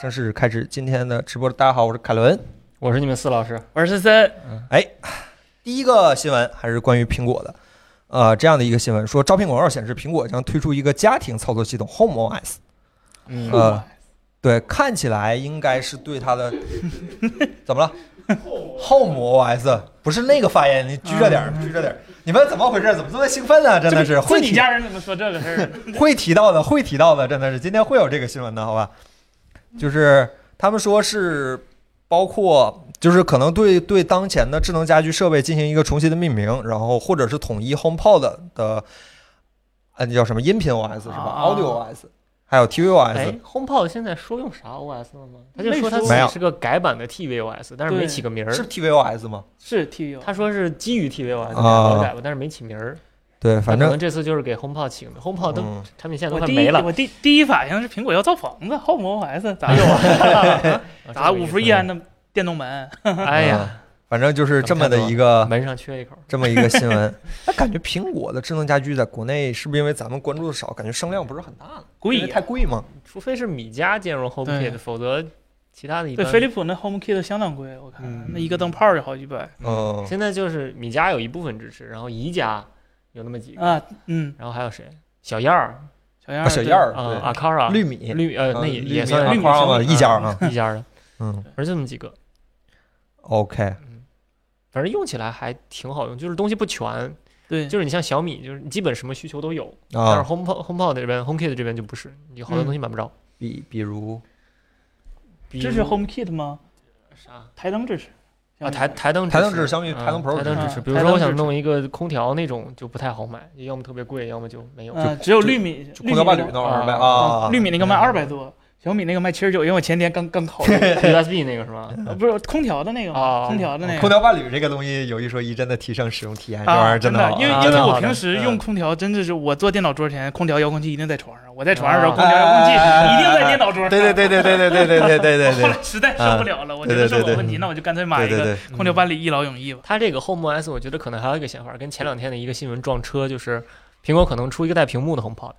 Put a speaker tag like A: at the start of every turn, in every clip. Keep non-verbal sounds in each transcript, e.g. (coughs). A: 正式开始今天的直播。大家好，我是凯伦。
B: 我是你们四老师，
C: 我是森森，
A: 哎，第一个新闻还是关于苹果的，呃，这样的一个新闻说，招聘广告显示苹果将推出一个家庭操作系统 HomeOS。
B: 嗯
A: 呃，对，看起来应该是对它的 (laughs) 怎么了？HomeOS 不是那个发言，你拘着点儿，
C: 嗯
A: 拘着点儿。你们怎么回事？怎么这么兴奋呢？真的是
C: 这
A: 会
C: 你
A: 提
C: 家人怎么说这个事
A: (laughs)
C: 儿？
A: 会提到的，会提到的，真的是今天会有这个新闻的，好吧？就是他们说是包括，就是可能对对当前的智能家居设备进行一个重新的命名，然后或者是统一 HomePod 的的，呃，那叫什么音频 OS 是吧、
B: 啊
A: a u d i o OS，还有 TVOS，、
B: 哎，HomePod 现在说用啥 OS 了吗？他就
C: 没
B: 说他
C: 说
B: 自
A: 没有
B: 己是个改版的 tvOS，但是没起个名儿。
A: 是 TVOS 吗？
C: 是 TVO，
B: 他说是基于 tvOS 改
A: 啊
B: 版改吧，但是没起名儿。
A: 对，
B: 那
A: 反
B: 可
A: 正
B: 能这次就是给 HomePod 起个名，HomePod 都
A: 嗯
B: 产品线都
C: 我
B: 快
C: 第一
B: 没了。
C: 我第第一反应是苹果要造房子，Home OS
B: (laughs)
C: 咋
B: 哎呦
C: 有？
B: 啊
C: 咋五十一？安
B: 这
C: 的电动门？
B: 个意思 (laughs) 哎呀，
A: 呃反正就是这么的一个
B: 门上缺一口。
A: 这么一个新闻。 (laughs) 那感觉苹果的智能家居在国内是不是因为咱们关注的少，感觉声量不是很大呢？
C: 贵
A: 因为
C: 呀
A: 太贵吗？
B: 除非是米家兼容 HomeKit，
C: 对
B: 否则其他的一
C: 对，
B: 般。
C: 飞利浦那 HomeKit 相当贵，我看
B: 嗯
C: 那一个灯泡儿就好几百
A: 嗯，
B: 现在就是米家有一部分支持，然后宜家有那么几个，
C: 啊。嗯，
B: 然后还有谁？小样儿
C: 小样
A: 啊
C: 儿，
A: 小燕
C: 儿，
A: 儿
B: 啊
A: 对
B: 阿 c a r a
A: 绿米
B: 绿呃
A: 啊
B: 那也
A: 绿
B: 也
A: 米
B: 算
A: 啊
B: 是
A: 夸张吧
B: 生意
A: 一家儿啊
B: 一家儿的，
A: (laughs) 嗯
B: 反正就那么几个，
A: ，OK，啊
B: 反正用起来还挺好用，就是东西不全，
C: 对，
B: 就是你像小米，就是你基本什么需求都有，但是
A: 啊，
B: HomePod HomePod 这边 HomeKit 这边就不是，有好多
C: 嗯
B: 东西买不着。
A: 比比如
B: 比
C: 支持
B: 如
C: HomeKit 吗？
B: 啥
C: 台灯支持
B: 啊台台灯
A: 台灯
B: 支
A: 支持
B: 持
A: 小米
B: 啊
A: 台灯 Pro
B: 台灯
C: 支
B: 支
C: 持
B: 持，比如
C: 嗯台
B: 说我
C: 灯
B: 想
C: 支
B: 弄一个空调那种就不太好买，要么特别贵，要么就没有。
C: 啊，只有绿米，
A: 就空
C: 绿米
A: 调伴
C: 那
A: 侣
C: 个
A: 那玩意儿呗
B: 啊
A: 啊，
C: 绿米那个卖
B: 嗯
C: 二百多，小米那个卖七十九，因为我前天刚刚考虑，
A: (laughs)
B: USB 那个是吧？
A: 嗯
C: 啊不是空调的那个
B: 啊
C: 嘛，空调的那
A: 空
C: 个。
A: 调伴侣这个东西有一说一，真的提升使用体验，这玩意
C: 啊，
A: 儿真
C: 的
A: 好，
C: 因为
B: 啊
C: 因
B: 真
C: 为
B: 的
C: 我
B: 好
C: 平
B: 的
C: 时
A: 嗯
C: 用空调，真的是我坐电脑桌前，空调遥控器一定在床上；我在床上的时候，
B: 啊
C: 空调遥控器一定在电脑桌上。
A: 对对对对对对对对对对对
C: 后
A: 对
C: 来实在受不了了，我觉
A: 对
C: 得是
A: 对对
C: 我
A: 对
C: 问题，那我就干脆 (laughs) 买一
A: 对
C: 个
A: 对，
C: (laughs) 空调班里一劳永逸吧。
B: 嗯它这个 Home OS 我觉得可能还有一个想法，跟前两天的一个新闻撞车，就是苹果可能出一个带屏幕的 HomePod，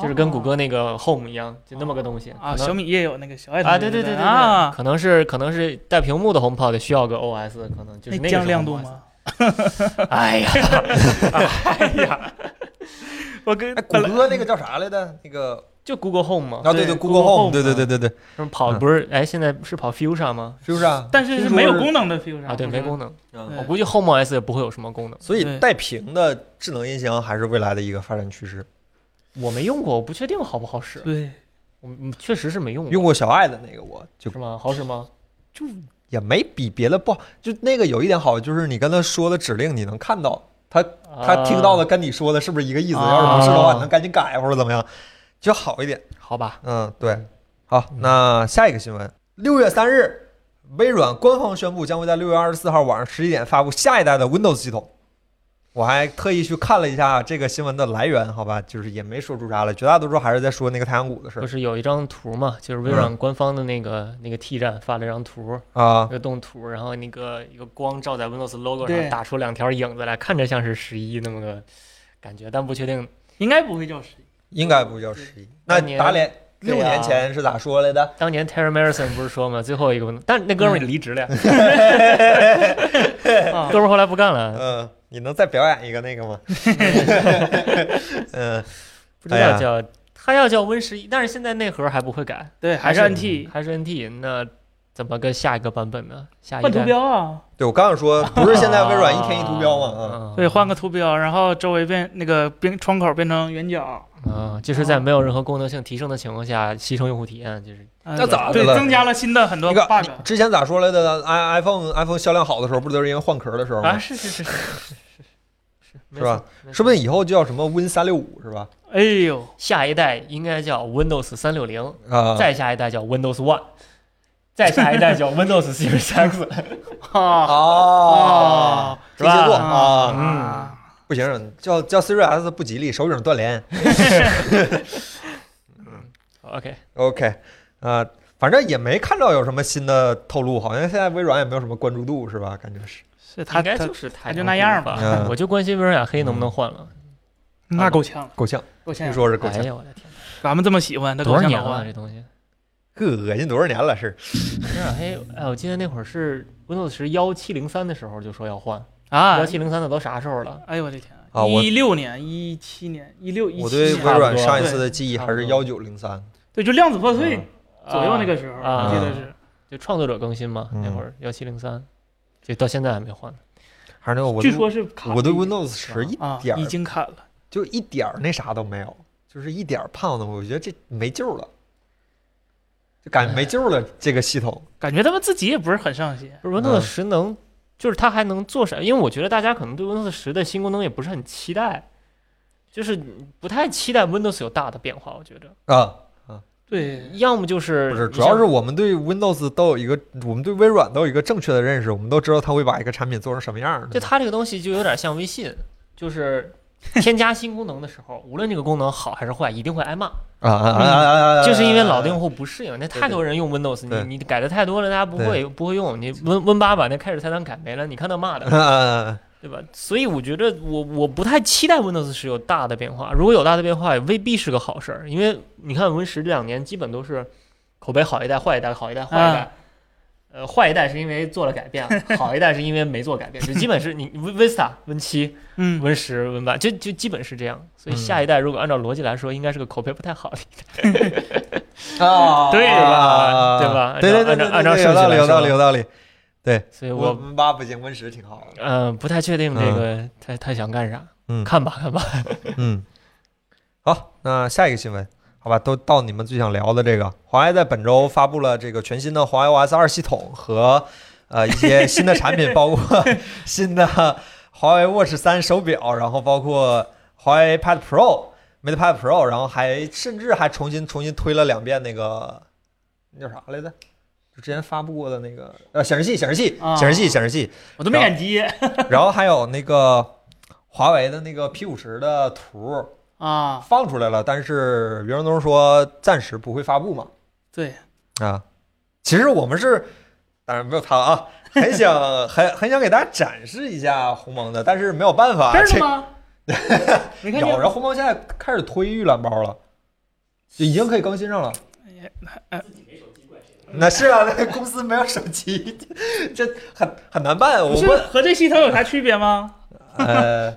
B: 就是跟谷歌那个 Home 一样，就那么个东西
C: 哦啊，
B: 可能
C: 小米也有那个小爱同
B: 啊，
C: 学
B: 对对对对对，
C: 啊，
B: 可能是可能是带屏幕的 HomePod 需要个 OS，可能就是
C: 那
B: 那个
C: 降
B: 是
C: 亮度
B: HomeOS
C: 吗？？
B: (laughs) 哎呀，哎呀，
C: 我跟
A: 哎，谷
C: 本来
A: 歌那个叫啥来着？那个
B: 就 Google Home 嘛，
A: 啊，对对
C: 对
A: ，Google
C: Google
A: Home，
C: Home
A: 对对对对对，
B: 是跑
A: 嗯
B: 不是？哎，现在是跑 Fusion 吗？
A: 是不是啊？
C: 但是
A: 听
C: 是
A: 说
C: 没有
A: 是
C: 功能的 Fusion
B: 啊，对，没功能。
A: 嗯
C: 对
B: 我估计 Home OS 也不会有什么功能。
A: 所以
C: 对
A: 带屏的智能音箱还是未来的一个发展趋势。
B: 我没用过，我不确定好不好使。
C: 对，
B: 我嗯确实是没用过，
A: 用过小爱的那个，我就是
B: 吗？好使吗？
A: 也没比别的不好，就那个有一点好，就是你跟他说的指令你能看到，他他听到
B: 了，
A: 的跟你说的是不是一个意思？
B: 啊
A: 要是不是的话，你能赶紧改或者怎么样，就好一点。
B: 好吧。
A: 嗯，对。好，那下一个新闻，六月三日，微软官方宣布将会在六月二十四号晚上十一点发布下一代的 Windows 系统。我还特意去看了一下这个新闻的来源，好吧，就是也没说出啥来，绝大多数还是在说那个太阳谷的事
B: 不
A: 儿
B: 是嗯有一张图嘛，就是微软官方的那个、那个 T 站发了一张图，
A: 啊
B: 一。个动图，然后那个一个光照在 Windows logo
C: 对
B: 上打出两条影子来，看着像是十一那么个感觉，但不确定。
C: 应该不会叫十一
A: 应该不叫十一。那
B: 当年
A: 打脸六
B: 对呀
A: 年前是咋说来的？
B: 当年 Terry Morrison 不是说嘛，最后一个 Windows，但那哥们儿
A: 嗯
B: 也离
A: (laughs)
B: 职了呀，
C: 啊
A: 哦
B: 哥。们儿后来不干了，
A: 嗯，你能再表演一个那个吗？嗯，
B: 不知道叫、他要叫 Win 十一，但是现在内核还不会改，
C: 对，还是
B: 还是
C: NT
B: 还是 NT，那怎么个下一个版本呢？下一
C: 换图
B: 代。
C: 标啊，
A: 对我刚想说，不是现在微软一天一图标吗？嗯
B: 啊
C: 对，换个图标，然后周围变那个边窗口变成圆角，
B: 啊，就是在没有任何功能性提升的情况下，牺牲用户体验，就是
C: 呃
A: 那咋的
C: 对，
A: 了
C: 增加了新的很多
A: 一个
C: bug
A: 嗯，之前咋说来的？i iPhone iPhone 销量好的时候，不都是因为换壳的时候
C: 啊，
A: 吗？
C: 是是是
B: 是
C: 是，
A: 是吧？
B: 没错
A: 说不定以后就叫什么 Win 三六五是吧？
C: 哎呦，
B: 下一代应该叫 Windows 三六零，
A: 啊，
B: 再下一代叫 Windows One，再下一代叫 Windows
A: (laughs)
B: Series X。
C: (laughs) 哈
A: 哦
C: 啊，
A: 天蝎座
B: 是吧
A: 啊，
B: 嗯
A: 不行，叫叫 Series S 不吉利，手柄断连。
B: OK，
A: OK，啊、反正也没看到有什么新的透露，好像现在微软也没有什么关注度，是吧？感觉是，
C: 是他
B: 应该
C: 他
B: 就是它
C: 它就那样吧
B: 吧
A: 嗯。
B: (laughs) 我就关心微软雅黑能不能换了。
C: 那够呛，
A: 够呛，
C: 够呛
A: 据，说是够
B: 哎
A: 呛。
B: 呀，我的天，
C: 咱们这么喜欢，他
B: 多
C: 够
B: 少
C: 呛
B: 年
C: 的
B: 了 (laughs)
C: 话
B: 这，东西？
A: 个恶心多少年了是？
B: 真的，嘿，哎，我记得那会儿是 Windows 十幺七零三的时候就说要换，
C: 啊
B: 幺！七零三的都啥时候了？
C: 哎呦我的天
A: 啊我
C: 一六年、一七年、一六、一
A: 我
C: 七
A: 对
C: 年，
A: 微软上一次的记忆
B: 差
A: 还
B: 不多
A: 是幺九零三，
C: 对，就量子破碎左右那个
B: 啊
C: 时候，
B: 啊
C: 我记得是。
B: 就创作者更新嘛，
A: 嗯
B: 那会儿幺七零三，就到现在还没换。
A: 还是那个我
C: 据
A: 对
C: 说是卡了一，
A: 我对 Windows 十一
C: 啊
A: 点儿
C: 已经砍了。
A: 就一点儿那啥都没有，就是一点儿盼望都没有，我觉得这没救了，就感觉没救了这个系统。
C: 感觉他们自己也不是很上心。
A: 嗯
B: 不是 Windows 十能，就是它还能做啥？因为我觉得大家可能对 Windows 十的新功能也不是很期待，就是不太期待 Windows 有大的变化。我觉得，
A: 啊，
C: 对，
B: 要么就是
A: 不是，
B: 你
A: 主要
B: 像
A: 是我们对 Windows 都有一个，我们对微软都有一个正确的认识，我们都知道它会把一个产品做成什么样儿。
B: 就它这个东西就有点像微信，就是添加新功能的时候，无论这个功能好还是坏，一定会挨骂，
A: 啊啊啊啊啊啊！
B: 就是因为老用
A: 用
B: 户不适应。那
A: 对
B: 太多人用 Windows，
A: 对
B: 你你改的太多了，大家不会不会用。你 Win Win 八把那开始菜单改没了，你看他骂的。
A: (laughs) 啊，
B: 对吧？所以我觉得我我不太期待 Windows 十有大的变化，如果有大的变化，也未必是个好事儿，因为你看 Win 十这两年基本都是口碑好一代坏一代，好一代坏一代。
A: 嗯
B: 呃，坏一代是因为做了改变，
A: (laughs)
B: 好一代是因为没做改变，就基本是你 Win- Vista、Win 七、 (laughs)
C: 嗯，
B: Win 十、Win 八，就就基本是这样。所以
A: 嗯
B: 下一代如果按照逻辑来说，应该是个口碑不太好的。
A: 啊
B: 对吧
A: 对
B: 对吧
A: 对对对
B: 按照
A: 对，
B: 按照
A: 对有
B: 顺序
A: 道理，
B: 来
A: 有道
B: 说
A: 理，有道理。
B: 所以
A: 我
B: 我
A: 们八不行，Win 十挺好的。
B: 呃不太确定这个他他想干啥，
A: 嗯
B: 看吧看吧。
A: 嗯，好，那下一个新闻，好吧，都到你们最想聊的这个。华为在本周发布了这个全新的华为 OS 二系统和呃一些新的产品，包括新的华为 Watch 三手表，然后包括华为 Pad Pro、MatePad Pro，然后还甚至还重新重新推了两遍那个那叫啥来着？就之前发布过的那个呃显示器，显示器，
C: 啊
A: 显示器，显示器，
C: 我都没敢接
A: 然后还有那个华为的那个 P 五十的图，
C: 啊。
A: 放出来了，但是袁荣东说暂时不会发布嘛。
C: 对
A: 啊，其实我们是，当然没有他
C: (laughs)
A: 啊，很想很很想给大家展示一下鸿蒙的，但是没有办法，
C: 这儿
A: 啊这
C: 呢吗？
A: (laughs)
C: 没看见
A: 有。然后鸿蒙现在开始推预览包了，就已经可以更新上了。
C: 哎
A: 那是啊，那公司没有手机，这很很难办。我
C: 不是
A: 问，
C: 和这系统有啥区别吗？
A: (laughs) 呃，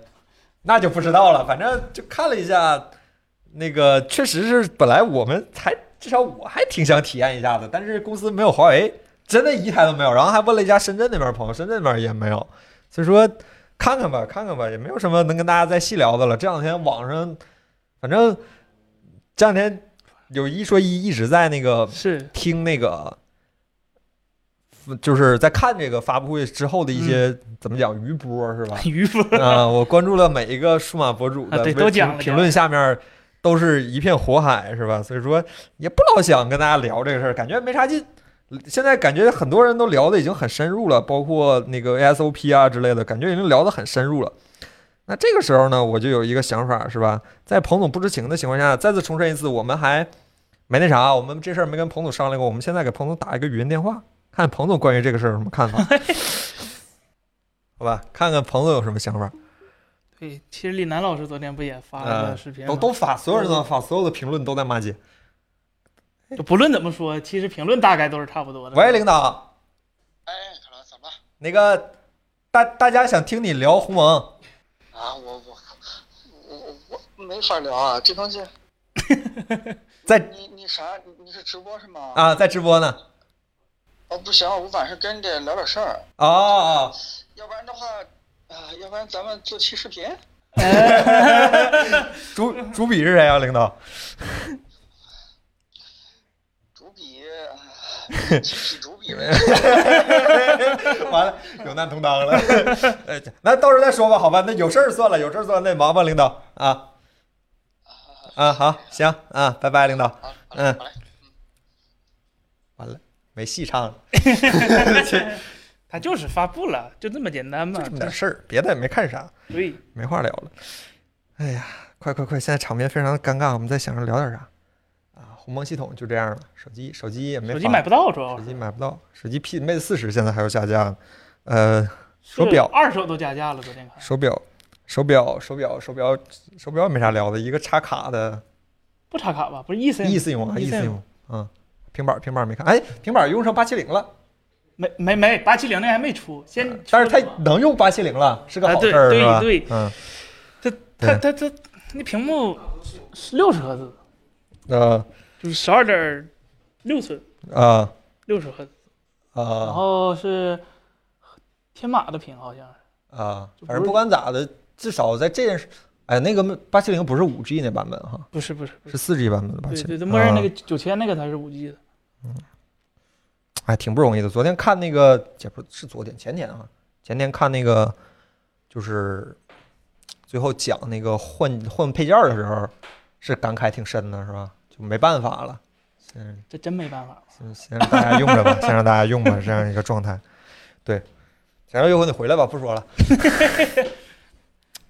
A: 那就不知道了。反正就看了一下，那个确实是本来我们还至少我还挺想体验一下的，但是公司没有华为，真的一台都没有。然后还问了一下深圳那边朋友，深圳那边也没有，所以说看看吧，看看吧，也没有什么能跟大家再细聊的了。这两天网上，反正这两天有一说一，一直在那个
C: 是 (laughs)
A: 听那个，就是在看这个发布会之后的一些、怎么讲余波是吧？(laughs)
C: 渔夫
A: 啊，我关注了每一个数码博主的
C: 啊对
A: 微
C: 都讲了
A: 评评论，下面都是一片火海，是吧？所以说也不老想跟大家聊这个事儿，感觉没啥劲。现在感觉很多人都聊的已经很深入了，包括那个 ASOP 啊之类的，感觉已经聊得很深入了。那这个时候呢，我就有一个想法，是吧？在彭总不知情的情况下，再次重申一次，我们还没那啥，我们这事儿没跟彭总商量过，我们现在给彭总打一个语音电话，看彭总关于这个事儿有什么看
C: (laughs)
A: 法，好吧？看看彭总有什么想法。
C: 对，其实李楠老师昨天不也发了个视频吗
A: 啊都都发，所有人都发，所有的评论都在骂街。
C: 就不论怎么说，其实评论大概都是差不多的。
A: 喂，领导，
D: 哎，好了，怎么了？
A: 那个大大家想听你聊鸿蒙，
D: 啊，我我我我我没法聊啊，这东西。
A: 在
D: 你你啥？你你是直播是吗？
A: 啊，在直播呢。
D: 哦，不行，我晚上跟你得聊点事儿，
A: 哦哦，哦
D: 要不然的话，啊，要不然咱们做期视频。
A: 主主笔是谁啊，领导？ (laughs)
D: 主笔，啊集体主笔呗。
A: 完了，有难同当了。 (laughs) 哎那到时候再说吧，好吧？那有事儿算了，有事儿算了，那忙吧，领导啊。啊，好，行啊，拜拜，领导。
D: 好，好嘞，好嘞。
A: 完了，没戏唱了，
C: 他就是发布了，就这么简单嘛
A: 就这。么点事儿，别的也没看啥。
C: 对，
A: 没话聊了。哎呀，快快快！现在场面非常尴尬，我们在想着聊点啥啊？鸿蒙系统就这样了，手机手机也没
C: 手机
A: 法
C: 买不到，主要
A: 手
C: 是
A: 机买不到，手机 P Mate 四十现在还有下架呢，呃，
C: 是
A: 手表
C: 二手都加价了，昨天看。
A: 手表手表手表手表手表也没啥聊的，一个插卡的，E
C: 不插卡吧？不是 eSIM，
A: eSIM 啊 eSIM，嗯，平板儿平板儿没看，哎，平板儿用上八七零了，
C: 没没没，八七零那还没出，先出
A: 嗯但是它
C: 的嘛
A: 能用八七零了，是个
C: 啊
A: 好
C: 对
A: 事儿，
C: 对
A: 是吧？
C: 对
A: 嗯，
C: 它它它它那屏幕六十赫兹，
A: 呃
C: 就是十二点六寸，
A: 呃
C: 六十赫兹，然
A: 呃
C: 后是天马的屏好像是，
A: 呃，
C: 就不是
A: 反正不管咋的，至少在这件事，哎，那个八七零不是五 G 那版本哈，
C: 不是不是不是，
A: 是四 G 版本的八
C: 对
A: 七
C: 对，
A: 零，
C: 它默认那个
A: 啊
C: 九千那个才是五 G 的，
A: 哎，挺不容易的。昨天看那个，也不是昨天，前天啊，前天看那个，就是最后讲那个换换配件儿的时候，是感慨挺深的，是吧？就没办法了，嗯，
C: 这真没办法。
A: 先先让大家用着吧，先让大家用吧，这样一个状态。对，想让月辉你回来吧，不说了。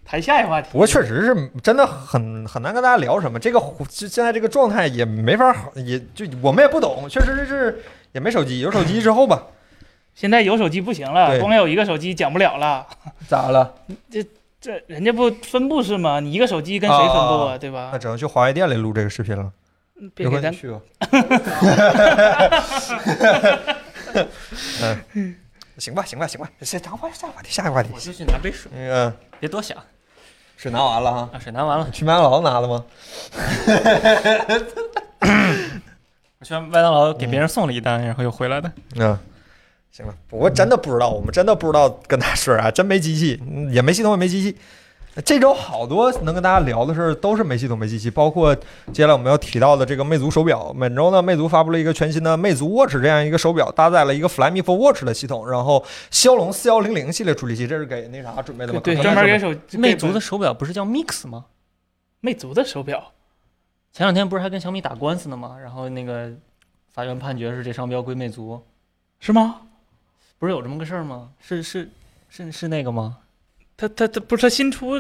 C: 谈下一个话题，
A: 不过确实是真的很很难跟大家聊什么，这个就现在这个状态也没法好，也就我们也不懂，确实是也没手机，有手机之后吧，
C: 现在有手机不行了，
A: 对
C: 光有一个手机讲不了了。
A: (laughs) 咋了？
C: 这人家不分布式吗？你一个手机跟谁分布啊？
A: 啊
C: 对
A: 那
C: 吧？
A: 只能去华为店里录这个视频了。
C: 别给
A: 你
C: 咱
A: 去吧。 (laughs) 嗯，行吧，行吧，行吧，下下话下话题，下一个话题
B: 我。就去拿杯水，
A: 那个
B: 别多想
A: 水拿完了哈，
B: 啊，水拿完了，
A: 去麦当劳拿的吗？
B: 我去麦当劳给别人送了一单，然后又回来的。
A: 嗯，行了，我真的不知道，我们真的不知道跟大家说啥， (laughs) 真没机器，嗯也没系统，也没机器。这周好多能跟大家聊的事儿都是没系统、没机器，包括接下来我们要提到的这个魅族手表。本周呢，魅族发布了一个全新的魅族 Watch 这样一个手表，搭载了一个 Flyme for Watch 的系统，然后骁龙四幺零零系列处理器，这是给那啥准备的吗？
C: 对
A: 可能
C: 专门
A: 是
C: 给手机
B: (laughs) 魅族的手表不是叫 Mix 吗？
C: 魅族的手表，
B: 前两天不是还跟小米打官司呢吗？然后那个法院判决是这商标归魅族，
C: 是吗？
B: 不是有这么个事儿吗？是是是是那个吗？
C: 它它它不是它新出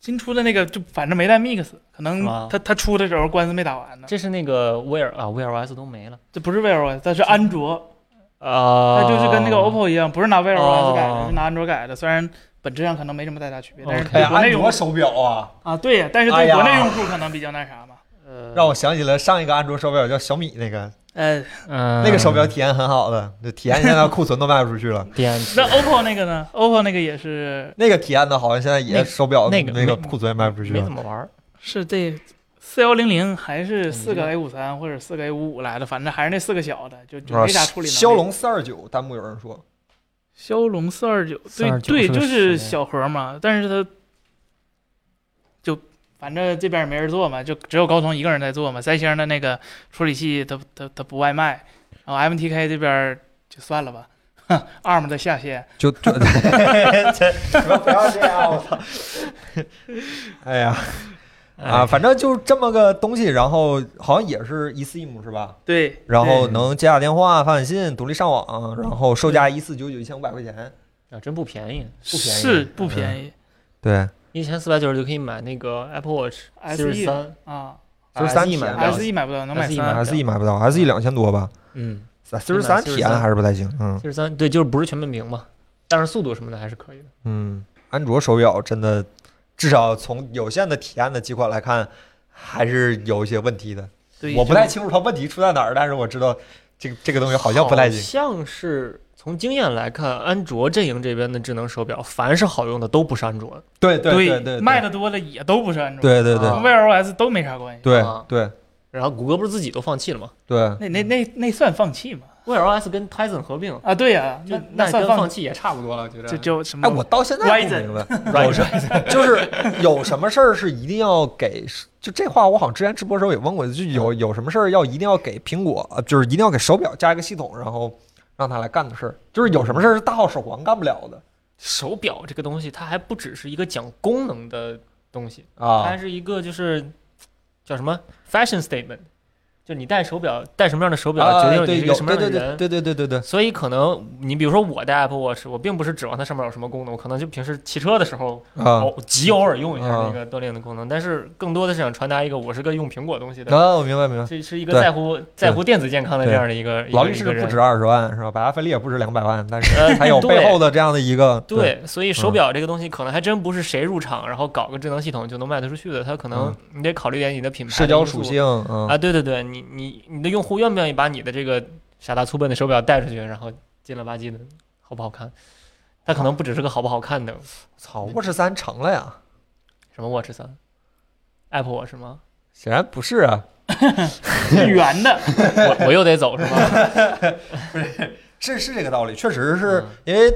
C: 新出的那个，就反正没带 Mix，可能
B: 是吗
C: 它它出的时候官司没打完呢。
B: 这是那个 Wear 啊，Wear OS 都没了
C: 这不是 Wear OS，它是安卓，
B: 啊
C: 它就是跟那个 OPPO 一样，不是拿 Wear
B: 哦
C: OS 改的，是拿安卓改的。虽然本质上可能没什么太大区别，但是
B: OK
A: 哎
C: 对
A: 呀，
C: 国内
A: 安
C: 用户
A: 卓手表啊，
C: 啊，对呀，但是
A: 哎
C: 对
A: 呀
C: 国内用户可能比较那啥嘛。
B: 呃，
A: 让我想起了上一个安卓手表叫小米那个，
C: 呃，
B: 嗯
A: 那个手表体验很好的，就体验现在库存都卖不出去了。
B: 点
C: 那 OPPO 那个呢？OPPO 那个也是
A: 那个体验的好像现在
B: 那
A: 也
B: 个
A: 手表
B: 那个
A: 那个
B: 没
A: 库存也卖不出去
B: 没
A: 了
B: 怎。么玩儿，
C: 是这四幺零零还是
B: 嗯
C: 四个 A 五三或者四个 A 五五来的，反正还是那四个小的，就就
A: 啊
C: 没啥处理能力。
A: 骁龙四二九，弹幕有人说，
C: 骁龙四二九，对
B: 429
C: 对，
B: 是个
C: 就
B: 实
C: 是
B: 验
C: 小盒嘛，但是它就反正这边也没人做嘛，就只有高通一个人在做嘛。三星的那个处理器它它它不外卖，然后 MTK 这边就算了吧 (laughs) ，ARM 的下线。
A: 就就， (laughs) 你们不要这样，我操！哎呀啊，
B: 哎
A: 反正就是这么个东西，然后好像也是一 SIM 是吧？
C: 对，
A: 然后
B: 对
A: 能接打电话、发短信、独立上网，然后售价一四九九，一千五百块钱。
B: 啊，真不便宜，
A: 不便宜
C: 是不便宜
A: 对，
B: 一千四百九十就可以买那个 Apple Watch
C: SE
B: Series 三 E
C: 啊
A: 就是三
B: 买
A: 嗯
B: 不了
A: 体
C: ，SE 买不到，能买
B: SE
C: 三
B: 买。
A: S E 买不到，S E 两千多吧，
B: 嗯
A: 四十三体验还是不太行。嗯
B: ，Series 三对，就是不是全面屏嘛，但是速度什么的还是可以的。
A: 嗯，安卓手表真的，至少从有限的体验的几款来看，还是有一些问题的。
C: 对，
A: 我
C: 就
A: 不太清楚它问题出在哪儿，但是我知道这个这个东西好像不太行。
B: 像是从经验来看，安卓阵营这边的智能手表，凡是好用的都不是安卓的。
A: 对对对对，
C: 卖的啊多了也都不是安卓，
A: 对对对
C: 跟 Wear OS 都没啥关系。
A: 对
B: 啊
A: 对
B: 然后谷歌不是自己都放弃了吗
A: 对，
C: 那那那那算放弃吗？
B: ？Wear OS 跟 Tizen 合并，
C: 啊，对呀，
B: 就
C: 那那算
B: 跟
C: 放
B: 放弃也差不多了，我觉得。
C: 就就什么
A: 哎，我到现在不明白，有什 (laughs) 就是有什么事儿是一定要给，就这话我好像之前直播时候也问过，就
C: 嗯
A: 有有什么事儿要一定要给苹果，呃就是一定要给手表加一个系统，然后让他来干的事儿，就是有什么事儿是大号手环干不了的
B: 手表这个东西，它还不只是一个讲功能的东西，它
A: 啊
B: 还是一个就是叫什么 fashion statement，就是你戴手表戴什么样的手表，
A: 啊，
B: 决定
A: 对
B: 你是一
A: 有
B: 个什么
A: 对
B: 样的
A: 对
B: 人。
A: 对对对对对对，
B: 所以可能你比如说我戴 Apple Watch，我并不是指望它上面有什么功能，我可能就平时骑车的时候
A: 啊
B: 偶极偶尔用一下
A: 啊
B: 那个锻炼的功能，但是更多的是想传达一个我是个用苹果东西的，
A: 啊，我明白明白。
B: 是是一个
A: 对
B: 在乎在乎电子健康的这样的一个
A: 劳力士不止。二十万是吧？百达翡丽也不止两百万，但
B: (laughs)
A: 是 (laughs) 还有背后的这样的一个
B: 一个人对，所以手表这个东西可能还真不是谁入场然后搞个智能系统就能卖得出去的，它可能你得考虑点你的品牌的
A: 嗯社交
B: 因素
A: 属性，嗯
B: 啊，对对对，你你你的用户愿不愿意把你的这个傻大粗笨的手表带出去，然后进了吧唧的好不好看？它可能不只是个好不好看的，
A: 操，Watch 三成了呀？
B: 什么 Watch 三，Apple Watch 吗？
A: 显然不是啊，
C: 是圆的，
B: 我我又得走是吧？ (laughs)
A: 是是这个道理，确实是
B: 嗯
A: 因为。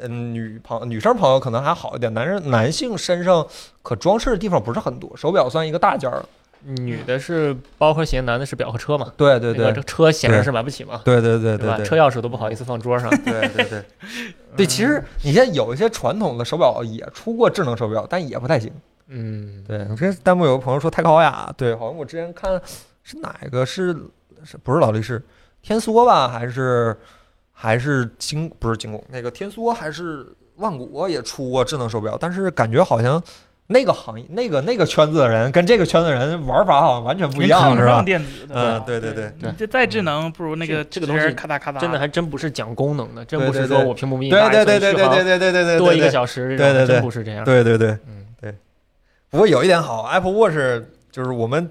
A: 嗯，女朋女生朋友可能还好一点，男人男性身上可装饰的地方不是很多，手表算一个大件儿了。
B: 女的是包和鞋，男的是表和车嘛。
A: 对对对
B: 那个车显然
A: 对
B: 是买不起嘛，
A: 对对对
B: 对
A: 对
B: 吧？
A: 对，
B: 车钥匙都不好意思
A: (laughs)
B: 放桌上。
A: 对对
B: (laughs)
A: 对，对，其实你现在有一些传统的手表也出过智能手表，但也不太行。
B: 嗯，
A: 对，我之前弹幕有个朋友说太高雅，对，好像我之前看是哪个是是不是劳力士天梭吧，还是还是金不是金拱那个天梭还是万国也出过智能手表，但是感觉好像。那个行业、那个那个圈子的人跟这个圈子的人玩法好像完全 (laughs) 不一样，
C: 看
A: 是
C: 不上
A: 吧？
C: 电子的吧。
A: 嗯对对对
B: 对
C: 你这再智能不如那个
B: 这这个东西
C: 直接咔嗒咔嗒，
B: 真的还真不是讲功能的，真
A: 对
B: 不是
A: 对
B: 说
A: 对
B: 我屏幕比你大，
A: 对对对
B: 所
A: 对对
B: 以续
A: 对
B: 航
A: 对对对对，
B: 多一个
A: 对
B: 小时，
A: 对对对
B: 真不是这样。
A: 对对对，
B: 嗯，
A: 不过有一点好，Apple Watch 就是我们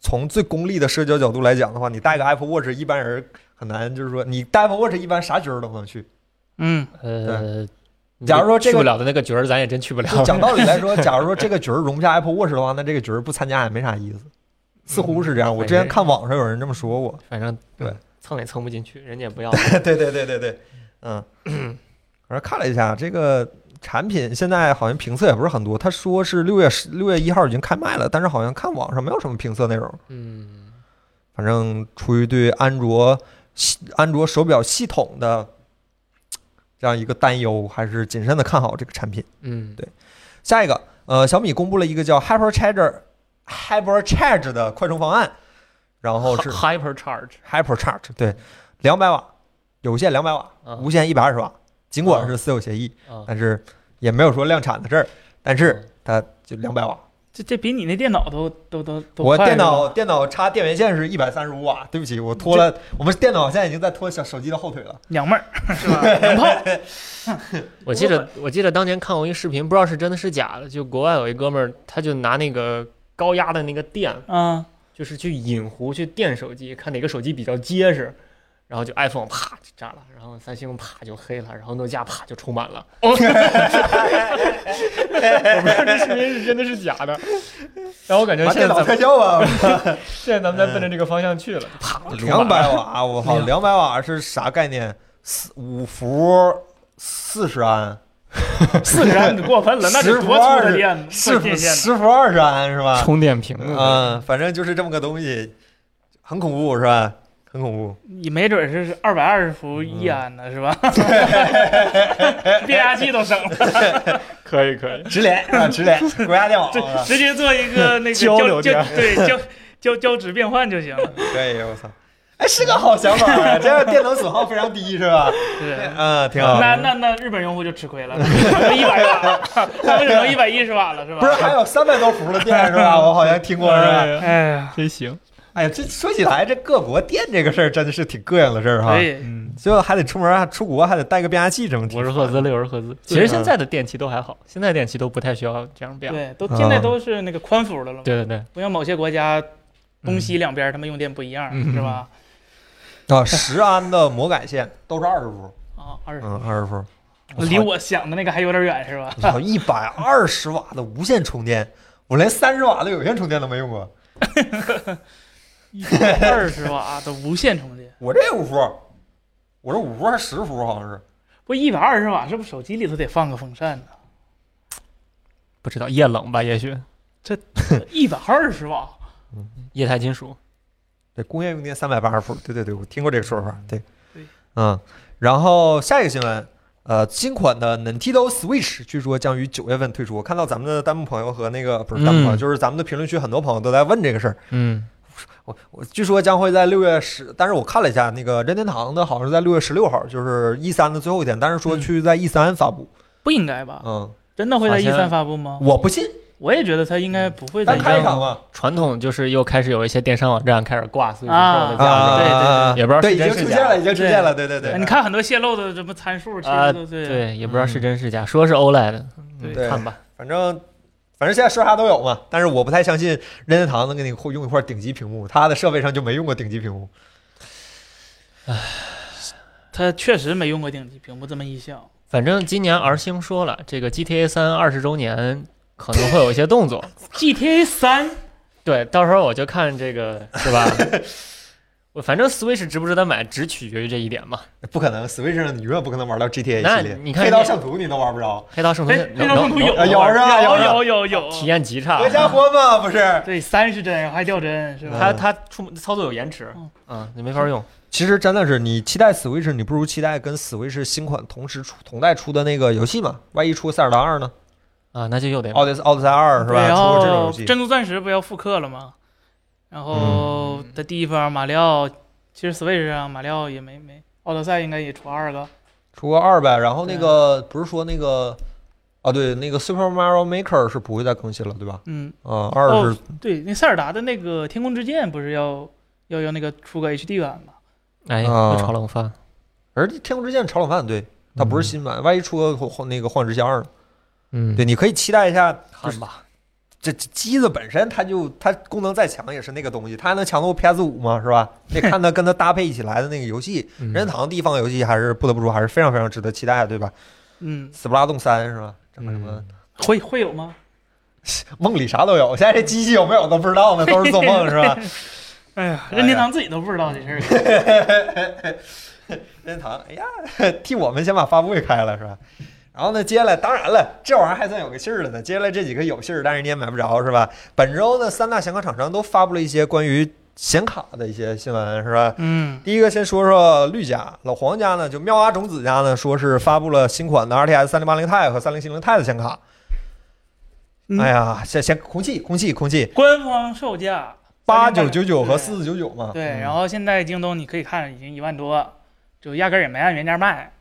A: 从最功利的社交角度来讲的话，你带个 Apple Watch，一般人很难，就是说你带 Apple Watch 一般啥局儿都不能 (laughs) 去。
C: 嗯，
B: 呃，你
A: 假如说这
B: 去
A: 个
B: 不了的那个局儿，咱也真去不了。
A: 就讲道理来说，假如说这个局儿容不下 Apple Watch 的话，那这个局儿不参加也没啥意思。似乎是这样，我之前看网上有人这么说过。
B: 反正嗯
A: 对
B: 蹭也蹭不进去，人家也不要。
A: (laughs) 对对对对对，嗯，反正看了一下这个产品，现在好像评测也不是很多。他说是六月十六月一号已经开卖了，但是好像看网上没有什么评测内容。
B: 嗯，
A: 反正出于对安卓系安卓手表系统的这样一个担忧，还是谨慎的看好这个产品。
B: 嗯，
A: 下一个，呃，小米公布了一个叫 HyperCharger HyperCharge 的快充方案，然后是
B: Hypercharge
A: HyperCharge 对，两百瓦，有线两百瓦，
C: 嗯
B: 啊
A: 无线一百二十瓦。尽管是私有协议，
B: 啊，
A: 但是也没有说量产的事儿，但
C: 嗯
A: 是它就两百瓦。
C: 这这比你那电脑都都都都
A: 我
C: 快
A: 电
C: 是吧
A: 脑电脑插电源线是一百三十五瓦，对不起，我拖了。我们电脑现在已经在拖小手机的后腿了。
C: 娘们儿是吧？娘炮，
B: 我记得我记得当年看过一视频，不知道是真的是假的，就国外有一哥们儿，他就拿那个高压的那个电，
C: 嗯，
B: 就是去引弧去电手机，看哪个手机比较结实，然后就 iPhone 啪就炸了，然后三星啪就黑了，然后诺基亚啪就充满了。 (laughs) 我不知道这视频是真的是假 (laughs) 的，但我感觉
A: 把
B: 现
A: 电脑
B: 在咱
A: 开
B: 们
A: 销啊吧， (laughs)
B: 现在咱们在奔着这个方向去了，啪
A: 嗯
B: 充满
A: 两
B: 了。
A: 百瓦，我靠，两百瓦是啥概念？四五伏四十 (laughs) 安，
C: 四十安可过分了，那得多粗的电，
A: (laughs) 四
C: 算
A: 伏
C: 电线呢？
A: 十伏二十安是吧？
B: 充电屏
A: 嗯，反正就是这么个东西，很恐怖是吧？很恐怖。
C: 你没准是二百二十伏一安呢，是吧？
A: 嗯
C: (laughs) 变压器都省了，
B: 可以可以，
A: 直连啊，直连 (laughs) 国家电网啊
C: 直接做一个那个
B: 交流
C: 交
B: 电
C: 对交交交值变换就行了。
A: 可以，我操，哎，是个好想法啊，这样电能损耗非常低是吧？
C: 对，
A: (laughs) 嗯，挺好。
C: 那那那日本用户就吃亏了，一百瓦，他们只能一百一十瓦了，是吧？
A: (laughs) 不是还有三百多伏的电是吧？我好像听过是吧？
C: 哎呀，
B: 真行，
A: 哎呀，这说起来，这各国电这个事儿真的是挺膈应的事儿哈
C: 可。以，
B: 嗯，
A: 最后还得出门儿还出国，还得带个变压器，这么
B: 五十赫兹，六十赫兹，其实现在的电器都还好，现在电器都不太需要这样变。
C: 对，都现在都是那个宽幅的了嘛，
B: 对对对，
C: 不像某些国家东西两边他们用电不一样，
B: 嗯
C: 是吧？
A: 啊！ (laughs) 十安的魔改线都是二十伏，
C: 啊，二十，
A: 嗯，二十伏，
C: 离我想的那个还有点远，是吧？
A: 我操，一百二十瓦的无线充电，我连三十瓦的有线充电都没用过，
C: 二十瓦的无线充电，
A: 我这也五伏，我这五伏还是十伏好像是，
C: 不一百二十瓦，是不是手机里头得放个风扇呢？
B: 不知道液冷吧？也许
C: 一百二十瓦，
B: 液态金属。
A: 对，工业用电三百八十伏，对对对，我听过这个说法，对
C: 对，
A: 嗯，然后下一个新闻。呃，新款的 Nintendo Switch 据说将于九月份推出。我看到咱们的弹幕朋友和那个不是弹幕朋友，
B: 嗯
A: 就是咱们的评论区很多朋友都在问这个事儿。
B: 嗯
A: 我我据说将会在六月十，但是我看了一下那个任天堂的，好像是在六月十六号，就是 E 三的最后一天，但是说
C: 嗯啊
A: 去在 E 三发布。
C: 不应该吧？
A: 嗯，
C: 真的会在
B: 好
C: E
B: 像
C: 三发布吗？
A: 我不信，
C: 我也觉得它应该不会在
A: 咱
C: 一
A: 看一
C: 三。
A: 看吧。，
B: 传统就是又开始有一些电商网站开始挂 Switch Pro
C: 啊
B: 的
C: 这样
B: 价
C: 啊
B: 格，
C: 对对
B: 也不知道
A: 对，
B: 是
A: 已经
B: 真是
A: 出
B: 假
A: 现了，已经出现了，对对对
C: 哎。你看很多泄露的什么参数，其
B: 啊
C: 实都对，
B: 对，也不知道是真是假，说是 OLED，的
C: 对
B: E 嗯看吧。
A: 反正反正现在说啥都有嘛，但是我不太相信任天堂能给你用一块顶级屏幕，它的设备上就没用过顶级屏幕。
C: 它确实没用过顶级屏幕，这么一想，
E: 反正今年 R 星说了，这个 GTA 三二十周年可能会有一些动作。
C: GTA 三
E: 对，到时候我就看这个是吧？ (laughs) 我反正 Switch 值不值得买，只取决于这一点嘛。
A: 不可能，Switch 上你永远不可能玩到 GTA
E: 那
A: 系列，
E: 你看
A: 黑刀
E: 你
A: 圣徒你都玩不着，
E: 黑道圣徒，
C: 哎黑道圣徒
E: 能
C: 有
E: 能
A: 有是吧？
C: 有
A: 是吧
C: 有有有，
E: 体验极
B: 啊
E: 差
A: 合，家欢嘛，不是？
C: 对三是帧还掉帧是吧？
E: 它它触操作有延迟
C: 嗯，
E: 嗯，你没法用。
A: 其实真的是，你期待 Switch，你不如期待跟 Switch 新款同时出同代出的那个游戏嘛。万一出塞尔达二呢？
E: 啊，那就又得
C: 哦
A: 奥德奥德赛二是吧？
C: 对然哦
A: 出过这种
C: 后
A: 游戏，
C: 珍珠钻石不要复刻了吗？然后
E: 嗯
C: 的地方马里奥，其实 Switch 上马里奥也没没，奥德赛应该也出二个，
A: 出过二呗。然后那个不是说那个啊，对，那个 Super Mario Maker 是不会再更新了，对吧？
C: 嗯，
A: 啊，二是
C: 对，那塞尔达的那个天空之剑不是要要要那个出个 HD 版吗？
E: 哎，
A: 啊
E: 又炒冷饭。
A: 而且天空之剑炒冷饭，对，它不是新版。万一出个幻那个幻之线二呢？
E: 嗯，
A: 对，，你可以期待一下。
E: 看吧。
A: 这这机子本身它就它功能再强也是那个东西，它还能强得过 PS 五吗？是吧？得看它跟它搭配起来的那个游戏。
E: 嗯
A: 任天堂地方游戏还是不得不说还是非常非常值得期待，对吧？
C: 嗯，
A: 斯普拉洞三是吧？整个什么、
E: 嗯
C: 会会有吗？
A: 梦里啥都有，现在这机器有没有都不知道呢，都是做梦是
E: (laughs)
A: 吧？
C: 哎呀，
A: 哎呀
C: 任天堂自己都不知道这事儿。
A: 任天堂，哎呀，替我们先把发布会开了是吧？然后呢，接下来当然了，这玩意儿还算有个信儿了呢。接下来这几个有信儿，但是你也买不着是吧？本周呢，三大显卡厂商都发布了一些关于显卡的一些新闻是吧？
C: 嗯，
A: 第一个先说说绿家，老黄家呢，就妙蛙种子家呢，说是发布了新款的 RTX 三零八零 Ti 和三零七零 Ti 的显卡。
C: 嗯
A: 哎呀，先先空气，空气，空气，
C: 官方售价
A: 八九九九和
C: 对
A: 四四九九嘛。
C: 对，
A: 嗯
C: 然后现在京东你可以看已经一万多，就压根儿也没按原价 (laughs) 卖，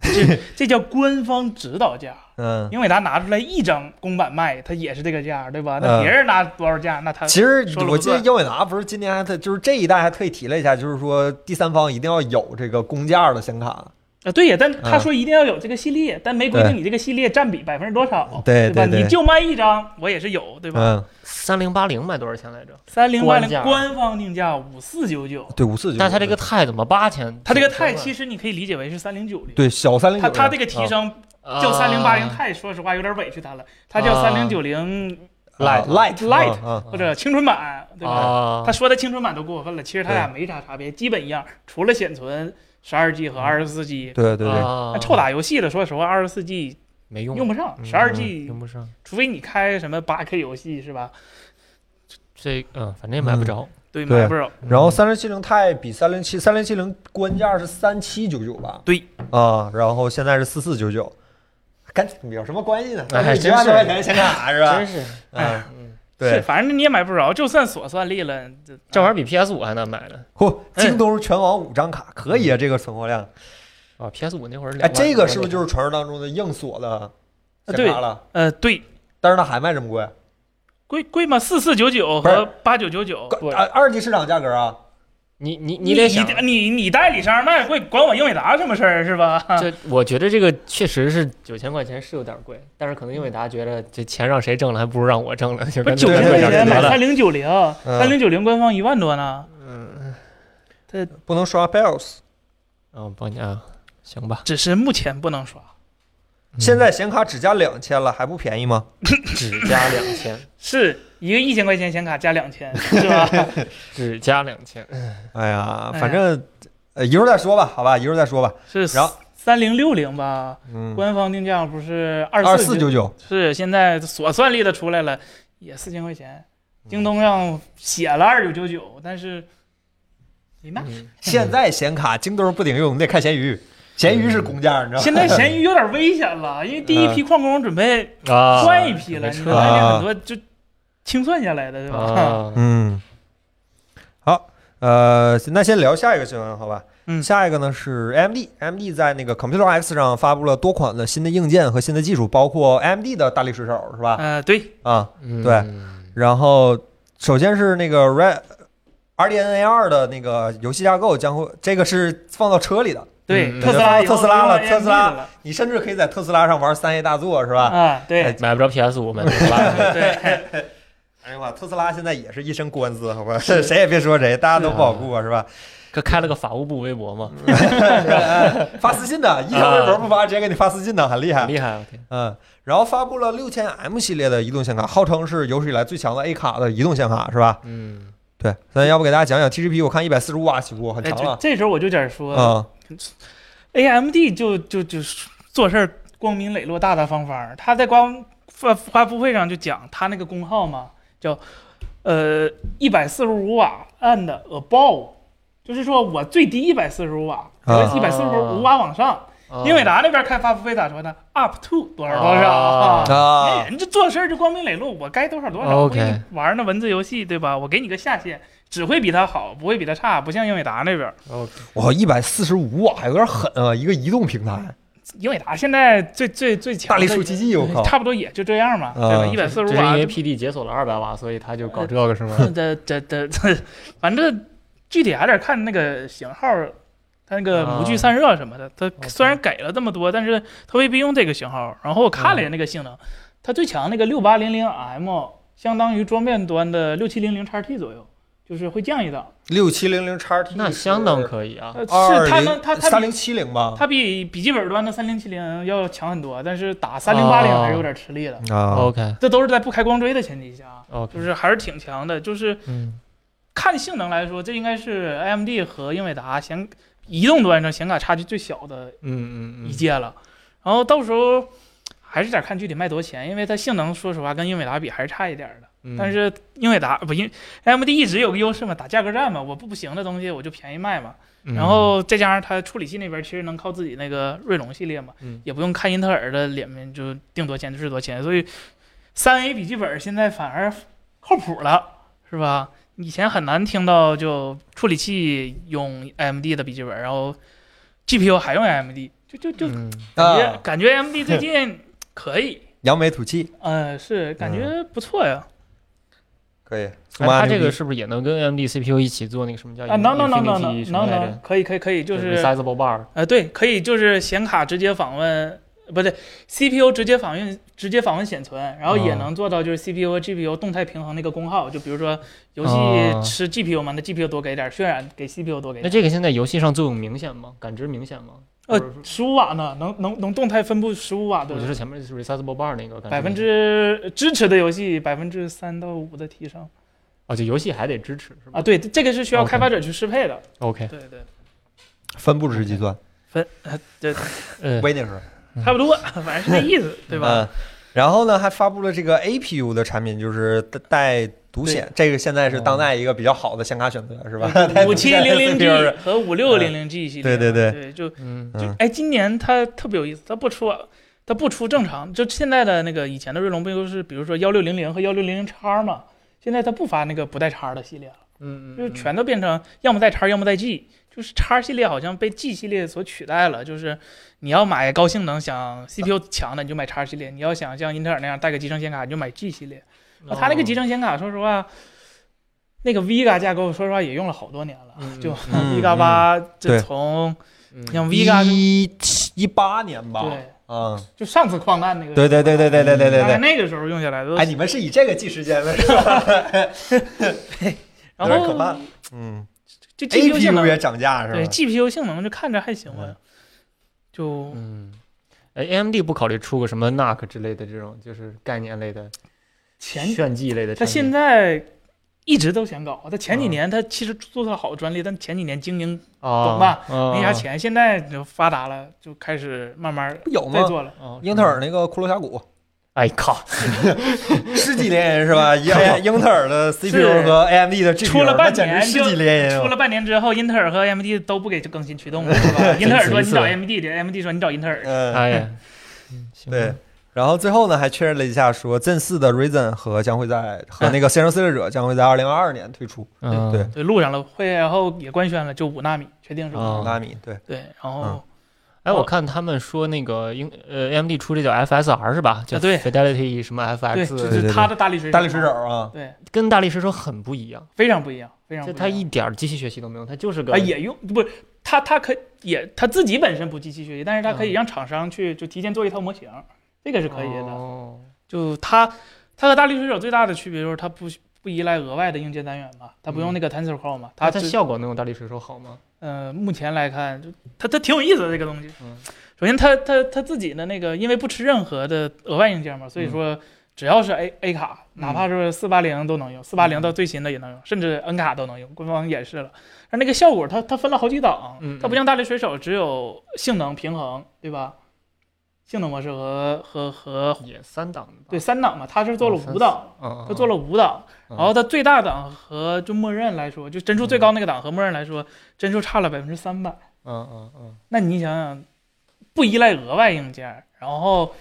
C: 这这叫官方指导价。
A: 嗯，
C: 英伟达拿出来一张公版卖，它也是这个价，对吧？
A: 嗯
C: 那别人拿多少价，那他
A: 其实
C: 说了
A: 我
C: 不
A: 记得
C: 算
A: 英伟达不是今年还特就是这一代还特意提了一下，就是说第三方一定要有这个公价的显卡。
C: 啊对呀，但
A: 嗯
C: 他说一定要有这个系列，但没规定你这个系列占比百分之多少，
A: 对
C: 吧？
A: 对对
C: 你就卖一张，我也是有，对吧？
A: 嗯，
E: 三零八零卖多少钱来着？
C: 三零八
E: 官
C: 零
E: 价
C: 官方定价五四九九，
A: 对，五四九。
E: 但它这个钛怎么八千？
C: 它这个钛其实你可以理解为是三零九零。
A: 对小三零
C: 它
A: 九，啊
C: 它这个提升叫三零八零钛，说实话有点委屈它了，它叫
E: 啊
C: 三零九零
A: light
C: Light Light
A: 啊，
C: 或者青春版，对吧？
E: 啊，
C: 他说的青春版都过分了，其实它俩没啥差别，基本一样，除了显存十二
E: 嗯
C: G 和二十四 G。
A: 对对对，
E: 啊
C: 那臭打游戏的，说实话，二十四 G
E: 没用，
C: 用不上，十二
E: 嗯
C: G，
E: 用不上。
C: 除非你开什么八 K 游戏是吧？
E: 这嗯，反正也买不着。嗯
C: 对，
A: 对
C: 买不着。
A: 嗯然后三零七零 Ti 比三零七三零七零官价是三七九九吧？
C: 对
A: 啊，然后现在是四四九九，跟有什么关系呢？
E: 哎
A: 一
E: 真是
A: 万多块钱显卡是吧？
E: 是，
A: 嗯，
B: 哎
E: 嗯，
C: 是，
A: 对，
C: 反正你也买不着，就算锁算力了，这啊
E: 这玩意儿比 PS 五还难买呢。
A: 嚯，京东全网五张卡可以啊，这个存货量，
E: 啊，PS 五那会儿
A: 哎，
E: 两万多呢，
A: 这个是不是就是传说当中的硬锁的显
C: 对
A: 卡了？
C: 呃对，
A: 但是它还卖这么贵，啊
C: 贵贵吗？四四九九
A: 不是
C: 和八九九九。
E: 对
A: 二啊二级市场价格啊，
E: 你你
C: 你
E: 得
C: 你
E: 想，
C: 你你代理商卖贵，管我英伟达什么事儿是吧？ (laughs)
E: 这我觉得这个确实是九千块钱是有点贵，但是可能英伟达觉得这钱让谁挣了，还不如让我挣了，就
C: 不
E: 干
C: 九
E: 脆
C: 千
E: 买
A: 对
C: 块
E: 点
A: 对
C: 钱
E: 得
C: 买
E: 了。
C: 三零九零，
A: 嗯
C: 三零九零官方一万多呢，
E: 嗯
A: 不能刷 Bells。
E: 嗯，我帮你啊，行吧。
C: 只是目前不能刷。
A: 现在显卡只加两千了，还不便宜吗？
E: 只加两千，
C: 是一个一千块钱显卡加两千，是吧？
E: 只加两千。
A: 哎呀，
C: 哎
A: 反正呃一会儿再说吧，好吧，一会儿再说吧。
C: 是
A: 然后
C: 三零六零吧，
A: 嗯，
C: 官方定价不是
A: 二
C: 二
A: 四
C: 四
A: 九，九，
C: 是现在所算力的出来了，也四千块钱。京东上写了二九九九，但是没卖。
E: 嗯
A: 现在显卡京东不顶用，你得看闲鱼，闲鱼是公价，你知道吗？
C: 嗯现在闲鱼有点危险了，因为第一批矿工准备
E: 啊，
C: 换一批了，
E: 没
C: 你
E: 车
C: 发现很多就清算下来的，对吧？
E: 啊，
A: (laughs) 嗯，好，呃，那先聊下一个新闻，好吧？
C: 嗯
A: 下一个呢是 AMD，AMD 在那个 Computer X 上发布了多款的新的硬件和新的技术，包括 AMD 的大力水手是吧？
C: (laughs) 呃，对，
A: 啊，
E: 嗯
A: 对然后首先是那个 Red RDNA 二的那个游戏架构将会，这个是放到车里的，
C: 对，
E: 嗯
C: 特斯拉
A: 特斯拉了特斯拉
C: 了
A: 你甚至可以在特斯拉上玩三 A 大作，是吧？
C: 啊，对
E: 买不着 PS 五，买特斯拉。
C: 对，哎
A: 哎呀妈，特斯拉现在也是一身官司，好吧？ (laughs) 谁也别说谁，大家都不好啊过，是吧？
C: 啊
E: 可开了个法务部微博嘛，
A: (laughs) 哎发私信的，一条微博不发，直接给你发私信的，很厉
E: 很
A: 害。
E: 厉害，我天，
A: 嗯，然后发布了六千 M 系列的移动显卡，号称是有史以来最强的 A 卡的移动显卡，是吧？
E: 嗯，
A: 对，咱要不给大家讲讲 TGP？我看一百四十五瓦起步，很
C: 哎
A: 强
C: 就
A: 了。
C: 这时候我就点说，
A: 嗯，
C: AMD 就就就做事儿光明磊落、大大方方儿。他在光发发布会上就讲他那个功耗嘛，叫呃一百四十五瓦 and above，就是说我最低一百四十五瓦，
A: 啊
C: 一百四十五瓦往上。英伟达那边开发布会咋说的？up to 多少多少
E: 啊
A: 啊
C: 那，人哎这做事儿就光明磊落，我该多少多少。
E: OK
C: 我给你玩那文字游戏对吧？我给你个下限，只会比他好，不会比他差，不像英伟达那边。
E: 哦，
A: 哇，一百四十五瓦有点狠啊！一个移动平台，
C: 英伟达现在最最最
A: 大
C: 强的
A: 力数奇迹，我靠！
C: 差不多也就这样嘛，对吧？
A: 啊
C: 一百四
E: 这是
C: 十五
E: 因
C: 瓦
E: 为 PD 解锁了二百瓦，所以他就搞这个是吗？
C: (laughs) 这这这这，反正具体还得看那个型号，它那个模
A: 啊
C: 具散热什么的。它
A: 哦
E: OK
C: 虽然给了这么多，但是它未必用这个型号。然后我看了
A: 啊
C: 一下那个性能，它最强那个六八零零 M 相当于桌面端的六七零零 XT 左右，就是会降一档。
A: 六七零零 XT，
E: 那相当可以啊，
C: 呃，
A: 二
C: 是它能它它
A: 三
C: 比
A: 零七零吧？
C: 它比笔记本端的三零七零要强很多，但是打三零八零还是有点吃力的。
A: 啊，
E: OK
C: 这都是在不开光追的前提下啊，就
E: OK，
C: 是还是挺强的。就是
E: 嗯
C: 看性能来说，这应该是 AMD 和英伟达显移动端上显卡差距最小的
E: 嗯嗯嗯，
C: 一届了。然后到时候还是得看具体卖多少钱，因为它性能说实话跟英伟达比还是差一点儿的。
E: 嗯
C: 但是英伟达不英 AMD 一直有个优势嘛，打价格战嘛，我不不行的东西我就便宜卖嘛。
E: 嗯
C: 然后再加上它处理器那边其实能靠自己那个锐龙系列嘛，
E: 嗯
C: 也不用看英特尔的脸面，就定多钱就是多钱。所以三 A 笔记本现在反而靠谱了，是吧？以前很难听到就处理器用 AMD 的笔记本，然后 GPU 还用 AMD，就就就
E: 嗯
C: 感觉、
A: 啊，
C: 感觉
E: (laughs)
C: AMD 最近可以，
A: 扬眉吐气，
C: 呃，是感觉
E: 嗯
C: 不错呀。
A: 可以。
E: 哎它这个是不是也能跟 AMD CPU 一起做那个什么叫
C: 啊，no no no no no
E: Infinity 什么
C: no
E: 来
C: no，
E: 着？
C: 可以可以可以，就是
E: Resizable Bar
C: 呃，对，可以，就是显卡直接访问，不对，CPU 直接访问直接访问显存，然后也
E: 哦
C: 能做到就是 CPU 和 GPU 动态平衡那个功耗。就比如说游
E: 哦
C: 戏吃 GPU 嘛，那 GPU 多给点儿，渲染给 CPU 多给
E: 那
C: 点儿。
E: 这个现在游戏上作用明显吗？感知明显吗？
C: 呃
E: 或者，
C: 十五瓦呢，能能能动态分布十五瓦
E: 我觉
C: 的
E: 得，前面是 Resizable Bar 那个感觉
C: 百分之支持的游戏百分之三到五的提升
E: 哦，就游戏还得支持是吧哦
C: 啊。对，这个是需要
E: OK
C: 开发者去适配的。
E: ？OK，
C: 对对，
A: 分布式计算
C: 分呃对，
E: 嗯，
A: w i n n
C: 差不多，反正是那意思，对吧？
A: 嗯，然后呢，还发布了这个 APU 的产品，就是带独显，这个现在是当代一个比较好的显卡选择，是
E: 嗯
A: 吧？(laughs)
C: 嗯五七
E: (laughs)
C: 零零 G
A: 就是
C: 和五六零零 G 系列
A: 对
C: 嘛，
A: 对对
C: 对，就
E: 嗯
C: 就
A: 嗯
C: 哎，今年它特别有意思，它不出，啊它不出正常，就现在的那个以前的锐龙不就是比如说幺六零零和幺六零零叉嘛，现在它不发那个不带叉的系列了，
E: 嗯嗯，
C: 就是全都变成要么带叉，要么带 G，就是叉系列好像被 G 系列所取代了，就是你要买高性能想 CPU 强的你就买叉系列，你要想像英特尔那样带个集成显卡你就买 G 系列，
E: 哦
C: 它那个集成显卡说实话。那个 Vega 架构，说实话也用了好多年了，
E: 嗯
C: 就
A: 嗯
C: Vega 八，
A: 对
C: 这从
E: 嗯
C: 像 Vega 跟
A: 一七一八年吧，
C: 对，
A: 嗯，
C: 就上次矿难那个，
A: 对对对对对对对对
C: 大概
A: 对。
C: 那个时候用下来的。
A: 哎，你们是以这个计时间的是吧？有
C: 然
A: 点可怕
C: 后
A: 嗯
C: 就 GPU
A: ，APU
C: 性能，
A: 也涨价是
C: 对
A: 吧？
C: GPU 性能就看着还行
A: 嗯
C: 吧，就
E: 嗯，哎，AMD 不考虑出个什么 NUC 之类的这种，就是概念类的、
C: 前
E: 炫技类的产品。
C: 他现在一直都想搞，他
A: 嗯
C: 前几年他其实做了好专利，但前几年经营
E: 啊，
C: 懂吧
E: 啊？
A: 嗯
C: 没啥钱，现在就发达了，就开始慢慢
A: 不有
C: 在
A: 吗？
C: 做了。
E: 啊。
A: 英特尔那个骷髅峡
C: (laughs)
A: 谷，
E: 哎靠，
A: 世纪连银是
C: (laughs)
A: 吧？英英特尔的 CPU 和 AMD 的 GPU
C: 出了半
A: 那简
C: 年
A: 直世纪连银
C: 出
A: 啊。
C: 了半年之后，英特尔和 AMD 都不给更新驱动
A: (laughs)
C: 了，是吧？英特尔说你找
E: 真
C: AMD 的，AMD 说你找英特尔。
A: 嗯，
E: 哎
B: (laughs)
E: 呀，嗯行吧
A: 对，然后最后呢，还确认了一下说，Zen 四的 Ryzen 和将会在和那个先生撕裂者将会在二零二二年推出
E: 嗯
A: 对
C: 对，录上了会，然后也官宣了，就五纳米确定是吧？
E: 啊
A: 五纳米。对，
C: 对，然后、
A: 嗯
E: 哎，我看他们说那个英呃 AMD 出这叫 FSR 是吧？叫
C: 啊对
E: Fidelity 什么
A: 对
C: 对，就
E: FX，
A: 对
C: 是他的大力水手，
A: 大力水手，啊，
C: 对，
E: 跟大力水手很不一样，
C: 非常不一样，非常哦
E: 就
C: 不
E: 它
C: 一
E: 一
C: 样。
E: 点儿机器学习都没有，它就是个
C: 啊也用不是它它可也它自己本身不机器学习，但是它
A: 嗯
C: 可以让厂商去就提前做一套模型，这个是可以的。
B: 哦
C: 就它它和大力水手最大的区别就是它不不依赖额外的硬件单元嘛，它
A: 嗯
C: 不用那个 TensorFlow 嘛，
A: 啊
B: 它
C: 它
B: 它
C: 只
B: 效果能有大力水手好吗？
C: 呃目前来看，就它它挺有意思的这个东西。
B: 嗯
C: 首先它它它自己的那个，因为不吃任何的额外硬件嘛，所
B: 嗯
C: 以说只要是 A A 卡，哪怕是四八零都能用，四八
B: 嗯
C: 零到最新的也能用，甚至 N 卡都能用，官方演示了。但那个效果它它分了好几档
B: 嗯嗯，
C: 它不像大力水手只有性能平衡，对吧？性能模式和和和
B: 也三档的吧？
C: 对，三档嘛，它是做了
B: 啊哦三
C: 五档。
B: 嗯，嗯
C: 它做了五档，
B: 嗯
C: 然后它最大档和就默认来说，就帧数最高那个档和默认来说，帧数差了百分之三百。
B: 嗯嗯嗯，
C: 那你想想，不依赖额外硬件，然后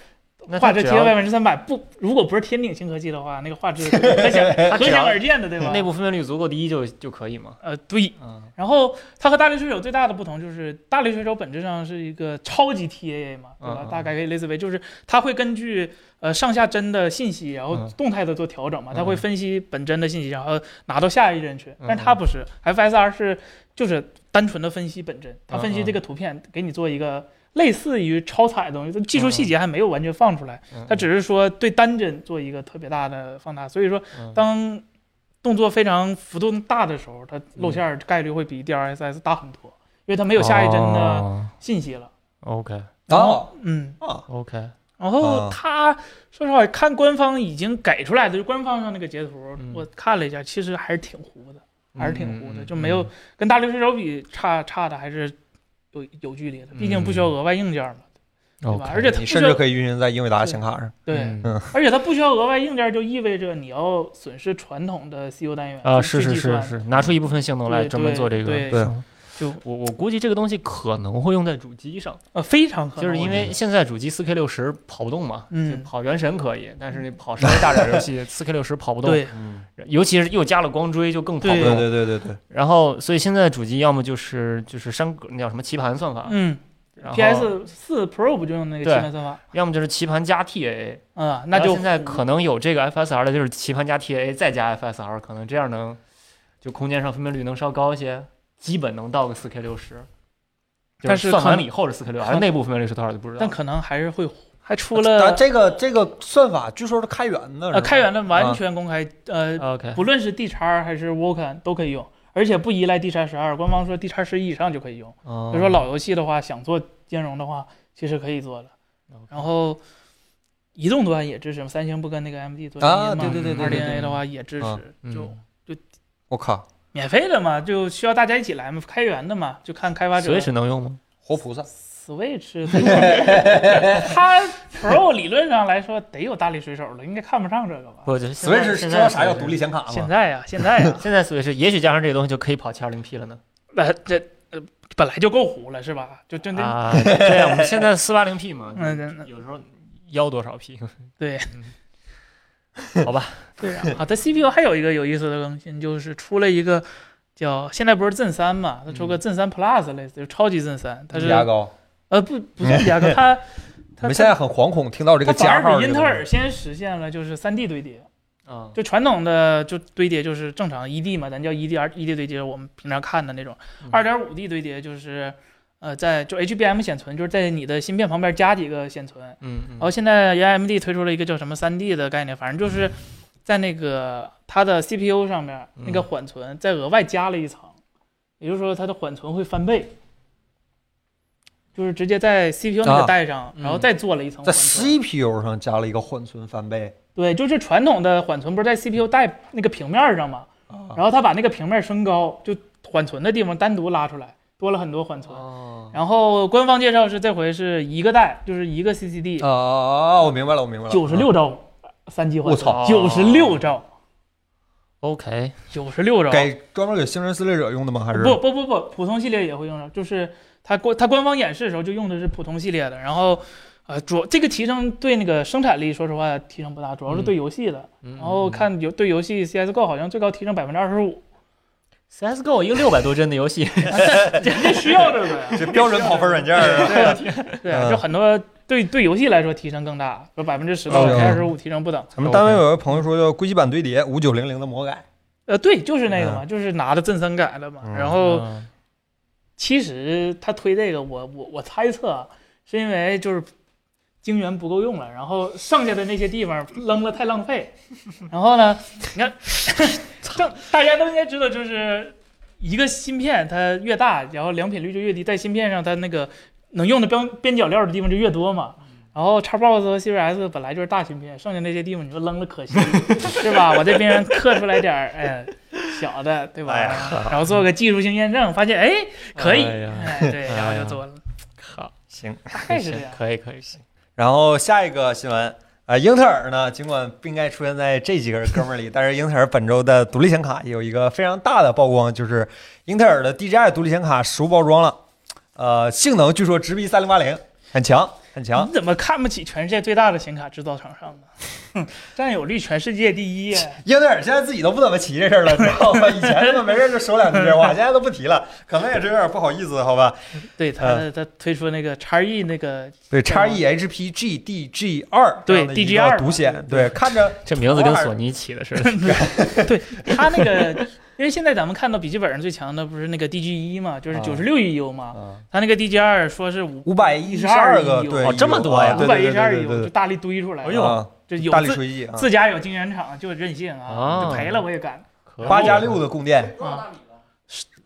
B: 那
C: 画
B: 它
C: 质
B: 只
C: 贴百
B: 要
C: 分之三百，不，如果不是天顶星科技的话，那个画质 (laughs) 可想
B: 它
C: 可
B: 只
C: 想
B: 要
C: 而知的，对吧？
B: 内部分辨率足够低就就可以嘛。
C: 呃，对。
B: 嗯
C: 然后它和大力水手最大的不同就是，大力水手本质上是一个超级 TAA 嘛，对吧？
B: 嗯嗯
C: 大概可以类似为，就是它会根据呃上下帧的信息，然后
B: 嗯
C: 动态的做调整嘛，它会
B: 嗯嗯
C: 分析本帧的信息，然后拿到下一帧去。
B: 嗯
C: 但是它不是，FSR 是就是单纯的分析本帧，它分析
B: 嗯
C: 这个图片，给你做一个类似于超彩的东西，它技术细节还没有完全放出来，
B: 嗯，
C: 它只是说对单帧做一个特别大的放大，所以说
B: 嗯
C: 当动作非常幅度大的时候，它露馅
B: 嗯
C: 儿概率会比 DLSS 大很多，因为它没有下一帧的
B: 哦
C: 信息了。
B: OK
A: 哦
C: 嗯，
A: 哦，
B: OK，
C: 然后
A: 哦
C: 它说实话，看官方已经给出来的，就官方上那个截图
B: 嗯，
C: 我看了一下，其实还是挺糊的，还是挺糊的，
B: 嗯
C: 就没有跟大力水手比差差的还是有有距离的，
B: 嗯
C: 毕竟不需要额外硬件嘛，对
B: OK，
C: 吧？而且它
A: 你
C: 不
A: 甚
C: 需
A: 至
C: 要
A: 可以运行在英伟达的显卡上。
C: 对，
B: 嗯
C: 而且它不需要额外硬件，就意味着你要损失传统的 CPU 单元
B: 啊，
C: 去
B: 是
C: 去
B: 是
C: 计
B: 是
C: 算
B: 是，拿出一部分性能来
C: 对
B: 专门做这个。
C: 对
A: 对
B: 嗯
C: 就
B: 我我估计这个东西可能会用在主机上，
C: 呃，非常可能
B: 就是因
C: 我觉
B: 为现在主机 4K 6 0跑不动嘛，
C: 嗯
B: 就跑原神可以，但是你跑稍微大点儿游戏 4K 6 0跑不
C: 得
B: 动，
C: 对
A: 嗯，
B: 尤其是又加了光追就更跑不
A: 对
C: 对
B: 动。
A: 对对对对，
B: 然后，所以现在的主机要么就是就是栅格，那叫什么棋盘算法，
C: 嗯
B: 啊然后
C: ，PS 四 Pro 不就用那个
B: 对
C: 计算算法
B: 要么就是棋盘加 TA，
C: 啊？那
B: 然后
C: 就
B: 现在可能有这个 FSR 的，就是棋盘加 TA 再加 FSR，可能这样能就空间上分辨率能稍高一些，基本能到个 4K 6 0
C: 但是
B: 算
C: 可
B: 完了以后是 4K 6 0还是内部分辨率是多少就不知道。
C: 但可能还是会
B: 啊
C: 还出
A: 但
C: 了
A: 这个这个算法据说是开源的，是吧
C: 呃开源的完
A: 啊
C: 全公开呃，
B: OK，
C: 不论是 D 叉还是 Vulkan 都可以用，而且不依赖 D 叉十二，官方说 D 叉十一以上就可以用。
B: 哦
C: 比如说老游戏的话，想做兼容的话，其实可以做的。然后移动端也支持，三星不跟那个 AMD 做
A: 啊
C: 联
A: 对
B: 对对
C: 姻嘛，
B: 对
C: 二
B: 对
C: 零
B: 对
C: A 的话也支
A: 啊
C: 持，就
B: 嗯
A: 我靠，
C: 免费的嘛，就需要大家一起来嘛，开源的嘛，就看开发者。
B: Switch 能用吗？
A: 活菩萨，
C: Switch，它 Pro 理论上来说得有大力水手了，应该看不上这个吧？
B: 不，就是现
A: Switch
B: 在
A: 是
B: 现
A: 知
B: 在
A: 道啥叫
B: Switch-
A: 独立显卡
C: 现
A: 吗？
C: 在呀、现在呀、
B: 现在 Switch 也许加上这个东西就可以跑 720P 了呢。
C: (laughs) 那这呃本来就够糊了是吧？就真的、
B: 啊，对啊，我们现在 480P 嘛，
C: 嗯嗯嗯
B: 有时候要多少 P？
C: 对
B: 对呀，
C: 啊，它 CPU 还有一个有意思的更新，就是出了一个叫现在不是 Zen 三嘛，它出个 Zen 三 Plus 类似，就超级 Zen 三，它是
A: 牙膏，
C: 呃不不是牙膏，
A: (laughs)
C: 它
A: 你
C: 它
A: 们现在很惶恐，听到这
C: 它
A: 个
C: 反
A: 加
C: 而
A: 号。
C: 比英特尔，先实现了就是3 D 堆叠。
B: 啊，
C: 就传统的就堆叠就是正常一 D 嘛，咱叫一 D 二一 D 堆叠，我们平常看的那种
B: 嗯。
C: 二点五 D 堆叠就是，呃，在就 HBM 显存，就是在你的芯片旁边加几个显存。然
B: 嗯嗯，
C: 后现在 AMD 推出了一个叫什么三 D 的概念，反正就是在那个它的 CPU 上面
B: 嗯
C: 那个缓存再额外加了一层，也就是说它的缓存会翻倍，就是直接在 CPU 那
A: 啊
C: 个带上，
B: 嗯
C: 然后再做了一层
A: 在
C: 缓存。
A: CPU 上加了一个缓存翻倍
C: 对，就是传统的缓存不是在 CPU 带那个平面上吗？
A: 啊，
C: 然后他把那个平面升高，就缓存的地方单独拉出来，多了很多缓存。
B: 哦，
C: 然后官方介绍是这回是一个带，就是一个 CCD，
A: 啊啊！我明白了，我明白了，
C: 九十六兆三 G 缓存，
B: 我操
C: 九十六兆，
B: 哦 OK，
C: 九十六兆，
A: 给专门给星人撕裂者用的吗？还是
C: 不不不不，普通系列也会用上，就是它官它官方演示的时候就用的是普通系列的，然后。呃，主这个提升对那个生产力，说实话提升不大，主要是
B: 嗯
C: 对游戏的。
B: 然
C: 然后看游对游戏 CSGO 好像最高提升百分之二十
B: (laughs)
C: 五， (laughs)
B: CS:GO 一个六百多帧的游戏，
C: 这这需要这个呀？
A: 这标准跑分软件啊？
C: (laughs) 对啊，对啊，
A: 嗯
C: 就很多对对游戏来说提升更大，说百分之十
A: 哦
C: 到百分之二十五提升不等。
A: 咱们单位有个朋友说叫硅基板堆叠，五九零零的魔改。
C: 呃，对，就是那个嘛，就是拿的正三改了嘛。
A: 嗯
C: 然后其实他推这个，我我我猜测啊是因为就是晶圆不够用了，然后剩下的那些地方扔了太浪费。然后呢，你看， (laughs) 正大家都应该知道，就是一个芯片它越大，然后良品率就越低，在芯片上它那个能用的边边角料的地方就越多嘛。然后 Xbox 和 Series S 本来就是大芯片，剩下那些地方你说扔了可惜，是吧？我这边刻出来点儿，哎，小的，对吧？
E: 哎
C: 然后做个技术性验证，发现哎可以，
E: 哎呀
A: (laughs)
C: 哎对，然后就做了，
E: 好，
A: 行。
C: 大概是这
E: 行
C: 样。
E: 可以可以行。
A: 然后下一个新闻，呃，英特尔呢，尽管不应该出现在这几个哥们儿里，但是英特尔本周的独立显卡有一个非常大的曝光，就是英特尔的 DGI 独立显卡实物包装了，呃，性能据说直逼三零八零，很强很强。 (laughs)
C: 你怎么看不起全世界最大的显卡制造厂商呢？ (laughs) 占有率全世界第一呀，
A: 英特尔现在自己都不怎么提这事儿了，知道吧？以前他们没事儿就说两句这话，现在都不提了，可能也是有点不好意思，好吧？
C: (laughs) 对他、
A: 呃
C: 他推出那个 x E 那个
A: 对，X E H P G D G 二
C: 对 DGR 嘛
A: 独显，对，看着
E: 这名字跟索尼起的
C: (laughs)
E: 似的。
C: 他那 (laughs) 个，因为现在咱们看到笔记本上最强的不是那个 DG 一嘛，就是
A: 啊
C: 九十六 EU 嘛，
A: 啊，
C: 他那个 DG 二说是五
A: 五百一十
C: (laughs)
A: 二个，
C: 512
A: 对，哎
E: 哦这么多呀
A: 对
C: 啊五百一十二
A: 对对对
C: EU 就
A: 对
C: 大力堆出来了，
E: 哎
A: 对，
E: 呦
A: 啊
C: 就有
A: 大力
C: 自
A: 吹一啊，
C: 自家有晶圆厂就有韧性啊，
B: 哦
E: 啊
C: 就赔了我也敢，
E: 可以
A: 八加六的供电，
C: 啊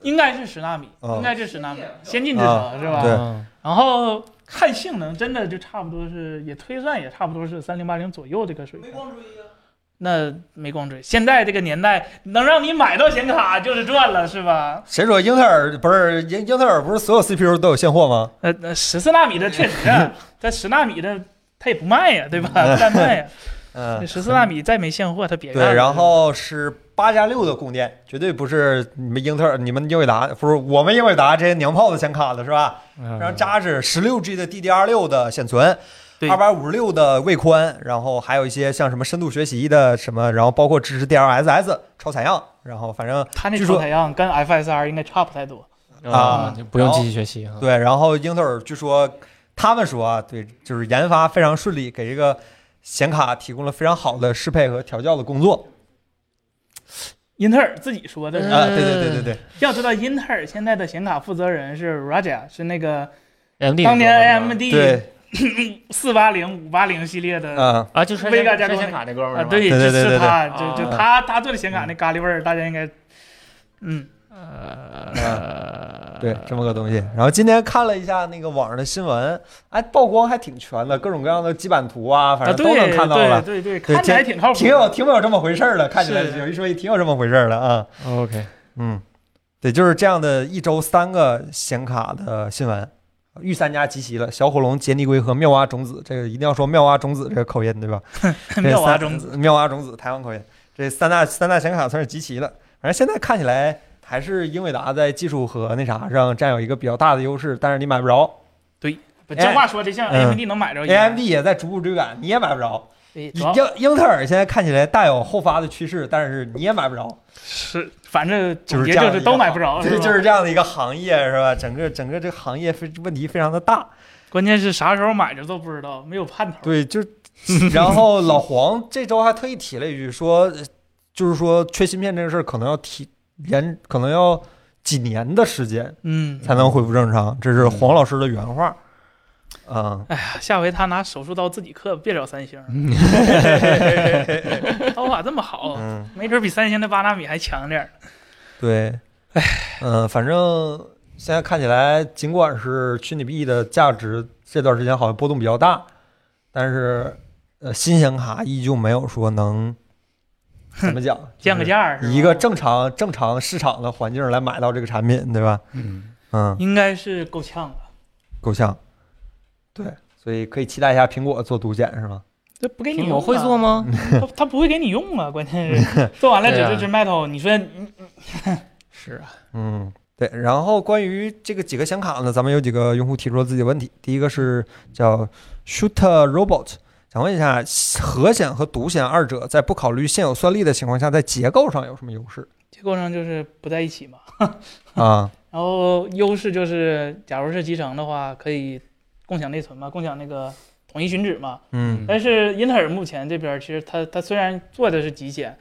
C: 应该是十纳米，
A: 啊
C: 应该是十纳米，先进制程是吧？
A: 对
B: 嗯
E: 啊
C: 然后看性能，真的就差不多是，也推算也差不多是三零八零左右这个水平。没光追啊那没光追，现在这个年代能让你买到显卡就是赚了，是吧？
A: 谁说英特尔不是英英特尔不是所有 CPU 都有现货吗？
C: 呃，那十四纳米的确实 (laughs) 啊，这十纳米的它也不卖呀， (laughs) 对吧？不敢卖呀。
A: 嗯，
C: 十四纳米再没现货，它别干了。
A: 对，然后是八加六的供电，绝对不是你们英特尔、你们英伟达不是我们英伟达这些娘炮子显卡了是吧？
C: 嗯
A: 非
B: 嗯
A: 常扎实，十六 G 的 DDR 六的显存，
C: 对
A: 二百五十六的位宽，然后还有一些像什么深度学习的什么，然后包括支持 DLSS 超采样，然后反正
C: 它那
A: 据
C: 出
A: 说
C: 采样跟 FSR 应该差不太多。
B: 嗯
A: 啊
E: 就不用继续学习
C: 嗯
E: 啊。
A: 对，然后英特尔据说他们说啊，对，就是研发非常顺利，给这个显卡提供了非常好的适配和调教的工作
C: 英特尔自己说的是吧，
A: 啊，对对对对对，
C: 要知道英特尔现在的显卡负责人是 Raja，是那个
E: AMD
C: 当年
E: 那哥们儿
C: AMD
A: 嗯对
C: 四八零、五八零系列的
A: 啊，
E: 啊，就是
C: 微嘎加
E: 山
C: 工
E: 显卡那哥们儿
C: 啊，
E: 是吧，
A: 对
C: 对，
A: 对
C: 就
A: 对
C: 是
A: 对
C: 他，
E: 对
C: 就就
A: 啊
C: 他他做的显卡那咖喱味儿，大家应该，嗯，啊
E: 呃，
A: 对，这么个东西。然后今天看了一下那个网上的新闻，哎，曝光还挺全的，各种各样的基板图啊，反
C: 啊
A: 正
C: 对
A: 都能看到了，
C: 对对对，
A: 对
C: 看起来挺靠
A: (laughs)
C: 谱
A: 挺
C: 的，
A: 有挺有这么回事儿的，看起来
C: 是
A: 有一说一，挺有这么回事儿的啊，
E: OK，
A: 嗯，对，就是这样的一周三个显卡的新闻。御三家集齐了，小火龙、杰尼龟和妙蛙种子，这个一定要说妙蛙种子这个口音对吧？
C: (laughs) 妙啊蛙
A: 蛙
C: 种
A: (laughs)
C: 子，，
A: 妙蛙种子，台湾口音。这三大三大显卡算是集齐了，反正现在看起来还是英伟达在技术和那啥上占有一个比较大的优势，但是你买不着
C: 不这话说的像
A: 嗯
C: AMD 能买着一样
A: ，AMD 也在逐步追赶，你也买不着。
C: 对哎主
A: 英
C: 要
A: 英特尔现在看起来大有后发的趋势，但是你也买不着，
C: 是反正
A: 就
C: 总
A: 是
C: 结
A: 这样
C: 就
A: 的
C: 是
A: 一
C: 都
A: 个
C: 买不着，
A: 对，
C: 吧
A: 就是这样的一个行业是吧？整个整个这个行业非问题非常的大，
C: 关键是啥时候买着都不知道，没有盼头。
A: 对，
C: (laughs)
A: 就是，然后老黄这周还特意提了一句说，呃就是说缺芯片这个事儿可能要提延，可能要几年的时间
C: 嗯，
A: 才能恢复正常，这是黄老师的原话。嗯，
C: 哎呀，下回他拿手术刀自己刻，别找三星，
A: (laughs)
C: 刀法这么好，
A: 嗯，
C: 没准比三星的八纳米还强点儿。
A: 对，哎，嗯，反正现在看起来，尽管是虚拟币的价值这段时间好像波动比较大，但是呃，新显卡依旧没有说能怎么讲
C: 降个。价儿
A: 就是
C: 吧
A: 以嗯一个正常正常市场的环境来买到这个产品，对吧？
E: 嗯，
A: 嗯，
C: 应该是够呛了，
A: 够呛。对，所以可以期待一下苹果做独显是吗？
C: 这不给你
E: 苹
C: 用
E: 果会
C: 啊
E: 做吗？
C: (laughs) 他他不会给你
E: (laughs)
C: 用啊，关键是做完了只
E: 对啊
C: 是只 metal，你说嗯
E: 是啊，
A: 嗯，对。然后关于这个几个显卡呢，咱们有几个用户提出了自己的问题。第一个是叫 Shooter Robot，想问一下，核显和独显二者在不考虑现有算力的情况下，在结构上有什么优势
C: 结构上就是不在一起嘛。 (laughs)
A: 啊？
C: 然后优势就是，假如是集成的话，可以共享内存嘛，共享那个统一寻址嘛。
A: 嗯
C: 但是英特尔目前这边儿其实它它虽然做的是极简，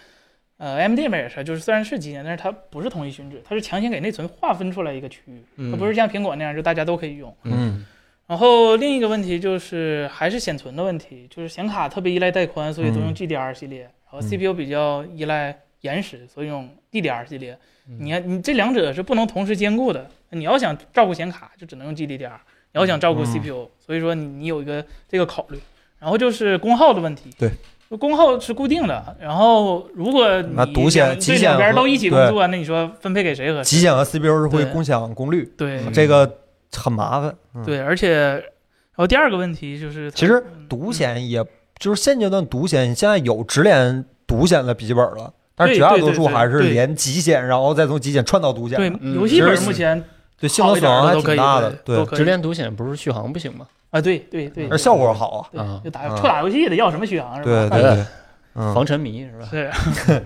C: 呃，AMD 里面也是，就是虽然是基因，但是它不是同一寻址，它是强行给内存划分出来一个区域，
B: 嗯
C: 它不是像苹果那样就大家都可以用。
A: 嗯
C: 然后另一个问题就是还是显存的问题，就是显卡特别依赖带宽，所以都用
A: 嗯
C: GDR 系列，然后
A: 嗯
C: CPU 比较依赖延时，所以用 DDR 系列。
A: 嗯
C: 你看，你这两者是不能同时兼顾的。你要想照顾显卡，就只能用 GDDR；你要想照顾
A: 嗯
C: CPU，、所以说你你有一个这个考虑。然后就是功耗的问题，
A: 对，
C: 功耗是固定的。然后如果你
A: 那独显
C: 两
A: 极
C: 对
A: 显
C: 两边
A: 和
C: 都一起
A: 对
C: 工作，那你说分配给谁合适？
A: 极简和 CPU 是会
C: 嗯对
A: 共享功率，
C: 对、
A: 这个很麻烦。嗯，
C: 对，而且，然后第二个问题就是它，
A: 其实
C: 嗯
A: 独显也就是现阶段独显，现在有直连独显的笔记本了，但是
C: 对
A: 绝大
C: 对
A: 多
C: 对
A: 数
C: 对
A: 还是
C: 对
A: 连极显，然后再从极显串到独显。
C: 对、
B: 嗯
C: 游戏
A: 其
C: 本
A: 实
C: 目前
A: 对，性能损
C: 好
A: 耗
C: 一
A: 还
C: 点的都
A: 挺
C: 可以
A: 大的，
C: 都
A: 对，
C: 可以
B: 直连独显不是续航不行吗？
C: 啊，对对对，
A: 而效果好啊。
C: 对
B: 啊
C: 就打
A: 嗯
C: 臭打游戏的要什么续航是吧？
A: 对
B: 对
A: 对，嗯，
B: 防沉迷是吧？
C: 是，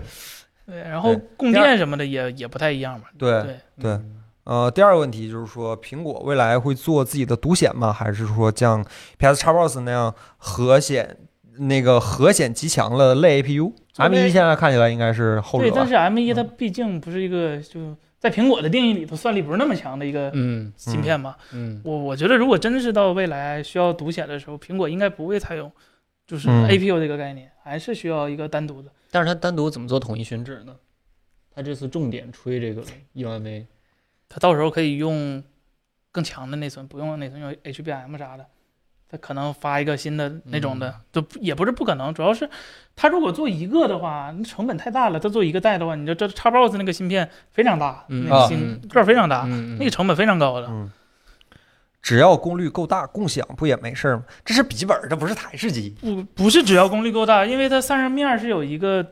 C: 对，然后
A: 对
C: 供
A: 第二
C: 电什么的也也不太一样嘛。
A: 对。
C: 对，
A: 对
B: 嗯，
A: 呃，第二个问题就是说，苹果未来会做自己的独显吗？还是说像 PS Xbox 那样核显那个核显极强的类 APU？M
C: 为
A: 1现在看起来应该是后者嗯
C: 对，
A: 吧
C: 但是 M 1它毕竟不是一个就在苹果的定义里头算力不是那么强的一个
B: 嗯
C: 芯片嘛。
B: 嗯
C: 我我觉得如果真是到未来需要独显的时候，苹果应该不会采用就是
A: 嗯
C: APU 这个概念，还是需要一个单独的。
B: 但是它单独怎么做统一选址呢？它这次重点吹这个 E UMA，
C: 它到时候可以用更强的内存，不用内存，用 HBM 啥的。它可能发一个新的
A: 嗯
C: 那种的，就不也不是不可能，主要是它如果做一个的话，那成本太大了。它做一个带的话，你就这 Xbox 那个芯片非常大，
B: 嗯
C: 那个
A: 啊
C: 芯
B: 嗯
C: 个儿非常大，
B: 嗯
C: 那个成本非常高的。
A: 嗯，只要功率够大，共享不也没事儿吗？这是笔记本儿，这不是台式机。
C: 不不是只要功率够大，因为它散热面是有一个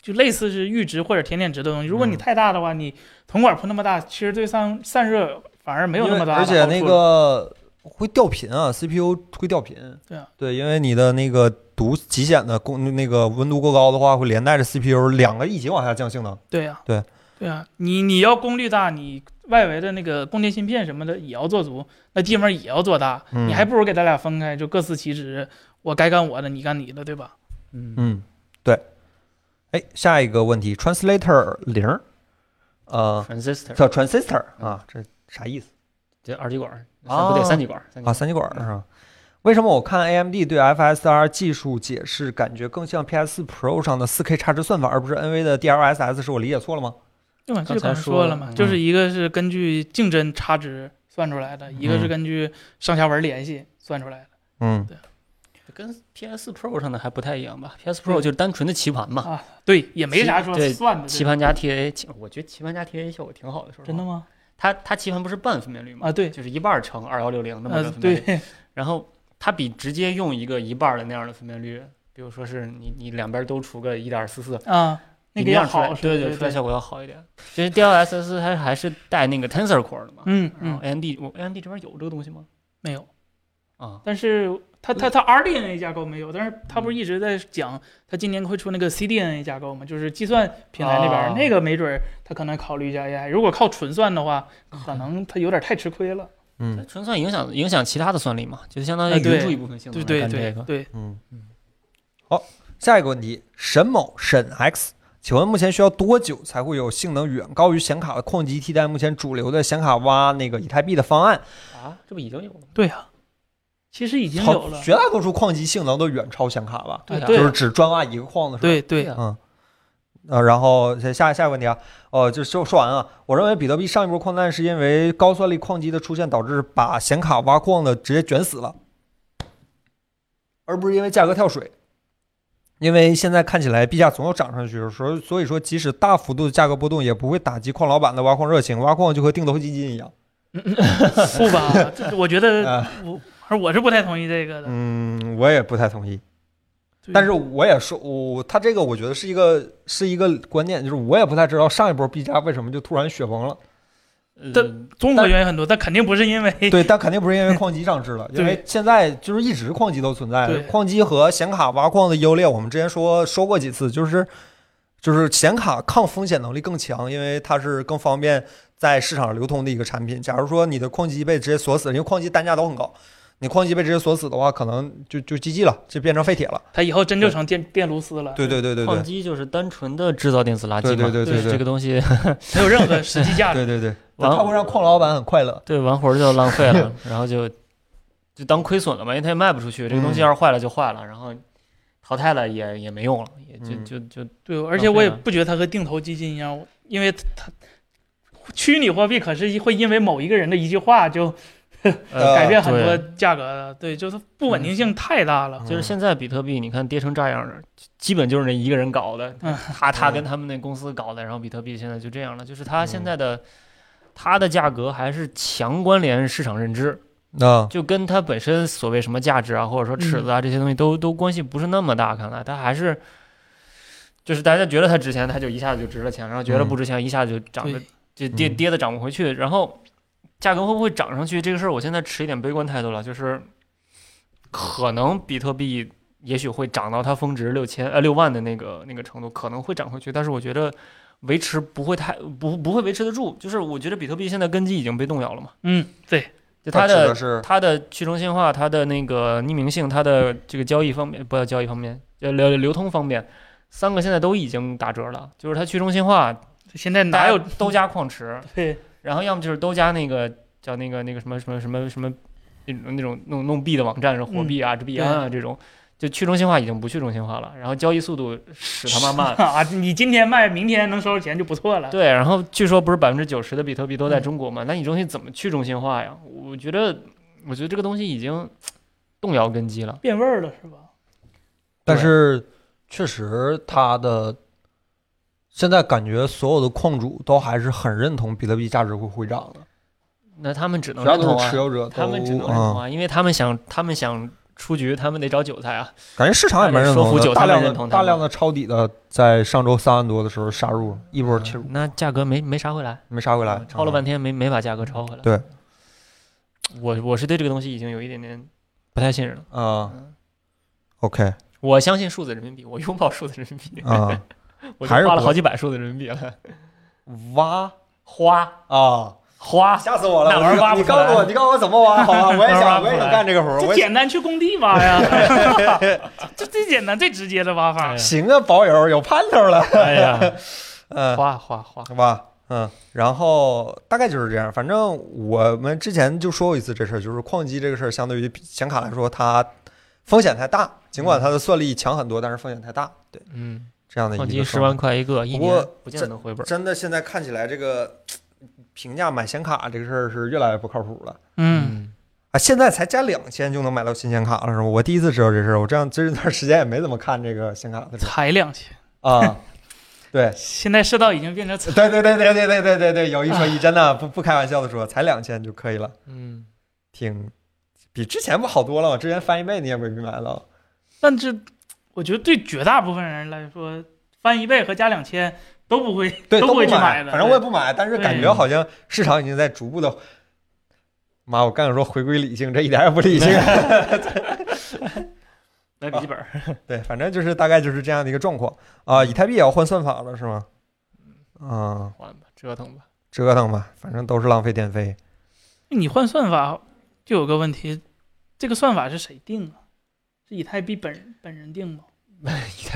C: 就类似是阈值或者甜点值的东西。如果你
A: 嗯
C: 太大的话，你铜管铺那么大，其实对散散热反而没有那么大的
A: 而
C: 好处
A: 且
C: 了。
A: 那个会掉频啊，CPU 会掉频。
C: 对啊
A: 因为你的那个读极显的功那个温度过高的话，会连带着 CPU 两个一起往下降性能。
C: 对呀、
A: 对
C: 对呀、你你要功率大，你外围的那个供电芯片什么的也要做足，那地方也要做大，
A: 嗯
C: 你还不如给咱俩分开，就各司其职，我该干我的，你干你的，对吧？
B: 嗯
A: 嗯，对。哎，下一个问题，translator 零儿，呃，
B: ，transistor
A: 叫 transistor 啊，这啥意思
B: 这二极管，
A: 啊
B: 不对，三极管，哦三极
A: 啊？
B: 管
A: 三极管儿是吧？为什么我看 AMD 对 FSR 技术解释感觉更像 PS 4 Pro 上的 4K 差值算法，而不是 NV 的 DLSS？是我理解错了吗？
C: 对吧？就
B: 刚才
C: 刚才
B: 说
C: 了嘛，
B: 了嗯
C: 就是一个是根据竞争差值算出来的，一
B: 嗯
C: 个是根据上下文联系算出来的、
A: 嗯
B: 跟 PS Pro 上的还不太一样吧？PS
C: 对
B: Pro 就是单纯的棋盘嘛，
C: 啊。对，也没啥说
B: 对
C: 算的，
B: 棋盘加 TA，棋我觉得棋盘加 TA 效果挺好的，说实话
C: 真的吗？
B: 它它棋盘不是半分辨率吗？
C: 啊，对，
B: 就是一半儿乘二幺六零那么
C: 呃
B: 个，分辨率，
C: 对，
B: 然后它比直接用一个一半儿的那样的分辨率，比如说是你你两边儿都除个一点四四，
C: 啊，那个
B: 样
C: 要
B: 出来
C: 好，是
B: 对
C: 对
B: 出来效果要好一点。其实 DLSS 它还是带那个 Tensor Core 的嘛，
C: 嗯
B: 然后
C: 嗯，
B: AMD 我 AMD 这边有这个东西吗？
C: 没有。
B: 啊，
C: 但是它它它 RDNA 架构没有，但是它不是一直在讲它今年会出那个 CDNA 架构嘛，就是计算平台那边、
B: 哦
C: 那个没准儿它可能考虑一下 AI，如果靠纯算的话，可能它有点太吃亏了。
A: 嗯
B: 纯算影响影响其他的算力嘛，就是相当于
C: 哎对
B: 匀出一部分性能
C: 对
B: 来干
C: 对对
B: 这个。
C: 对，
A: 嗯好，下一个问题，沈某沈 X，请问目前需要多久才会有性能远高于显卡的矿机替代目前主流的显卡挖那个以太币的方案？
B: 啊，这不已经有了吗？
C: 对啊，其实已经
A: 好，
C: 有了，
A: 绝大多数矿机性能都远超显卡吧，
C: 对
B: 对啊
A: 就
C: 对
A: 是只专挖一个矿的时候。
C: 对
A: (laughs)
C: 对
B: 对啊
A: 嗯，呃，然后下下下一个问题啊，哦、就说说完啊，我认为比特币上一波矿难是因为高算力矿机的出现导致把显卡挖矿的直接卷死了，而不是因为价格跳水。因为现在看起来币价总有涨上去，所以所以说即使大幅度的价格波动也不会打击矿老板的挖矿热情，挖矿就和定投基金一样。
C: 不
A: (laughs)
C: 吧？这我觉得
A: 啊
C: 我而我是不太同意这个的。
A: 嗯，我也不太同意。
C: 对
A: 但是我也说，我他这个我觉得是一个是一个观念，就是我也不太知道上一波币价为什么就突然雪崩了。
C: 但
A: 嗯
B: 呃
C: 综合原因很多，但肯定不是因为
A: (laughs) 对，但肯定不是因为矿机上市了，因为
C: 对
A: 现在就是一直矿机都存在
C: 对。
A: 矿机和显卡挖矿的优劣，我们之前说说过几次，就是就是显卡抗风险能力更强，因为它是更方便在市场流通的一个产品。假如说你的矿机被直接锁死，因为矿机单价都很高。你矿机被直接锁死的话，可能就就 GG 了，就变成废铁了。
C: 它以后真就成电电炉丝了，
A: 对对对对对
B: 矿机就是单纯的制造电子垃圾
A: 对
B: 嘛，
A: 对对对
B: 这
A: 对
B: 个东西，
C: 没有任何实际价值。
A: 对对对，
B: 完
A: 它会让矿老板很快乐。
B: 对完活儿就浪费了，然后就就当亏损了嘛，因为它也卖不出去，这个东
A: 嗯
B: 西要是坏了就坏了，然后淘汰了也也没用了，也就
A: 嗯
B: 就就
C: 对，而且我也不觉得它和定投基金一样，我因为它它虚拟货币可是会因为某一个人的一句话就
A: 呃
C: 改变很
B: 啊对嗯
C: 多价格的，对，就是不稳定性太大了。
A: 嗯
B: 就是现在比特币，你看跌成这样儿，基本就是那一个人搞的，
C: 嗯
B: 他他
A: 嗯
B: 跟他们那公司搞的，然后比特币现在就这样了，就是它现在的它的价格还是强关联市场认知，
A: 那
B: 就跟它本身所谓什么价值啊，或者说尺子啊这些东西都都关系不是那么大，看来它还是。就是大家觉得它值钱，它就一下子就值了钱，然后觉得
A: 嗯
B: 不值钱，一下子就涨得
C: 对
B: 就跌
A: 嗯
B: 跌的涨不回去，然后价格会不会涨上去这个事儿，我现在持一点悲观态度了，就是可能比特币也许会涨到它峰值六千呃六万的那个那个程度，可能会涨回去，但是我觉得维持不会太不不会维持得住，就是我觉得比特币现在根基已经被动摇了嘛，
C: 嗯，对，
B: 就它
A: 指
B: 的
A: 的是
B: 它的去中心化、它的那个匿名性、它的这个交易方面，不要交易方面，呃流流通方面，三个现在都已经打折了。就是它去中心化，
C: 现在哪有
B: 大家都加矿池，
C: 对。
B: 然后要么就是都加那个叫那个那个什么什么什么什么那种那种弄弄币的网站，是火币啊、这币安啊这种，就去中心化已经不去中心化了，然后交易速度使他妈慢
C: 啊？你今天卖，明天能收着钱就不错了。
B: 对，然后据说不是百分之九十的比特币都在中国嘛？那你中心怎么去中心化呀？我觉得，我觉得这个东西已经动摇根基了。
C: 变味儿了是吧？
A: 但是确实它的现在感觉所有的矿主都还是很认同比特币价值会回涨的，
B: 那他们只能
A: 只要
B: 认
A: 都
B: 同
A: 是
B: 啊
A: 持，有哦者都，嗯
B: 他们只能认同啊，因为他们想，他们想出局，他们得找韭菜啊。
A: 嗯感觉市场也没人认
B: 说
A: 同
B: 服
A: 的，
B: 韭菜
A: 大量
B: 们认
A: 的
B: 同
A: 大
B: 他们
A: 量的抄底的在上周三万多的时候杀入，一波切入
B: 那价格没没啥回来，
A: 没杀回来，
B: 抄了半
A: 嗯
B: 天没没把价格抄回来。
A: 对，
B: 我我是对这个东西已经有一点点不太信任了。
A: 啊
B: 嗯。
A: (laughs) OK
B: 我相信数字人民币，我拥抱数字人民币，
A: 啊，
B: 我就
A: 还是
B: 花了
A: 不
B: 好几百数字人民币了。
A: 挖
B: 花
A: 啊，
B: 花，
A: 吓死我了！
B: 那
A: 我
B: 玩意儿挖
A: 你
B: 不出
A: 告诉
B: 来
A: 我，你告诉我怎么挖？好吧，我也 (laughs)
B: 那玩意儿挖
A: 想，
B: 不
A: 我也
B: 出
A: 想
B: 来
A: 干这个活儿，
C: 这
A: 我也
C: 简单去工地挖
B: (laughs)
C: 呀，这最简单、最直接的挖法嗯
B: 哎。
A: 行啊，保友有盼头 (laughs) 了，
B: 哎呀， (laughs)
A: 嗯，
B: 花花花，
A: 好吧，嗯，然后大概就是这样。反正我们之前就说过一次这事儿，就是矿机这个事儿，相对于比显卡来说，它风险太大，尽管它的算力强很多，但是风险太大。对，
B: 嗯，
A: 这样的一
B: 矿
A: 个
B: 机十
A: 状
B: 万
A: 态。
B: 块一个，一
A: 不过
B: 年不见
A: 这
B: 得回本儿。
A: 真的现在看起来，这个呃评价买显卡这个事儿是越来越不靠谱了。
C: 嗯，
A: 啊，现在才加两千就能买到新显卡了，是吗？我第一次知道这事儿，我这样这段时间也没怎么看这个显卡的事儿
C: 才两千，
B: (laughs)
A: 啊。对，
C: 现在世道已经变成
A: (laughs)
C: 财
A: 对对对对对对对对对，有一说一，真的不不开玩笑的说，才两千就可以了。
B: 嗯，
A: 挺比之前不好多了。之前翻一倍你也未必买到，
C: 但是我觉得对绝大部分人来说，翻一倍和加两千都不会，
A: 对，
C: 都
A: 不
C: 不会去
A: 买
C: 买的
A: 反正我也不买，但是
C: 对
A: 感觉好像市场已经在逐步的。妈，我刚想说回归理性，这一点也不理性。
B: 买笔记本儿，
A: (laughs) 对，反正就是大概就是这样的一个状况啊、以太币也要换算法了，是吗？啊、
B: 换吧，折腾
A: (laughs)
B: 吧。
A: 折腾吧，反正都是浪费电费。
C: 你换算法就有个问题，这个算法是谁定啊？是以太币本人本人定吗？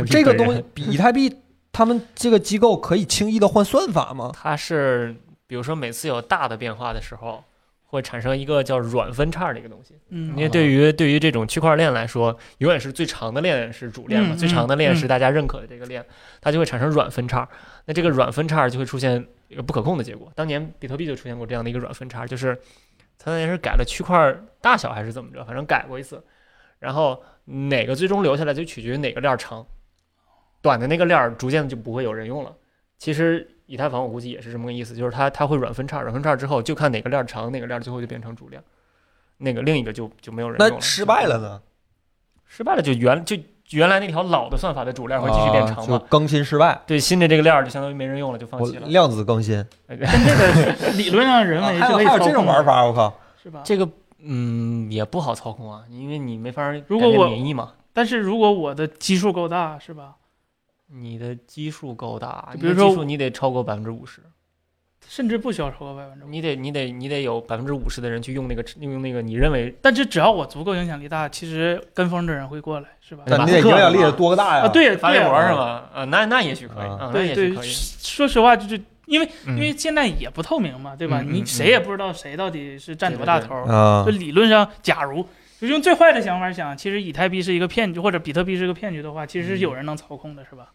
A: 这个东西，以太币他们这个机构可以轻易的换算法吗？
B: (laughs) 它是比如说每次有大的变化的时候，会产生一个叫软分叉的一个东西。因
C: 嗯
B: 为对于对于这种区块链来说，永远是最长的链是主链嘛，
C: 嗯
B: 最长的链
C: 嗯
B: 是大家认可的这个链，它就会产生软分叉。那这个软分叉就会出现一个不可控的结果。当年比特币就出现过这样的一个软分叉，就是它当年是改了区块大小还是怎么着，反正改过一次。然后哪个最终留下来，就取决于哪个链儿长，短的那个链儿逐渐就不会有人用了。其实以太坊我估计也是这么个意思，就是它它会软分叉，软分叉之后就看哪个链儿长，哪个链儿最后就变成主链，那个另一个就就没有人用
A: 那
B: 了。
A: 失败了呢？
B: 失败了就原就原来那条老的算法的主链会继续变长
A: 啊就
B: 嘛？
A: 更新失败，
B: 对，新的这个链儿就相当于没人用了，就放
A: 我
B: 弃了。
A: 量子更新。
C: 理论上人
A: 啊
C: 为
A: 还
C: 是
A: 有
C: 可以
A: 还有
C: 操
A: 这种
C: 控
A: 玩
C: 的，
A: 法，我靠！
C: 是吧？
B: 这个嗯也不好操控啊，因为你没法儿
C: 如果
B: 改变
C: 我
B: 免疫嘛，
C: 但是如果我的基数够大，是吧？
B: 你的基数够大，
C: 就
B: 你
C: 比如
B: 的
C: 说
B: 基数你得超过百分之五十。
C: 甚至不需要超过百分之五。
B: 你得你得你得有百分之五十的人去用那个用那个你认为
C: 但是只要我足够影响力大，其实跟风的人会过来，是吧？
B: 对
A: 但你得影响力得多个大呀？
C: 啊，，对，
B: 发
C: 对
B: 微博
A: 啊
B: 是吗？啊，那那也许可以，
A: 啊
B: 啊，那
C: 对
B: 也许
C: 对，
B: 可以。
C: 说实话，就是因为
B: 嗯
C: 因为现在也不透明嘛，对吧？
B: 嗯嗯
C: 你
B: 嗯
C: 谁也不知道谁到底是占多大头儿。
A: 啊
C: 就，理论上，假如就用最坏的想法想，其实以太币是一个骗局，或者比特币是个骗局的话，其实是
A: 嗯
C: 有人能操控的，是吧？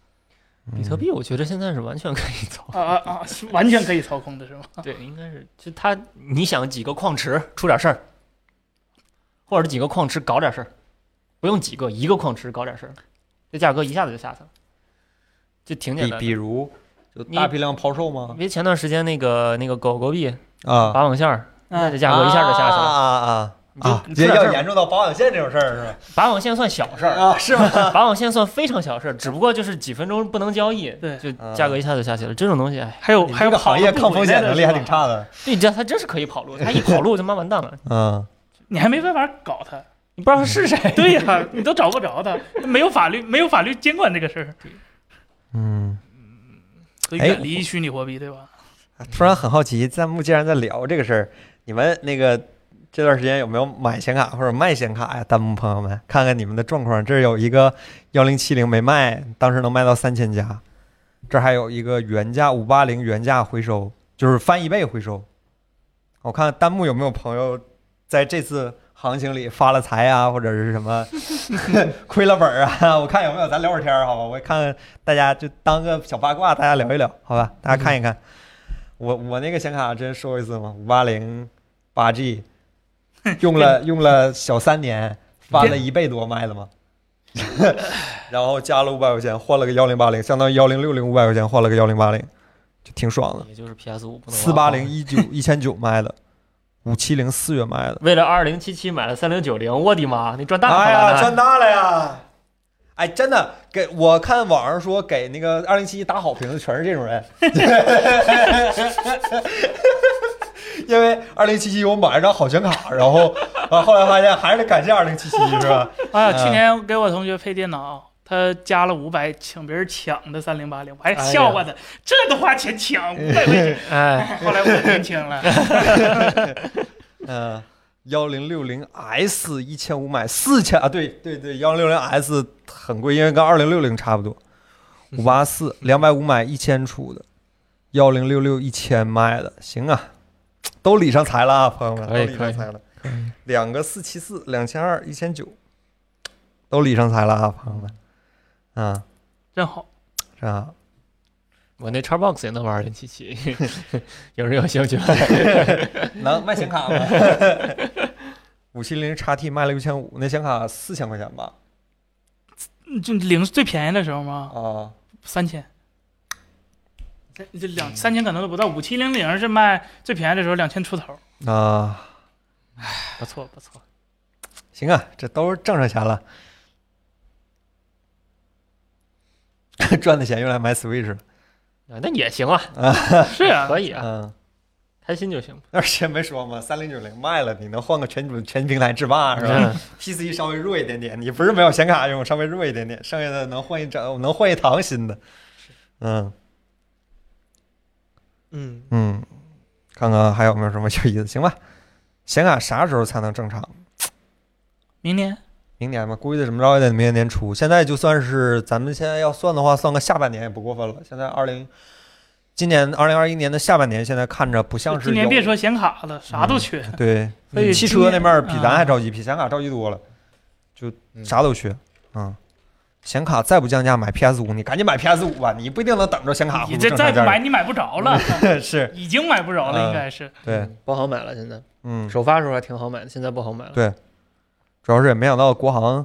B: 比特币我觉得现在是完全可以
C: (laughs)
B: 操
C: 啊啊啊！是完全可以操控的，是吗？
B: 对，应该是就他，你想几个矿池出点事儿，或者几个矿池搞点事儿，不用几个，一个矿池搞点事儿，这价格一下子就下去了，就挺简
A: 比
B: 单
A: 比
B: 的。
A: 如就大批量抛售吗
B: 因？为前段时间那个那个狗狗币
A: 啊，
B: 拔网线儿，那
C: 啊
B: 这价格一下就下去了。
A: 啊啊
B: 你
A: 啊
B: 就
A: 啊！
B: 你出
A: 也
B: 点事
A: 要
B: 儿
A: 严重到保养线这种事儿是吧？
B: 拔网线算小事儿，
A: 啊，是吗？
B: (laughs) 拔网线算非常小事儿，只不过就是几分钟不能交易，
C: 对
B: 就
A: 嗯
B: 价格一下就下去了。这种东西，哎，
C: 还有
A: (laughs) 你
C: 还
A: 这
C: 有
A: 个行业抗风险能力还挺
C: 跑
A: 差的。
B: 对，这他真是可以跑路，他一跑路他妈完蛋了，
A: 嗯，
C: 得不了，你还没办法搞他。
B: 你不知道他是谁。
C: (laughs) 对呀、你都找不着他，没有法律没有法律监管这个事
A: 哎
C: 儿，
A: 嗯。
C: 所以
A: 哎
C: 远离虚拟货币，对吧？
A: 啊突然很好奇，弹幕既然在聊这个事儿，你们那个这段时间有没有买显卡或者卖显卡呀？弹幕朋友们，看看你们的状况。这儿有一个幺零七零没卖，当时能卖到三千加，这儿还有一个原价五八零原价回收，就是翻一倍回收。我看弹幕有没有朋友在这次行情里发了财啊，或者是什么亏了本儿啊？ (laughs) 我看有没有，咱聊会儿天儿好吧？我看看大家就当个小八卦，大家聊一聊好吧？大家看一看。我我那个显卡之前说过一次嘛，五八零八 G，用了用了小三年，翻了一倍多卖的嘛， (laughs) 然后加了五百块钱换了个幺零八零，相当于幺零六零五百块钱换了个幺零八零，就挺爽的。
B: 也就是 PS 五不能
A: 四
B: 玩
A: 八
B: 好
A: 零一九一千九卖的，五七零四月卖的，
B: 为了二零七七买了三零九零，我的妈，你 (laughs) 赚大发
A: 哎
B: 了
A: 呀，
B: 呢！
A: 赚大了呀！哎，真的给我看网上说给那个二零七打好评的全是这种人， (laughs) 因为二零七七我买了张好显卡，然后啊后来发现还是得感谢二零七七是吧？
C: 啊，
A: 嗯
C: 去年给我同学配电脑，他加了五百，请别人抢的三零八零，我还笑话他，这都花钱抢五百块钱，
B: 哎，
C: 后来我认清了，
A: 嗯。幺零六零 S 一千五买四千啊，对对对，幺零六零 S 很贵，因为跟二零六零差不多，
B: 嗯
A: 五八四两百五买一千出的，幺零六六一千卖的，行啊，都理上财了啊，朋友们，都
B: 可以
A: 理上财了，两个四七四两千二一千九，都理上财了啊，朋友们，啊，
C: 真好。
A: 是吧？
B: 我那 Xbox 也能玩零七七， (laughs) 有人有兴趣吗？
A: 能卖显卡吗？ (laughs) 五七零 x T 卖了六千五，那显卡四千块钱吧？
C: 嗯就零最便宜的时候吗？
A: 啊，
C: 三千。这这两三千可能都不到，五七零零是卖最便宜的时候两千出头，
A: 那、
B: (laughs) 啊不错不错，
A: 行啊，这都是挣上钱了， (laughs) 赚的钱用来买 Switch 了。
B: 啊那也行啊，
C: 是啊，
B: 可以啊，
A: 嗯，
B: 开心就行。
A: 那之前没说吗？三零九零卖了，你能换个全主全平台制霸是吧、p c 稍微弱一点点，你不是没有显卡用，稍微弱一点点，剩下的能换一整，能换一堂新的。嗯
E: 嗯，
A: 嗯，看看还有没有什么有意思？行吧，显卡啥时候才能正常？
C: 明年
A: 明年吧，估计怎么着也得明年年初。现在就算是咱们现在要算的话，算个下半年也不过分了。现在二零，今年二零二一年的下半年，现在看着不像是
C: 今年
A: 有
C: 别说显卡了，啥都缺。
A: 对，
C: 所以
A: 汽
C: 今
A: 车那
C: 年
A: 面儿比咱
C: 啊
A: 还着急，比显卡着急多了，就啥都缺。嗯，显卡再不降价，买 PS 五，你赶紧买 PS 五吧，你不一定能等着显卡恢
C: 你
A: 复
C: 这
A: 正
C: 再
A: 常价
C: 不买
A: 格。
C: 你买不着了，
A: 嗯 (laughs) 是，
C: (laughs) 已经买不着了，应该是。
A: 对，，
B: 嗯不好买了，现在
A: 嗯，
B: 首发时候还挺好买的，现在不好买了。
A: 对主要是也没想到国行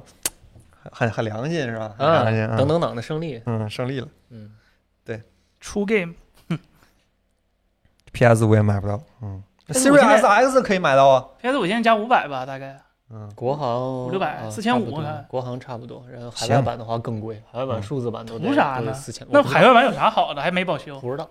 A: 很很良心是吧？很
B: 啊
A: 良心，，
B: 等，等等的胜利，
A: 嗯，胜利了。
B: 嗯，
C: 出 game
A: PS 五也买不到，嗯
C: 但是我现在
A: ，Series SX 可以买到啊，
C: PS 五现在加五百吧，大概
A: 嗯，
B: 国行
C: 五六百
B: 啊
C: 4500
B: 差不多
C: 看
B: 国行差不多，然后海
A: 行
B: 外版的话更贵，海外版
A: 嗯
B: 数字版都
C: 图啥呢
B: 四千，
C: 那
B: 我不知道
C: 海外版有啥好的？还没保修，
B: 不知道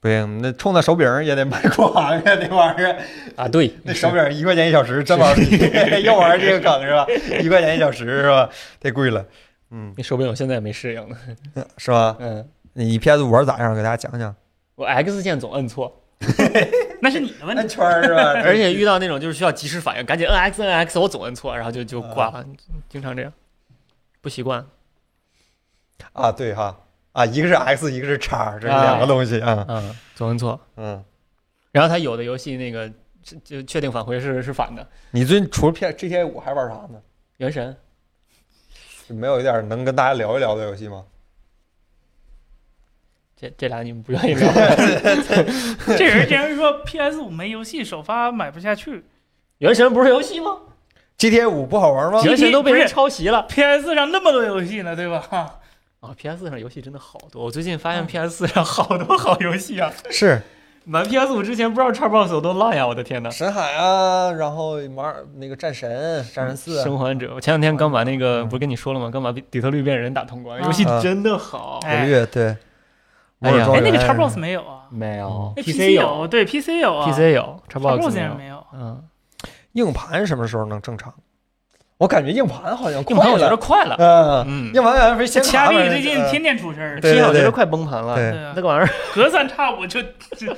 A: 不行，那冲那手柄儿也得买国行呀， (laughs) 那玩意儿，
B: 啊？对，
A: 那手柄儿一块钱一小时，真玩儿 (laughs) 腻，又玩儿这个梗是吧？一块钱一小时是吧？太贵了，嗯，
B: 那手柄我现在也没适应呢。
A: 是吧？
B: 嗯，
A: 你 PS 五玩咋样？给大家讲讲。
B: 我 X 键总摁错，
C: 那是你的问
A: 按
C: 题。
A: 圈儿是吧？
B: 而且遇到那种就是需要及时反应，赶紧摁哎 X 摁 X，我总摁错，然后就就挂了，经常这样，不习惯。
A: 啊，对哈，啊，一个是 X，一个是叉，这是两个东西啊，
B: 嗯，总摁错。
A: 嗯。
B: 然后它有的游戏那个是就确定返回是是反的，
A: 你最近除了 P GTA 五还玩啥呢？
B: 原神
A: 就没有一点能跟大家聊一聊的游戏吗？
B: 这这俩你们不愿意聊。
C: 这人竟然说 PS 五没游戏首发买不下去
B: 原神不是游戏吗？
A: GTA 五不好玩吗？
B: 原神都被
C: 不
B: 人
C: 是
B: 抄袭了
C: ，PS 上那么多游戏呢，对吧？
B: 啊！PS 上游戏真的好多，我最近发现 PS 上好多 (laughs) 好游戏啊！
A: 是
B: 买 PS 五之前不知道 Xbox 有多烂呀！我的天呐！
A: 神海啊，然后马尔那个战神、战神四，啊
B: 生还者，我前两天刚把那个不是跟你说了吗？刚把底特律变人打通关，
C: 啊
B: 游戏真的好。
C: 哎
A: 活跃对。
B: 哎呀
A: 摩尔，
C: 哎
A: 庄
C: 那
A: 园
C: 个 Xbox 没有啊
B: 没有
C: 那
B: ，PC 有
C: 有，对 PC 有啊
B: ，PC 有，Xbox
C: Xbox
B: 没
C: 竟然
B: 有。
C: 没有。
B: 嗯，
A: 硬盘什么时候能正常？我感觉硬盘好像
B: 硬盘
A: 快
B: 我觉得
A: 了，
B: 快了，
A: 嗯，
B: 嗯，
A: 硬盘好像是显
C: 其
A: 卡
C: 他这
A: 版
C: 个
A: 的
C: 最近
A: 呃
C: 天天出事儿，
A: 对对
B: 其实我觉
A: 对
B: 得快崩盘了，
A: 对
C: 对啊
B: 那个玩意儿
C: 隔三差五就就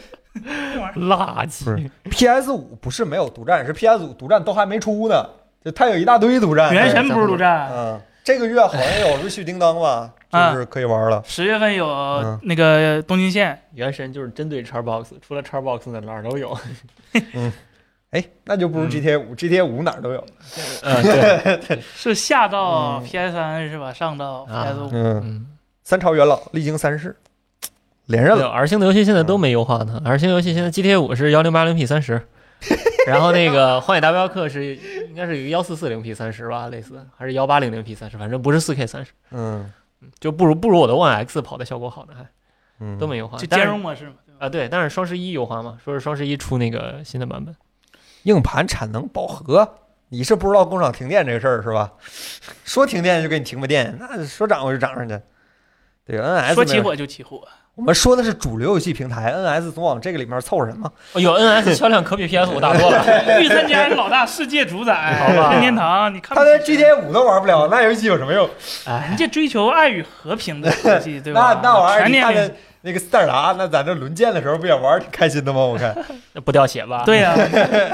B: 垃
A: 不
B: 圾
A: 是。PS 五不是没有独占，是 PS 五独占都还没出呢，就它有一大堆独占。
C: 原神不是独占，
A: 嗯，这个月好像有《瑞雪叮当》
C: (laughs)
A: 吧，
C: 啊
A: 就是可以玩了。
C: 十月份有
A: 嗯
C: 那个东京线，
B: 原神就是针对 Xbox，除了 Xbox 的哪儿都有。
A: 哎，那就不如
B: 嗯
A: GTA 五、g t a 五哪儿都有。
B: 嗯， (laughs) 对，
C: 是下到
A: 嗯
C: PS 三是吧？上到
B: 啊
C: PS 五，
A: 嗯，
B: 嗯，
A: 三朝元老历经三世，连任
B: 对
A: 了。
B: ，R 星的游戏现在都没优化呢。R 星游戏现在 GTA 五是幺零八零 P 三
A: (laughs)
B: 十，然后那个《荒野大镖客》是应该是一个幺四四零 P 三十吧，类似还是幺八零零 P 三十，反正不是四 K 三十，
A: 嗯
B: 就不如不如我的 One X 跑的效果好呢，还
A: 嗯，
B: 都没优化。
C: 就
B: 但
C: 兼
B: 是
C: 容模式嘛，对吧？
B: 啊，对，但是双十一优化嘛，说是双十一出那个新的版本。
A: 硬盘产能饱和。你是不知道工厂停电这个事儿是吧？说停电就给你停不电，那说涨我就涨上去。对，NS
C: 说
A: 没
C: 起
A: 有
C: 火就
B: (laughs)
C: 起火，
A: 我们说的是主流游戏平台，NS 总往这个里面凑什么？(laughs)
B: 哦，有 NS 销量可比 PS 五大多了。
C: 御三家是老大，世界主宰，
B: 好吧
C: 任天堂，你看
A: 他
C: 不
A: 连
C: 起啊
A: GTA 五都玩不了，那游戏有什么用？
C: 人家追求爱与和平的游
A: (laughs)
C: 戏，对
A: 那
C: 吧？
A: 那玩意儿，
C: 全
A: 你
C: 年
A: 看
C: 龄
A: 着那个斯塔达，那咱这轮剑的时候不也玩儿挺开心的吗？我看，
B: 那不掉血吧？
C: 对
A: (laughs)
C: 呀，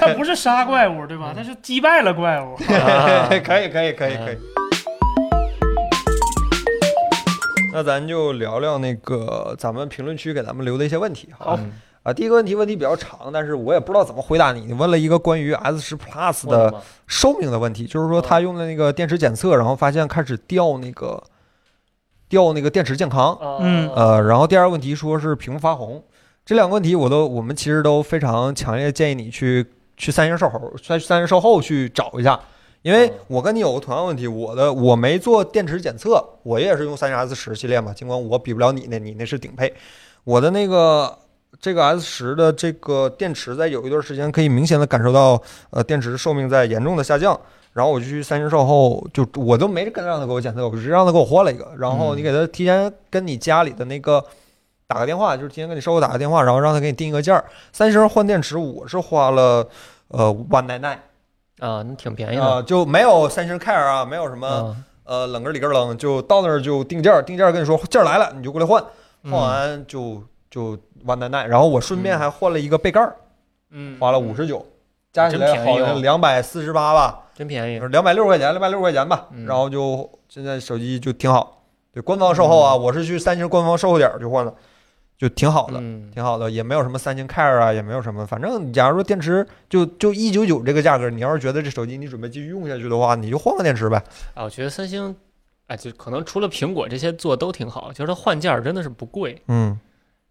C: 它不是杀怪物，对吧？它是击败了怪物。
B: 啊
A: (laughs) 可以，可以，可以，
C: 嗯
A: 可以。那咱就聊聊那个咱们评论区给咱们留的一些问题哈。
B: 嗯
A: 啊，第一个问题问题比较长，但是我也不知道怎么回答你。你问了一个关于 S 十 Plus
B: 我的
A: 的
B: 妈
A: 寿命的问题，就是说他用的那个电池检测，然后发现开始掉那个掉那个电池健康，
C: 嗯
B: 呃
A: 呃，然后第二个问题说是屏幕发红，这两个问题我都我们其实都非常强烈建议你去去三星售后，去三星售后去找一下，因为
B: 嗯
A: 我跟你有个同样问题，我的我没做电池检测，我也是用三星 S 十系列嘛，尽管我比不了你那，你那是顶配，我的那个。这个 S 十的这个电池在有一段时间可以明显的感受到，呃，电池寿命在严重的下降。然后我就去三星售后，就我都没跟让他给我检测，我直接让他给我换了一个。然后
B: 嗯
A: 你给他提前跟你家里的那个打个电话，就是提前跟你售后打个电话，然后让他给你定一个价儿。三星换电池，我是花了呃五万奶奶
B: 啊，那挺便宜
A: 啊，
B: 的。
A: 就没有三星 Care 啊，没有什么
B: 嗯
A: 呃冷根儿里根儿冷，就到那儿就定价儿，定价儿跟你说价儿来了你就过来换，换
B: 嗯
A: 完就就万奶奶。然后我顺便还换了一个背盖儿，
B: 嗯，
A: 花了五十九，加起来
B: 哦
A: 好像两百四十八吧。
B: 真便宜。
A: 两百六十块钱，两百六十块钱吧。
B: 嗯
A: 然后就现在手机就挺好，对官方售后啊，我是去三星官方售后点儿去换的，就挺好的，
B: 嗯，
A: 挺好的，也没有什么三星 Care 啊，也没有什么，反正假如说电池就就一九九这个价格，你要是觉得这手机你准备继续用下去的话，你就换个电池呗。
B: 啊，我觉得三星，哎，就可能除了苹果这些做都挺好，就是它换件儿真的是不贵。
A: 嗯，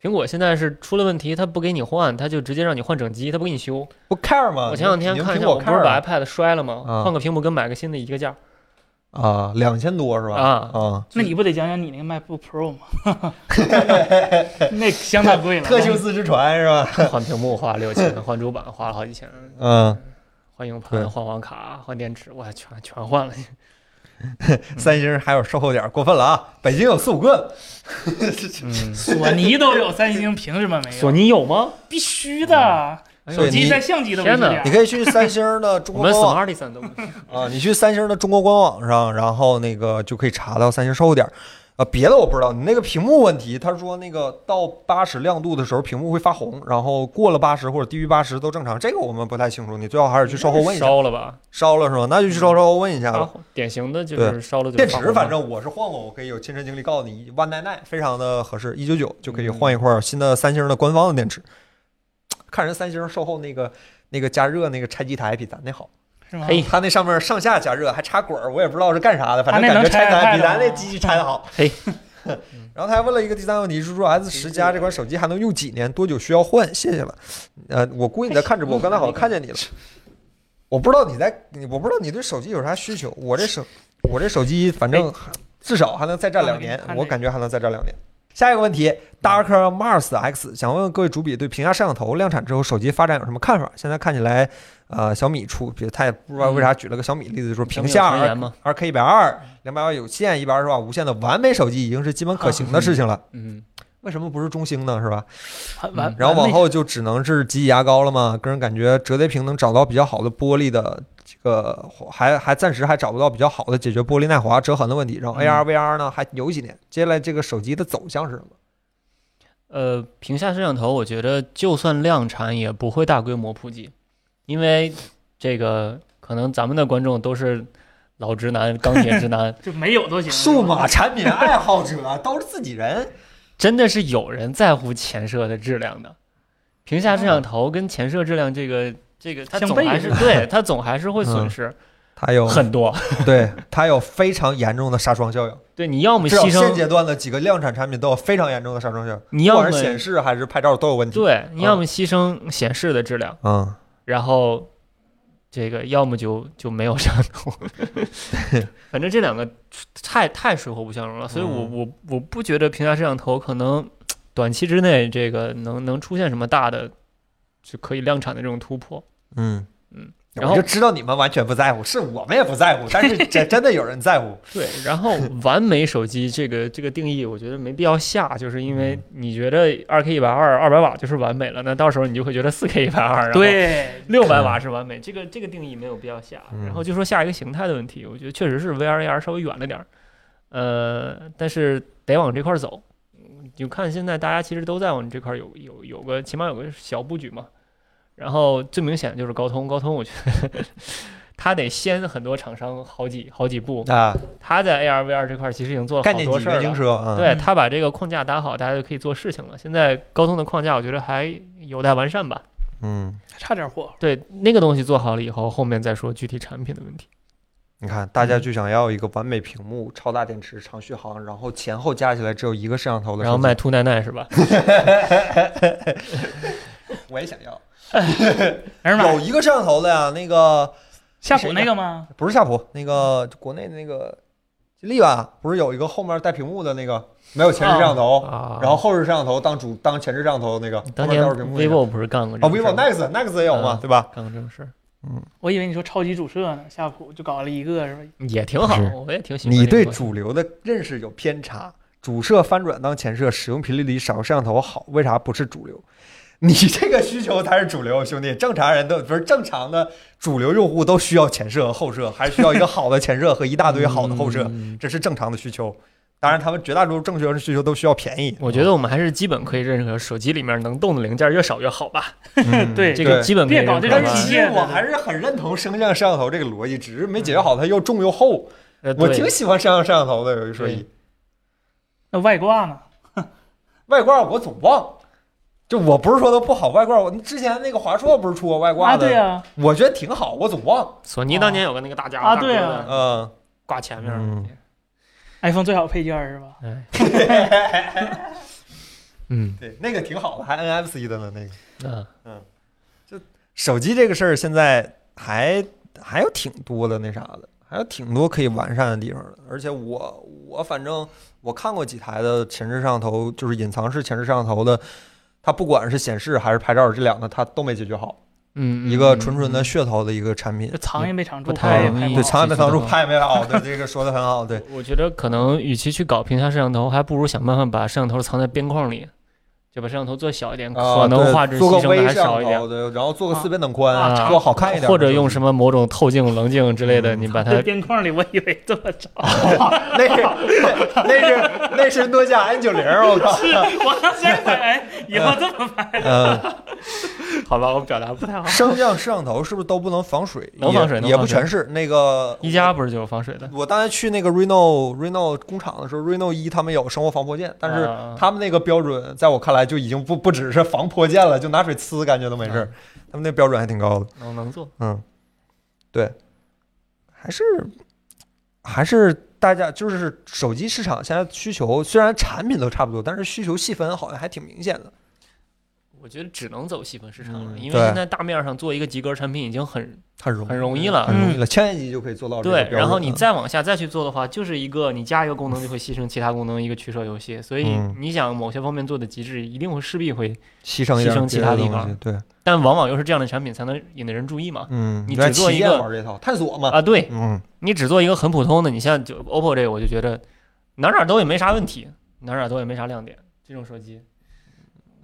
B: 苹果现在是出了问题，它不给你换，它就直接让你换整机，它不给你修。
A: 不 Care 吗？
B: 我前两天
A: 啊你们
B: 看一
A: 苹
B: 下，我
A: 果
B: 不是
A: Care
B: 把
A: 啊
B: iPad 摔了吗？
A: 啊
B: 换个屏幕跟买个新的一个价儿
A: 啊，两千多是吧？
B: 啊。
A: 啊，
C: 那你不得讲讲你那个 MacBook Pro 吗？ (laughs) 那相当贵了，
A: 特修斯之船是吧？
B: 换屏幕花六千，换主板花了好几千，
A: 嗯，
B: 换硬
A: 对
B: 盘、换网卡、换电池，我全全换了。
A: 三星还有售后点儿，过分了啊！北京有四五个， (laughs)
B: 嗯，
C: (laughs) 索尼都有，三星凭什么没
B: 哎索
C: 有？
B: 尼有吗？
C: 必须的，
B: 哎呦
A: 所
C: 手
A: 以
C: 机
A: 你
C: 在相机都不是
B: 天哪
C: 这样
A: 你。可以去三星的中
B: 我
A: 国
B: 们
A: 官网
B: Smartisan 都没有
A: 啊，你去三星的中国官网上，然后那个就可以查到三星售后点儿。呃，别的我不知道，你那个屏幕问题，他说那个到八十亮度的时候，屏幕会发红，然后过了八十或者低于八十都正常，这个我们不太清楚，你最好还是去售后问一下。
B: 嗯烧了吧，
A: 烧了是吗？那就去售后问一下吧。
B: 啊典型的就
A: 对
B: 是烧了就
A: 电
B: 是发
A: 池
B: 红
A: 反
B: 嘛
A: 正我是换过，我可以有亲身经历告诉你，万耐耐非常的合适，一九九就可以换一
B: 嗯
A: 块新的三星的官方的电池。看人三星售后那个那个加热那个拆机台比咱那好，
C: 是吗？
B: 嘿
A: 哎它那上面上下加热还插管儿，我也不知道是干啥的，反正
C: 它那
A: 感
C: 能
A: 觉拆
C: 拆
A: 台比
C: 得开
A: 咱
C: 了
A: 那
C: 吗
A: 机器拆的好。
B: 嘿。
A: (laughs) 然后他还问了一个第三个问题，是说 S 十加这款手机还能用几年？多久需要换？谢谢了。呃，我估计你在看直播，我刚才好像看见你了。我不知道你在，我不知道你对手机有啥需求。我这手，我这手机反正至少还能再战两年
C: 看着，你
A: 我感觉还能再战两年。下一个问题，Dark Mars X 想问问各位主笔对屏下摄像头量产之后手机发展有什么看法？现在看起来，呃，小米出，别他也不知道为啥举了个小米例子，说
B: 小
A: 屏
B: 米有
A: 下
B: 传
A: 2K
B: 言吗
A: 2K 一百二、两百瓦有线、一百二十瓦无线的完美手机已经是基本可行的事情了。
B: 嗯，
A: 为什么不是中兴呢？是吧？
C: 很完，
A: 然后
C: 完
A: 往
C: 美，
A: 后就只能是挤挤牙膏了嘛。个人感觉折叠屏能找到比较好的玻璃的这个，还还暂时还找不到比较好的解决玻璃耐滑折痕的问题。然后
B: 嗯
A: AR、VR 呢还有几年。接下来这个手机的走向是什么？
B: 呃，屏下摄像头，我觉得就算量产也不会大规模普及，因为这个可能咱们的观众都是老直男、钢铁直男
C: (laughs) 就没有都行。
A: 数码产品爱好者都是自己人，
B: 真的是有人在乎前摄的质量的。屏下摄像头跟前摄质量这个这个，它
C: 相
B: 总
C: 悖
B: 还是对它总还是会损失
A: (laughs) 它嗯有
B: 很多。
A: 对它有非常严重的纱窗效应。
B: 对，你要么
A: 至少
B: 牺
A: 现
B: 牲，
A: 阶段的几个量产产品都有非常严重的纱窗效应，
B: 你
A: 不
B: 要
A: 管
B: 么
A: 是显示还嗯是拍照都有问题。
B: 对，你要么牺牲显示的质量，
A: 嗯，
B: 然后这个要么就就没有摄像 (laughs) 头，反正这两个太太水火不相容了，所以我
A: 嗯
B: 我我不觉得屏下摄像头可能短期之内这个能能出现什么大的就可以量产的这种突破。
A: 嗯
B: 嗯，然
A: 我
B: 后
A: 就知道你们完全不在乎，是我们也不在乎，但是真真的有人在
B: (laughs)
A: 乎。
B: 对，然后完美手机这个这个定义，我觉得没必要下，就是因为你觉得二 K 一百二二百瓦就是完美了，那到时候你就会觉得四 K 一百二，
C: 对，
B: 六百瓦是完美，这个这个定义没有必要下。
A: 嗯
B: 然后就说下一个形态的问题，我觉得确实是 VR AR 稍微远了点儿，呃，但是得往这块儿走。嗯就看现在大家其实都在往这块儿有有有个起码有个小布局嘛。然后最明显的就是高通，高通我觉得 (laughs) 它得先很多厂商好几好几步，
A: 啊，
B: 它在 AR VR 这块儿其实已经做了
A: 概
B: 好
A: 念
B: 多
A: 机
B: 事儿
A: 原
B: 了
A: 型。车啊，
B: 对
C: 嗯
B: 他把这个框架打好，大家就可以做事情了。现在高通的框架，我觉得还有待完善吧。
A: 嗯，
C: 差点火。
B: 对那个东西做好了以后，后面再说具体产品的问题。
A: 你看大
B: 嗯
A: 家就想要一个完美屏幕、超大电池、长续航，然后前后加起来只有一个摄像头的手机，
B: 然后卖兔奶奶是吧？
A: 我也想要，
C: 哎呀妈
A: 有
C: 呀，
A: 一个摄像头的呀，那个
C: 夏普那个吗？
A: 不是夏普，那个国内的那个吉利吧，不是有一个后面带屏幕的那个没有前置摄像头，
B: 啊，
A: 然后后置摄像头当主当前置摄像头的那个，
B: 当
A: 后面
B: 年
A: 带着屏幕那个
B: vivo 不是干过这
A: 啊
B: 种事
A: ，vivo
B: 儿吗
A: Nex Nex 也有嘛，
B: 嗯
A: 对吧？
B: 干过这种事儿
C: 我以为你说超级主摄呢，夏普就搞了一个是吧？
A: 嗯
B: 也挺好
A: 是，
B: 我也挺喜欢这
A: 你
B: 个
A: 对
B: 东西。
A: 主流的认识有偏差，主摄翻转当前摄，使用频率里少摄像头好，为啥不是主流？你这个需求才是主流，兄弟。正常人都不是正常的主流用户都需要前摄和后摄，还需要一个好的前摄和一大堆好的后摄，
B: 嗯
A: 这是正常的需求。当然，他们绝大多数正确的需求都需要便宜。
B: 我觉得我们还是基本可以认可，手机里面能动的零件越少越好吧。
A: 嗯
C: 对
B: 这个基本可以
C: 别搞
B: 认可
C: 这种
B: 吧
A: (laughs) 但
C: 体
A: 其实我还是很认同升降摄像头这个逻辑，只是没解决好它又重又厚。
B: 呃
A: 我
B: 对
A: 挺喜欢升降摄像头的，有一说一
B: 对。
C: 那外挂呢？
A: 外挂我总忘，就我不是说它不好，外挂我之前那个华硕不是出过外挂
C: 啊，
A: 的，
C: 对呀，
A: 我觉得挺好，我总忘。
B: 索尼当年有个那个大家伙
C: 啊
B: 大哥
C: 对啊
B: 的
A: 嗯，
B: 挂前面
A: 嗯
B: 儿。
C: iPhone 最好配件儿是吧？
B: 哎嗯
A: 对，那个挺好的，还 NFC 的呢，那个
B: 啊，
A: 手机这个事儿现在还还有挺多的那啥的，还有挺多可以完善的地方的。而且我我反正我看过几台的前置摄像头，就是隐藏式前置摄像头的。它不管是显示还是拍照，这两个它都没解决好，
B: 嗯，
A: 一个纯纯的噱头的一个产品啊
C: 这，藏也没藏住，
B: 不太
C: 拍也
B: 容易
C: 拍不
A: 对，
C: 好
A: 长安没藏住，
B: 嗯
A: 拍也没拍好，对，这个说的很好，对，
B: 我觉得可能与其去搞屏下摄像头，还不如想办法把摄像头藏在边框里，对把摄像头做小一点，
A: 啊
B: 嗯可能
A: 对
B: 画质
A: 做个
B: 牺牲的
A: 微
B: 还
A: 摄
B: 少
A: 像
B: 一点，
A: 头，对，然后做个
C: 啊
A: 四倍等宽，
B: 啊
A: 做好看一点，
B: 或者用什么某种透镜、棱镜之类的，
A: 嗯
B: 你把 (laughs) 它
C: 这边框里我以为这么着，
A: 那是那那是那是诺基亚 N 九零，我靠，
C: 我刚才想，哎，以后这么拍，
A: 嗯，
B: 好吧，我表达不太好。
A: 升降摄像头是不是都不能防水？
B: 啊能
A: 也
B: 防水能
A: 也不
B: 防水
A: 全是那个
B: 一加不是就有防水的，
A: 我当时去那个 Reno Reno 工厂的时候，Reno 一他们有生活防泼溅， (laughs) 但是
B: 啊
A: 他们那个标准，在我看来就已经不不只是防泼溅了，就拿水呲感觉都没事
B: 啊
A: 儿。他们那标准还挺高的，
B: 能能做。
A: 嗯，对，还是还是大家就是手机市场现在需求虽然产品都差不多，但是需求细分好像还挺明显的。
B: 我觉得只能走细分市场了，
A: 嗯
B: 因为
A: 对
B: 现在大面上做一个及格产品已经很
A: 很容
B: 很容易了嗯
A: 很容易了，千元级就可以做到这个
B: 对
A: 标，准了。
B: 然后你再往下再去做的话，就是一个你加一个功能就会牺牲其他功能一个取舍游戏，所以
A: 嗯
B: 你想某些方面做的极致，一定会势必会，
A: 牺牲一
B: 牺
A: 点
B: 牲
A: 别
B: 其
A: 的
B: 他地
A: 东
B: 方
A: 西对，
B: 但往往又是这样的产品才能引得人注意嘛。
A: 嗯，
B: 你
A: 原来
B: 只做
A: 旗
B: 一
A: 舰
B: 个
A: 玩这套探索嘛，
B: 啊，对
A: 嗯，
B: 你只做一个很普通的，你像就 OPPO 这个，我就觉得哪哪都也没啥问题，哪哪都也没啥亮点，这种手机，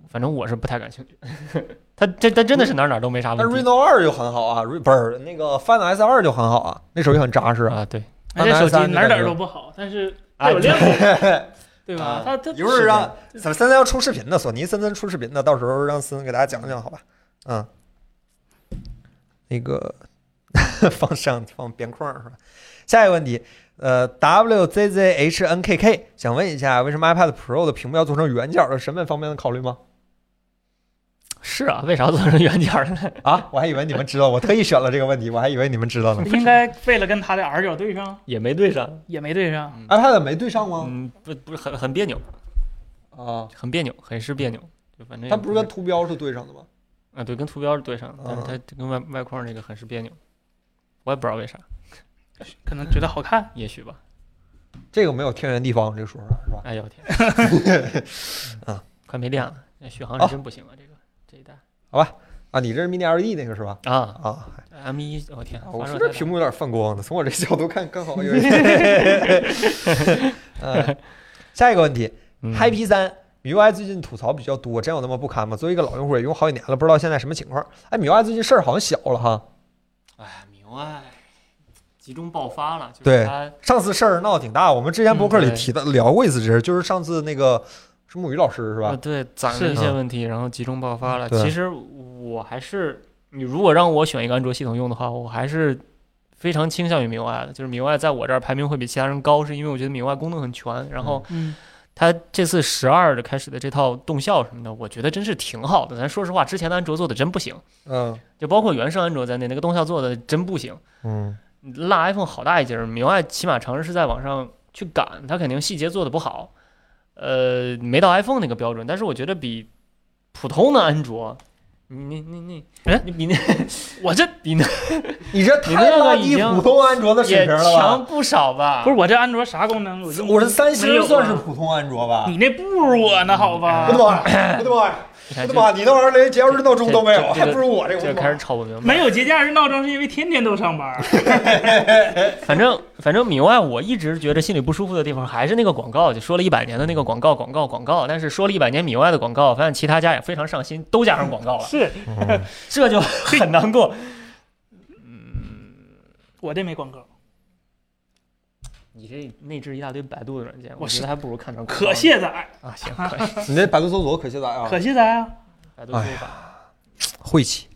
B: 反正我是不太感兴趣。 (laughs) 它这它真的是哪哪都没啥
A: 但
B: 问题
A: Reno 二就很好啊，不是那个 Find S 二就很好啊，那手机很扎实。
B: 啊，对。
C: 哎这手机哪儿哪
A: 那
C: 儿
A: 个
C: 都不好，但是
B: 啊
C: 它有亮点，对
A: 啊
C: 吧？它它
A: (laughs) 一会儿让咱们森森要出视频的，索尼森森出视频的，到时候让森森给大家讲讲，好吧？嗯，那个 (laughs) 放上放边框是吧？下一个问题，呃，WZZHNKK 想问一下，为什么 iPad Pro 的屏幕要做成圆角的？审美方面的考虑吗？
B: 是啊，为啥做成圆角儿呢？ (laughs)
A: 啊，我还以为你们知道，我特意选了这个问题，我还以为你们知道呢。
C: 应该为了跟它的 R 角对上，
B: 也没对上，啊
C: 也没对上。
A: iPad 没对上吗？
B: 嗯，不不是很很别扭，
A: 啊，
B: 很别扭，很是别扭，就反
A: 嗯
B: 正
A: 它
B: 也
A: 不是跟图标是对上的吗？
B: 啊对，跟图标是对上的，但是
A: 嗯
B: 它这跟外外框这个很是别扭，我也不知道为啥，
C: 可能觉得好看，
B: 也许吧。
A: 这个没有天圆地方，这个说法是吧？
B: 哎呦我天，
A: (laughs)
B: 啊，快没
A: 哦
B: 电了，那续航
A: 好
B: 是真不行啊，这个这一代
A: 啊，你这是 Mini LED 那个是吧？
B: 啊
A: 啊，哎
B: ，M 一，我天，
A: 我
B: 发
A: 说
B: 热
A: 这
B: 太大
A: 屏幕有点泛光的，从我这角度看更好有一 (laughs) 点。嗯，下一个问题、
B: 嗯
A: h i P 三 MIUI 最近吐槽比较多，真有那么不堪吗？作为一个老用户，也用好几年了，不知道现在什么情况。哎，MIUI 最近事儿好像小了哈，
B: 哎，明白。集中爆发了，就
A: 对
B: 是它
A: 上次事儿闹得挺大，我们之前博客里
B: 嗯对
A: 提到聊过一次这事儿，就是上次那个是木鱼老师是
B: 啊，
A: 吧？
B: 对，攒了
C: 是
B: 一些问题，然后集中爆发了。
A: 对
B: 其实我还是，你如果让我选一个安卓系统用的话，我还是非常倾向于 MIUI 的。就是 MIUI 在我这儿排名会比其他人高，是因为我觉得 MIUI 功能很全，然后
C: 嗯，
B: 它这次十二的开始的这套动效什么的，我觉得真是挺好的。咱说实话，之前的安卓做的真不行，
A: 嗯
B: 就包括原生安卓在内，那个动效做的真不行，
A: 嗯
B: 落 iPhone 好大一截儿。MIUI 起码尝试是在往上去赶，它肯定细节做的不好。呃，没到 iPhone 那个标准，但是我觉得比普通的安卓，你你你
C: 哎
B: 你，你比那
C: 我这
A: 你这
B: 你那
A: 太
B: 个
A: 拉
B: 已
A: 低
B: 经
A: 普通安卓的水
B: 也
A: 平了吧
B: 强？不少吧？
C: 不是我这安卓啥功能？我用
A: 我这三
C: 没
A: 星
C: 有啊
A: 算是普通安卓吧？
C: 你那不如我呢，好吧
A: 我的？ (laughs) 妈呀！我的妈呀！
B: 你
A: 我的
B: 看这，
A: 妈！你那玩意儿连截至闹钟都没有，
B: 这这
A: 还不如我这个。
B: 这
A: 我的
B: 个
A: 妈
B: 开始吵不明白。
C: 没有节假日闹钟是因为天天都上班，
B: 反正反正米外，我一直觉得心里不舒服的地方还是那个广告，就说了一百年的那个广告，广告，广告。但是说了一百年米外的广告，发现其他家也非常上心，都加上广告了，
C: 是
B: 这就很难
C: (laughs)
B: 过。
C: 我这没广告，
B: 你这内置一大堆百度的软件，
C: 我
B: 我
C: 是
B: 觉得还不如看成广告
C: 可卸载，
B: 啊，行，可以，
A: 你那百度搜索可卸载啊
C: 可卸载啊！
B: 百度搜
A: 哎
B: 吧。
A: 晦气，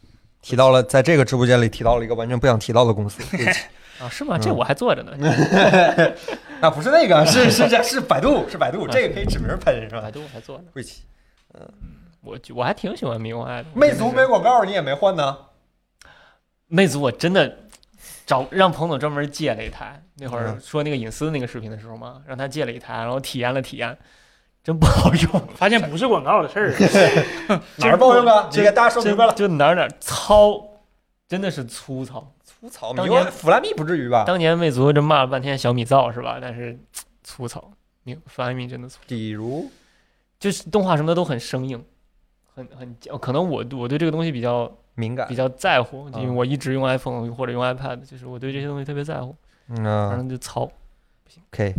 A: 提到了在这个直播间里提到了一个完全不想提到的公司，晦气
B: 啊，是吗？这
A: 嗯
B: 我还坐着呢。
A: (laughs) 啊，不是那个，是是是是百度，是百度，这个可以指名喷是吧
B: 百？度我还坐着，
A: 晦气，
B: 我我还挺喜欢 MIUI 的。
A: 魅族没广告你也没换呢，
B: 魅族，我真的找让彭总专门借了一台。那会儿
A: 嗯
B: 说那个隐私那个视频的时候嘛，让他借了一台，然后体验了体验，真不
A: (laughs)
B: 好用。
C: 发现不是广告的事儿，
A: 哪儿抱怨啊？你给大家说明白了。
B: 就哪儿哪儿糙，真的是粗糙。
A: 吐槽，
B: 当
A: 你
B: 年
A: 用弗莱米不至于吧？
B: 当年魅族这骂了半天小米造是吧？但是嘖粗糙，没有发米真的粗，
A: 比如，
B: 就是动画什么的都很生硬，很很可能我我对这个东西比较
A: 敏感
B: 比，较在乎，
A: 嗯
B: 因为我一直用 iPhone 或者用 iPad，就是我对这些东西特别在乎，
A: 嗯
B: 反
A: 啊
B: 正就糙。
A: ，OK，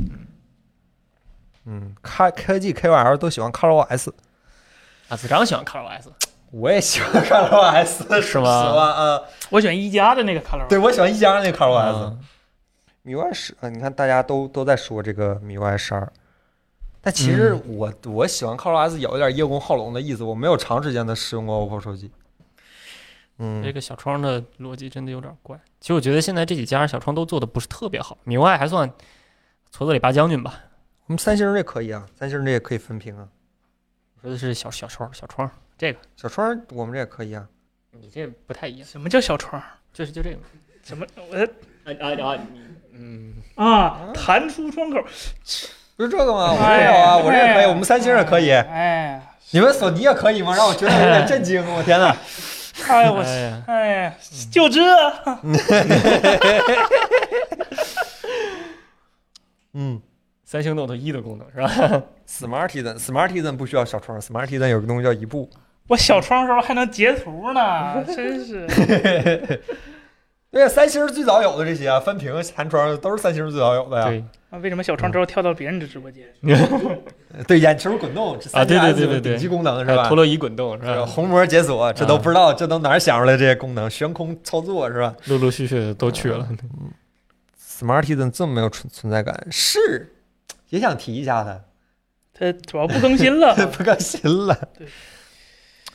A: 嗯，科科技 KOL 都喜欢 ColorOS，
B: 啊，子章喜欢 ColorOS，
A: 我也喜欢 ColorOS，
B: 是吗
A: 喜欢啊，
C: 我选一加的那个 Color，
A: 对我喜欢一加上那个 ColorOS。
B: 嗯
A: MIUI 十，呃，你看大家都都在说这个 MIUI 十二，但其实我、我喜欢 ColorOS 有一点叶公好龙的意思，我没有长时间的使用过 OPPO 手机。
B: 这
A: 嗯，
B: 个小窗的逻辑真的有点怪。其实我觉得现在这几家小窗都做的不是特别好，MIUI 还算矬子里拔将军吧。
A: 我们三星这可以啊，三星这也可以分屏啊，
B: 我说的是小小窗小窗，
A: 小窗我们这也可以啊。
B: 你这不太一样，
C: 什么叫小窗？
B: 就是就这个。
C: 什么我
B: 啊啊啊！嗯，
C: 啊？弹出窗口，
A: 不是这个吗？我这
C: 哎
A: 有啊，我这也可以，
C: 哎
A: 我们三星也可以，
C: 哎，
A: 你们索尼也可以吗？让我觉得有点震惊，我天哪！
C: 哎 (laughs) 我
B: 哎，呀，
C: 哎呀，就这，
A: 嗯
B: 三星 Note 一的功能是吧？
A: ，Smartisan，Smartisan 不需要小窗，Smartisan 有个东西叫一步。
C: 我小窗时候还能截图 (laughs) 呢，真是。
A: 对呀，三星最早有的这些啊，分屏、弹窗都是三星最早有的呀。
B: 对
C: 啊，为什么小窗之后跳到别人的直播间？
A: 对，眼球滚动这
B: 啊对对
A: 3S
B: 对
A: 的
B: 对对
A: 顶
B: 啊
A: 级功能
B: 还
A: 是
B: 有
A: 吧
B: 陀？螺仪滚动是
A: 这个
B: 吧？
A: 虹膜解锁，这都不知道，这都哪儿想出来这些功能？悬空操作是吧
B: 陆陆续续的都去了。
A: 嗯？Smartisan 这么没有存存在感，是也想提一下它，，
C: 他主要不更新了
A: (laughs) 不更新了
C: 对。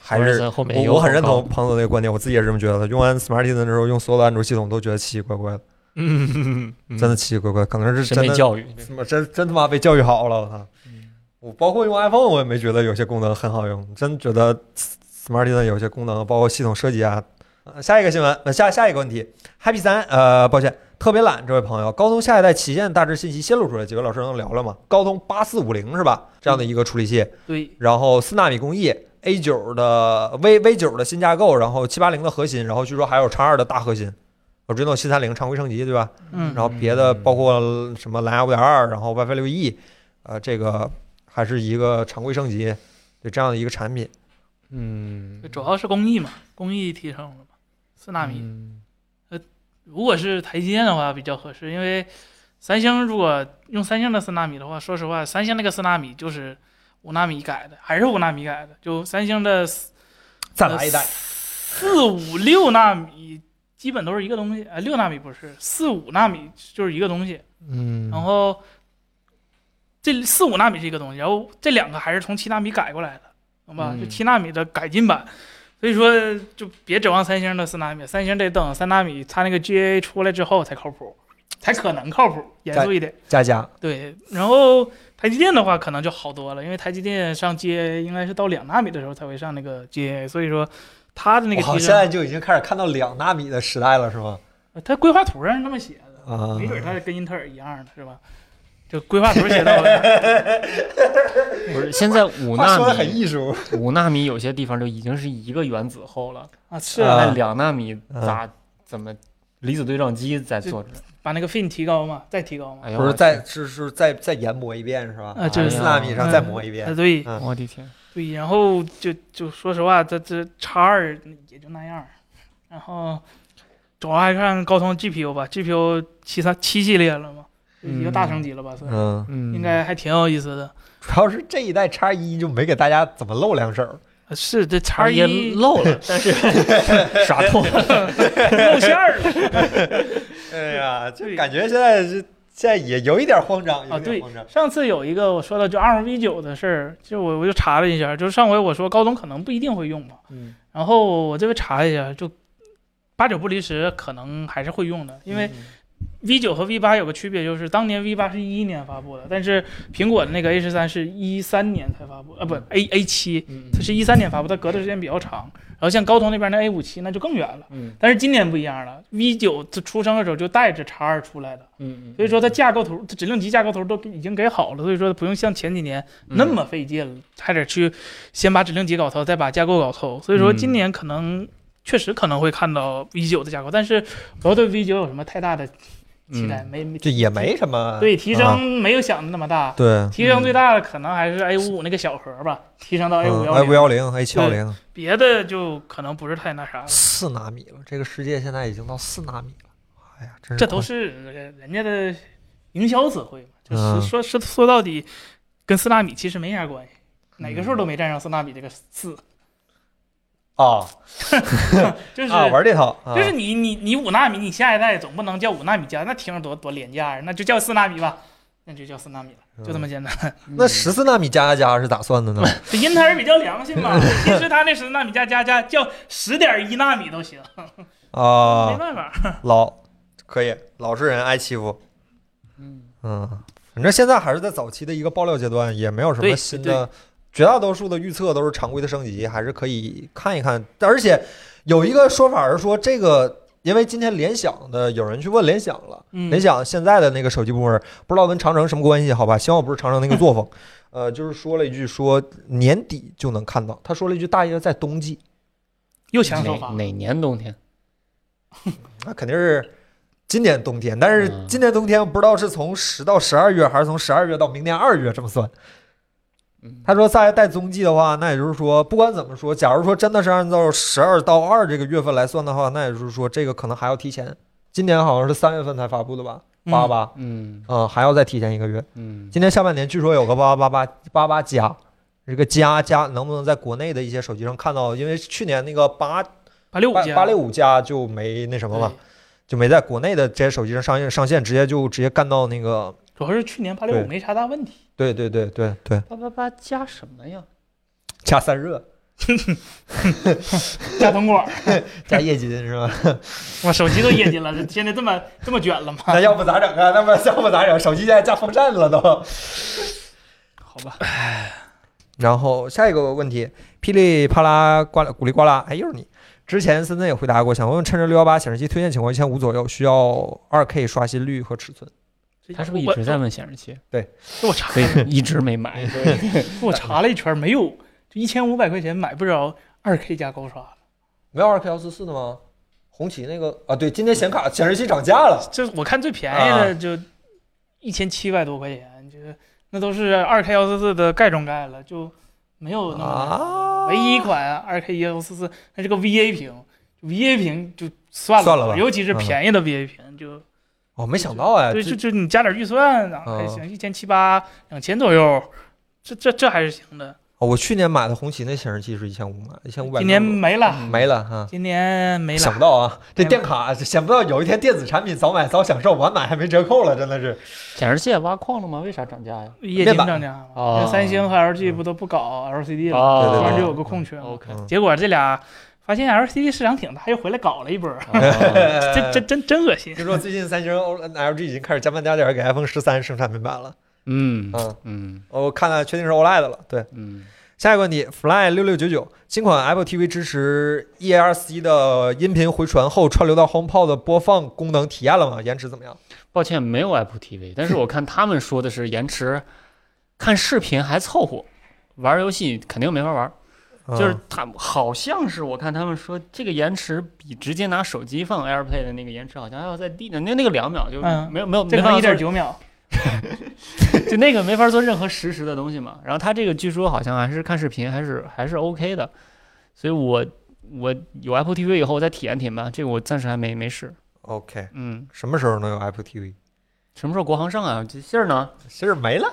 A: 还是
B: 在后面有
A: 我我很认
B: 广告
A: 同。庞总那个观点，我自己也是这么觉得的。用完 Smartisan 之后，用所有的安卓系统都觉得奇奇怪怪的，
B: 嗯，嗯
A: 真的奇奇怪怪，可能是
B: 审
A: 真
B: 美
A: 的
B: 教育，
A: 怎么真真他妈被教育好了，我操！我包括用 iPhone，我也没觉得有些功能很好用，真觉得 Smartisan 有些功能，包括系统设计啊。呃下一个新闻，呃下下一个问题，Happy 三，呃，抱歉，特别懒，这位朋友，高通下一代旗舰大致信息泄露出来，几位老师能聊聊吗？高通八四五零是吧？这样的一个处理器，
C: 对，
A: 然后四纳米工艺，A 九的 V V 九的新架构，然后七八零的核心，然后据说还有叉二的大核心，Adreno 七三零常规升级，对吧？
C: 嗯
A: 然，后别的包括什么蓝牙五点二，然后 WiFi 六 E，呃，这个还是一个常规升级，对这样的一个产品。
B: 嗯，
C: 主要是工艺嘛，工艺提升了嘛，四纳米。
B: 嗯
C: 如果是台积电的话比较合适，因为三星如果用三星的四纳米的话，说实话，三星那个四纳米就是五纳米改的，还是五纳米改的，就三星的四
A: 再来一代，
C: 呃四五六纳米基本都是一个东西，呃，六纳米不是，四五纳米就是一个东西，
B: 嗯，
C: 然后这四五纳米是一个东西，然后这两个还是从七纳米改过来的，懂吧？
B: 嗯
C: 就七纳米的改进版，所以说就别指望三星的四纳米，三星得等三纳米它那个 GA 出来之后才靠谱，才可能靠谱，严肃一点。
A: 佳佳，
C: 对，然后台积电的话可能就好多了，因为台积电上 GA 应该是到两纳米的时候才会上那个 GA，所以说它的那个
A: 哇，
C: 提
A: 现在
C: 升，
A: 就已经开始看到两纳米的时代了，是吗？
C: 它规划图上是那么写的。
A: 啊、
C: 没准它跟英特尔一样的是吧？就规划图写到
A: (laughs)
C: 了，
B: 不是现在五
A: 话说的
B: 纳
A: 很
B: 米，
A: 艺术，
B: 五纳米有些地方就已经是一个原子厚了，
C: 啊，是
A: 啊
B: 那两纳米咋怎么离子对撞机在做着？
C: 把那个 fin 提高嘛，再提高嘛。
B: 哎呦，
A: 不
B: 我
A: 是
B: 去
A: 再啊是是再再研磨一遍是吧？
C: 啊就是
A: 四纳米上再磨一遍
C: 啊，。对
A: 嗯
B: 我的天，
C: 对，然后就就说实话，这这叉二也就那样儿，然后主要还看高通 GPU 吧，GPU 七三七系列了嘛，就一个大升级了吧，算是
A: 嗯，
B: 嗯，
C: 应该还挺有意思的。
A: (laughs) 主要是这一代叉一就没给大家怎么露两手，
C: 啊是这
B: 它
C: 叉
B: 也
C: 一
B: 漏了，但是 (laughs) 傻痛，
C: 露馅儿了，
A: 哎呀，就
C: 对
A: 感觉现在是现在也有一点慌张，有
C: 啊
A: 一点
C: 对
A: 慌张。
C: (laughs) 上次有一个我说到就 ARM V 九的事儿，就我我就查了一下，就是上回我说高通可能不一定会用嘛，
B: 嗯
C: 然后我这边查了一下，就八九不离十，可能还是会用的，因为 V 九和 V 八有个区别，就是当年 V 八是一一年发布的，但是苹果的那个 A 十三是一三年才发布，啊不 A A 七，
B: 嗯
C: 它是一三年发布，它隔的时间比较长。然后像高通那边的 A 五七那就更远了，
B: 嗯
C: 但是今年不一样了，V 九出生的时候就带着 X 二出来的，
B: 嗯，
C: 所以说它架构图、它指令集架构图都给已经给好了，所以说不用像前几年
A: 嗯
B: 嗯
C: 那么费劲了，还得去先把指令集搞透，再把架构搞透。所以
A: 嗯
C: 说今年可能确实可能会看到 V 九的架构，但是不要对 V 九有什么太大的期待，没没
A: 这也没什么
C: 对提
A: 嗯啊
C: 升没有想的那么大，
A: 对，
C: 提升最大的可能还是 A 五五那个小核吧，提升到 A 五
A: 嗯
C: 幺
A: A 五幺零 A 七幺零
C: 别的就可能不是太那啥了。
A: 四纳米了，这个世界现在已经到四纳米了，哎呀，真是
C: 这都
A: 快
C: 是人家的营销词汇嘛，就是
A: 嗯
C: 说说说到底跟四纳米其实没啥关系。哪个数
A: 嗯
C: 都没占上塞纳比这个四，
A: 哦
C: 就是
A: 啊，玩这套啊
C: 就是你你你五纳米，你下一代总不能叫五纳米加，那听着多多廉价呀，啊那就叫四纳米吧，那就叫四纳米了，
A: 嗯
C: 就这么简单。
A: 那十四纳米加加是咋算的呢？
C: 这英特尔比较良心
A: (laughs)
C: 嘛，其实它那十纳米加加加叫十点一纳米都行，没
A: 啊，
C: 办法。
A: 老可以，老实人挨欺负。
B: 嗯，
A: 嗯，反正现在还是在早期的一个爆料阶段，也没有什么
C: 对
A: 新的，绝大多数的预测都是常规的升级，还是可以看一看。而且有一个说法是说，这个因为今天联想的有人去问联想了，
C: 嗯
A: 联想现在的那个手机部门不知道跟长城什么关系，好吧？希望不是长城那个作
B: (laughs)
A: 风。呃，就是说了一句说年底就能看到，他说了一句大约在冬季，
C: 又强首
B: 哪
C: 发，
B: 哪年冬天？
A: 那肯定是。今年冬天，但是
B: 嗯
A: 今年冬天不知道是从十到十二月，还是从十二月到明年二月这么算。
B: 嗯
A: 他说再带踪迹的话，那也就是说，不管怎么说，假如说真的是按照十二到二这个月份来算的话，那也就是说，这个可能还要提前。今年好像是三月份才发布的吧，八八，
B: 嗯
A: 嗯，还要再提前一个月。
B: 嗯
A: 今年下半年据说有个八八八八八八加，这个加加能不能在国内的一些手机上看到？因为去年那个八
C: 八六五
A: 八
C: 加
A: 八六五加就没那什么嘛，就没在国内的这些手机上上映上线，直接就直接干到那个，
C: 主要是去年八六
A: 对
C: 五没啥大问题，
A: 对对对对对，
B: 八八八加什么呀？
A: 加散热
C: 加铜管儿，
A: 加液晶是吧？
C: 我手机都液晶了，这现在这么这么卷了吗？
A: 那要不咋整啊？那不要不咋整？手机现在加风扇了都。
B: 好吧，
A: 然后下一个问题，噼里啪啦呱啦咕里呱啦，哎，又是你。之前森森也回答过，想问问趁着六幺八显示器推荐情况一千五左右，需要二 K 刷新率和尺寸。
B: 他是不是一
C: 我
B: 直在问显示器？
C: 我我查
B: 所以一直没买。
C: 我查了一圈，没有，就一千五百块钱买不着二 K 加高刷。
A: 没有二 K 幺四四的吗？红旗那个啊，对，今天显卡显示器涨价了。
C: 这我看最便宜的就一千七百多块钱，就是那都是二 K 幺四四的盖中盖了，就没有那么、
A: 啊
C: 唯一一款二 K 幺四四，它是个 VA 屏，VA 屏就算了
A: 算了吧
C: 尤其是
A: 嗯
C: 便宜的 VA 屏、就
A: 哦，没想到哎，
C: 对，就
A: 这
C: 就你加点预算啊，还行，一千七八两千左右，这这这还是行的。
A: 哦我去年买的红旗那显示器是一千五买，一千五百。
C: 今年没了，
A: 没了哈。
C: 今年没
A: 嗯想
C: 了
A: 不。到啊，这电卡想不到有一天电子产品早买早享受，晚买还没折扣了，真的 (laughs) 是。
B: 显示器也挖矿了吗？为啥涨价呀？
C: 液晶
A: 面板
C: 涨价嘛，
B: 哦
C: 这三星和 LG 不都不搞 LCD 了，
B: 哦
A: 对对对
C: 突然就有个空缺嘛。
B: OK，
A: 嗯
C: 结果这俩发现 LCD 市场挺大，又回来搞了一波，
B: 哦
A: 呃 (laughs)
C: 这这真真恶心。
A: 听说最近三星、O LG 已经开始加班加点给 iPhone 十三生产面板了。
B: 嗯
A: 嗯，
B: 嗯
A: 我看看确定是 OLED 的了。对，
B: 嗯
A: 下一个问题，Fly 六六九九，新款 Apple TV 支持 EARC 的音频回传后串流到 HomePod 的播放功能，体验了吗？延迟怎么样？
B: 抱歉，没有 Apple TV，但是我看他们说的是延迟，看视频还凑合，玩游戏肯定没法玩。
C: 嗯
A: 嗯
B: 就是他们好像是我看他们说这个延迟比直接拿手机放 AirPlay 的那个延迟好像还要再低点，那那个两秒就
C: 嗯
B: 没有没有没
C: 这可能
B: 法
C: 一点
B: 做，
C: 九秒，
B: 就那个没法做任何实时的东西嘛。然后他这个据说好像还是看视频还是还是 OK 的，所以我我有 Apple TV 以后我再体验体验吧，这个我暂时还没没试。
A: OK，
B: 嗯，
A: 什么时候能有 Apple TV？
B: 什么时候国行上啊？这信儿呢？
A: 其实没了，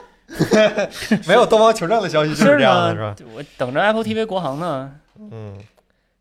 A: (laughs) 没有东方求证的消息 (laughs) 就是这样的，是吧？
B: 信儿呢？我等着 Apple TV 国行呢。
A: 嗯，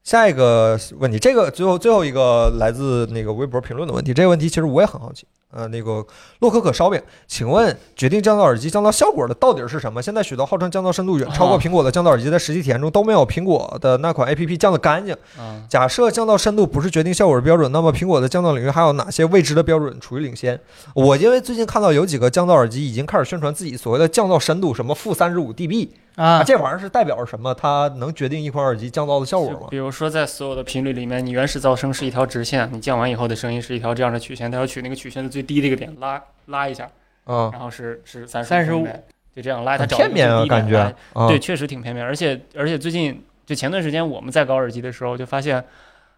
A: 下一个问题，这个最后最后一个来自那个微博评论的问题，这个问题其实我也很好奇。呃，那个洛可可烧饼，请问决定降噪耳机降噪效果的到底是什么？现在许多号称降噪深度远超过苹果的降噪耳机，在实际体验中都没有苹果的那款 APP 降的干净。
B: 啊，
A: 假设降噪深度不是决定效果的标准，那么苹果的降噪领域还有哪些未知的标准处于领先？我因为最近看到有几个降噪耳机已经开始宣传自己所谓的降噪深度，什么负三十五 dB
C: 啊，
A: 这玩意儿是代表什么？它能决定一款耳机降噪的效果
B: 就
A: 吗？
B: 比如说，在所有的频率里面，你原始噪声是一条直线，你降完以后的声音是一条这样的曲线，它要取那个曲线的最低的一个点，拉拉一下，
A: 啊，
B: 然后是是三十
C: 35
B: 就这样拉，它
A: 很
B: 找到
A: 片面啊，
B: 最低点
A: 感觉
B: 拉
A: 啊
B: 对，确实挺片面。而且而且最近就前段时间我们在搞耳机的时候，就发现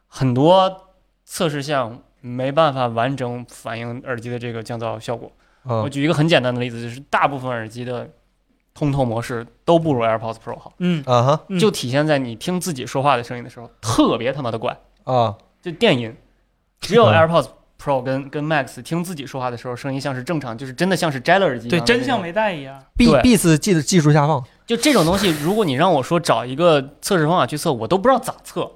B: 很多测试项没办法完整反映耳机的这个降噪效果。
A: 啊
B: 我举一个很简单的例子，就是大部分耳机的通透模式都不如 AirPods Pro 好。
C: 嗯，
A: 啊哈
C: 嗯
B: 就体现在你听自己说话的声音的时候，特别他妈的怪，
A: 啊
B: 就电音。只有
A: 嗯
B: AirPods Pro 跟跟 Max 听自己说话的时候，声音像是正常，就是真的像是摘了耳机一
C: 对，
B: 样的那种。
C: 真像没带一样。
A: ，B (laughs)
B: 对
A: B 是技技术下放
B: 就这种东西，如果你让我说找一个测试方法去测，我都不知道咋测。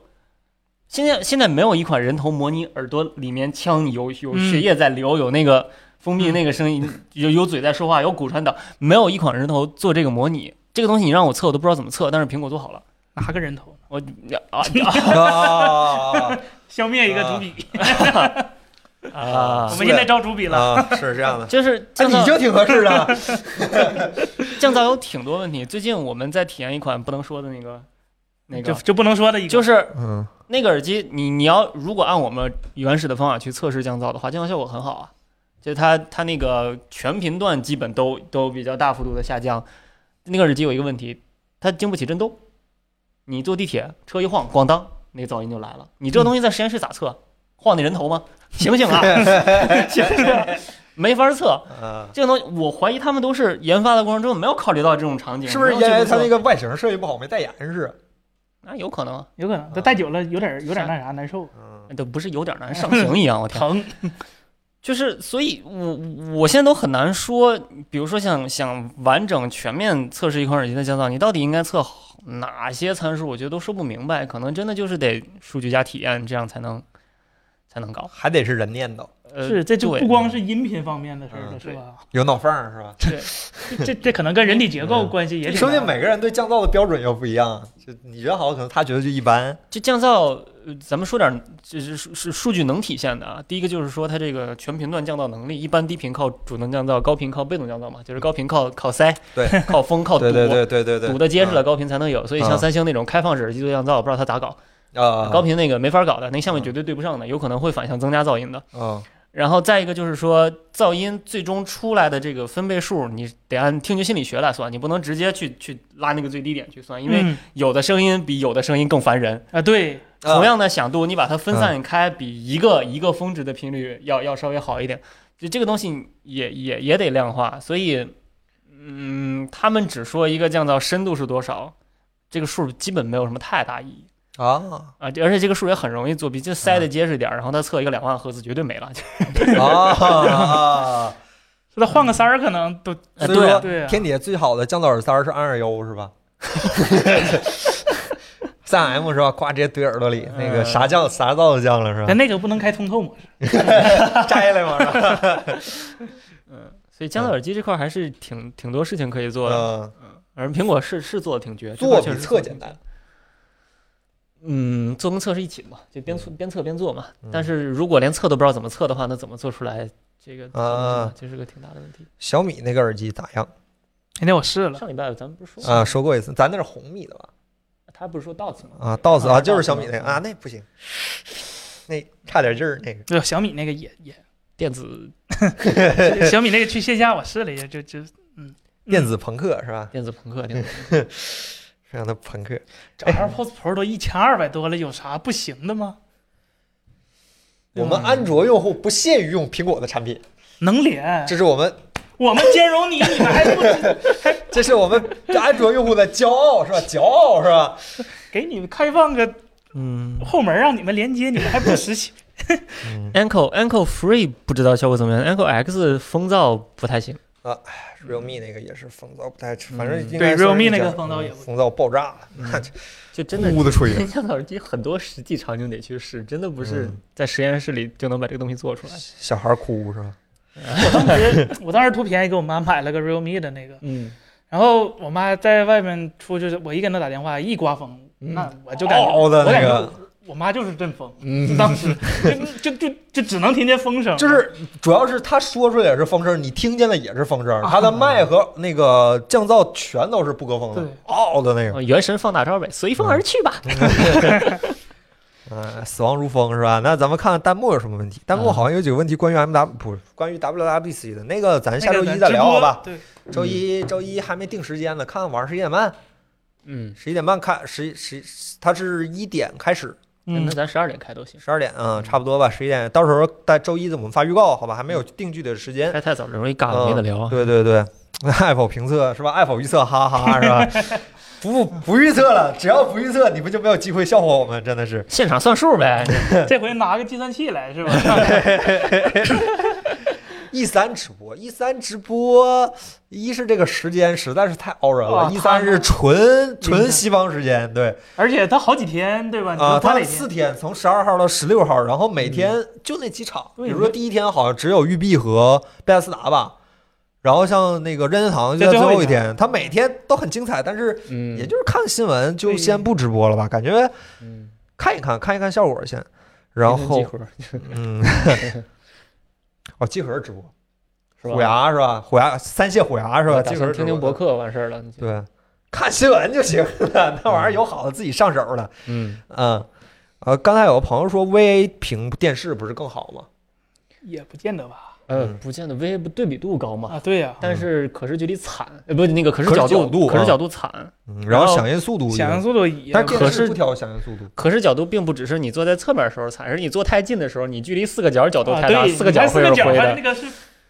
B: 现在现在没有一款人头模拟耳朵里面腔有有
C: 嗯
B: 血液在流，有那个封闭那个声音，有有嘴在说话，有骨传导，没有一款人头做这个模拟。这个东西你让我测，我都不知道怎么测，但是苹果做好了。
C: 拿个人头
B: 我啊
A: 啊
C: (laughs) 消灭一个主笔，
B: 啊啊
C: 我！们现在招主笔了。嗯
A: (laughs) 啊，是这样的。
B: 就是
A: 那
B: 降
A: 你
B: 噪，
A: 就挺合适 (laughs) 的，
B: 降噪有挺多问题。最近我们在体验一款不能说的那个，那
C: 就
B: 个
C: 就不能说的一个，
B: 就是
A: 嗯，
B: 那个耳机，你你要如果按我们原始的方法去测试降噪的话，降噪效果很好啊，就是它它那个全频段基本都都比较大幅度的下降。那个耳机有一个问题，它经不起震动，你坐地铁车一晃，咣当，那个噪音就来了。你这个东西在实验室咋测？晃你人头吗？ (laughs) 行不行
A: (laughs)
B: 啊？行不行啊？没法测，
A: 啊，
B: 这个东西我怀疑他们都是研发的过程中没有考虑到这种场景，
A: 是不是因
B: 没有去
A: 为它那
B: 测
A: 个外形设计不好，没戴严实？
B: 啊？有可能啊，
C: 有可能，他戴久了有点有点那啥难受，
A: 嗯，
B: 都不是有点难上刑一样，我天。
C: 疼。
B: 就是，所以我我现在都很难说，比如说想想完整全面测试一款耳机的降噪，你到底应该测好哪些参数？我觉得都说不明白，可能真的就是得数据加体验，这样才能才能搞。
A: 还得是人念叨，
B: 呃，
C: 是，这就嗯
B: 对
C: 不光是音频方面的事儿
A: 嗯
C: 了，是吧？
A: 有脑缝儿是吧？
C: 这这可能跟人体结构关系也挺大
A: 说不
C: 的。
A: 定每个人对降噪的标准又不一样，就你觉得好，可能他觉得就一般。
B: 这降噪，呃咱们说点儿就是数数数据能体现的啊。第一个就是说它这个全频段降噪能力，一般低频靠主动降噪，高频靠被动降噪嘛，就是高频靠靠塞，
A: 对，
B: 靠风靠堵
A: 对，对对对对对，
B: 堵的结实了，
A: 嗯
B: 高频才能有。所以
A: 啊
B: 像三星那种开放式耳机做降噪，我不知道它咋搞。
A: 啊，
B: 高频那个没法搞的，那个项目绝对对不上的，有可能会反向增加噪音的。
A: 嗯
B: 然后再一个就是说，噪音最终出来的这个分贝数，你得按听觉心理学来算，你不能直接去去拉那个最低点去算，因为
C: 嗯
B: 有的声音比有的声音更烦人。
C: 啊，嗯对，
B: 同样的响度，你把它分散开，比一个一个峰值的频率要要稍微好一点。就这个东西也也也得量化，所以，嗯，他们只说一个降噪深度是多少，这个数基本没有什么太大意义。
A: 啊
B: 啊，这而且这个数也很容易作弊，就塞
A: 嗯
B: 的结实点儿，然后他测一个两万赫兹绝对没了。
A: 啊
C: 说他换个三儿可能都
A: 所以说
B: 啊，
C: 对啊。
A: 天底下最好的降噪耳塞儿是安尔优是吧？三 M 是吧？夸直接怼耳朵里，那个
B: 嗯
A: 啥降啥噪都降了是
C: 但
A: 吧？
C: 那个不能开通透模式，
A: 摘来嘛是吧？
B: 所以降噪耳机这块儿还是挺挺多事情可以做的。
A: 嗯，
B: 而苹果是是做的挺绝，这块
A: 做
B: 确
A: 比
B: 实
A: 测
B: 得挺
A: 简
B: 绝
A: 单。。
B: 嗯，做跟测是一起的嘛，就边测边测边做嘛
A: 嗯。
B: 但是如果连测都不知道怎么测的话，那怎么做出来？这个
A: 啊
B: 这是个挺大的问题。
A: 小米那个耳机咋样
C: 那天我试了，
B: 上礼拜咱们不是说
A: 啊？说过一次，咱那是红米的吧？
B: 他不是说到此吗？
A: 啊，到此啊，就是小米那
B: 那
A: 个啊，那不行，那差点劲儿那个。
C: 对小米那个也
B: 电子
C: 也，小米那个去线下我试了一下，就就
A: 电子朋克是吧？
B: 电子朋克，电子
A: 非常的朋克。
C: 这 AirPods Pro 都一千二百多了，有啥不行的吗？
A: 我们安卓用户不屑于用苹果的产品，
C: 能连，
A: 这是我们
C: 我们兼容你，你们还不知
A: 这是我们安卓用户的骄傲是吧？骄傲是吧？
C: 给你们开放个
B: 嗯
C: 后门让你们连接，你们还不实行？
B: Ankle Ankle Free 不知道效果怎么样，Ankle X 风噪不太行。
A: 啊 realme 那个也是风噪不太，反正应
C: 嗯对
A: 该算是
C: ，realme
A: 一
C: 那
A: 家
C: 个风噪也不嗯
A: 风噪爆炸了，
B: 就真的
A: 呜的吹
B: (laughs) 天降噪耳机很多实际场景得去试，真的不是
A: 嗯
B: 在实验室里就能把这个东西做出
A: (laughs)
B: 来。
A: 小孩哭是吧？
C: 我当时我当时图便宜给我妈买了个 realme 的那个，
B: 嗯，
C: 然后我妈在外面出去，我一跟她打电话，一刮风，
B: 嗯
C: 那我就感觉
A: 嗷嗷的
C: 我
A: 那
C: 感
A: 个嗯
C: 觉我妈就是阵风，当时就就就就只能听见风声，
A: 就是主要是他说出来也是风声，你听见的也是风声，
C: 啊
A: 他的麦和那个降噪全都是不隔风的
C: 对，
A: 嗷的那个，
B: 哦原神放大招呗，随风而去吧。
A: 嗯，死亡如风是吧？那咱们看看弹幕有什么问题。弹
C: 嗯
A: 幕好像有几个问题关于 M W 不是关于 W W C 的那个，咱
C: 那
A: 下
C: 个
A: 周
C: 咱
A: 一再
C: 直
A: 聊
C: 播嗯
A: 好吧？
C: 对，
A: 周一周一还没定时间呢，看看晚上十一点半，
B: 嗯，
A: 十一点半开十十，它是一点开始，
B: 那
C: 嗯，
B: 咱十二点开都行，
A: 十二点嗯，差不多吧，十一点。到时候在周一我们发预告好吧？还没有定具的时间。
B: 开太早了容易尬
A: 嗯
B: 了，没得聊啊。
A: 对对对， (laughs) 那爱否评测是吧？爱否预测，哈哈 (laughs) 是吧？不不预测了，只要不预测，你不就没有机会笑话我们？真的是。
B: 现
A: (laughs)
C: 嗯
B: 场算数呗，
C: 这回拿个计算器来是吧？
A: E 三直播，E 三直播，一是这个时间实在是太熬人了
C: 哇
A: ，E
C: 他
A: 三
C: 们
A: 是纯
C: 明
A: 纯
C: 白
A: 西方时间，对
C: 而且他好几天对吧？你
A: 啊，
C: 说
A: 他
C: 哪
A: 是
C: 天嗯
A: 四天，从十二号到十六号，然后每天就那几场，
C: 对
A: 比如说第一天好像只有育碧和贝莱斯达吧，然后像那个任天堂就
C: 在
A: 在最
C: 最后
A: 后
C: 一
A: 一
C: 天
A: 天，他每天都很精彩，但是
B: (laughs) 嗯，
A: 也就是看新闻就
C: 对
A: 先不直播了吧，感觉
B: 嗯
A: 看一看看一看效果先，然
B: 一分
A: 后
B: 几盒
A: 嗯，
B: (laughs)
A: 哦，集合直播。
B: 是吧？
A: (laughs)
B: 啊
A: 虎牙是吧？虎牙三谢虎牙是吧？
B: 打
A: 集
B: 算
A: 合
B: 听听
A: 博
B: 博，客完事儿了。你就
A: 对，看新闻就行了，那玩意儿有好的自己上手了。
B: 嗯，
A: 嗯，呃，刚才有个朋友说 VA 屏电视不是更好吗？
C: 也不见得吧？
B: 呃，
A: 嗯
B: 不见得 VA 不对比度高嘛，
C: 啊，对呀、
B: 但是可视距离惨，呃，不，那个可视
A: 可视
B: 角
A: 角度
B: 可
A: 啊
B: 视角度惨。
A: 嗯，然
B: 然
A: 后
B: 后
A: 响应速度一
C: 响应
A: 样，
C: 速度也
A: 但是
B: 可
A: 电
B: 是
A: 视不调响应速度，
B: 可视角度并不只是你坐在侧面的时候惨，而是你坐太近的时候，你距离四个角角度
C: 啊
B: 太大，
C: 对
B: 四个角会是
C: 你看四个角
B: 灰
C: 它
B: 的
C: 那。个是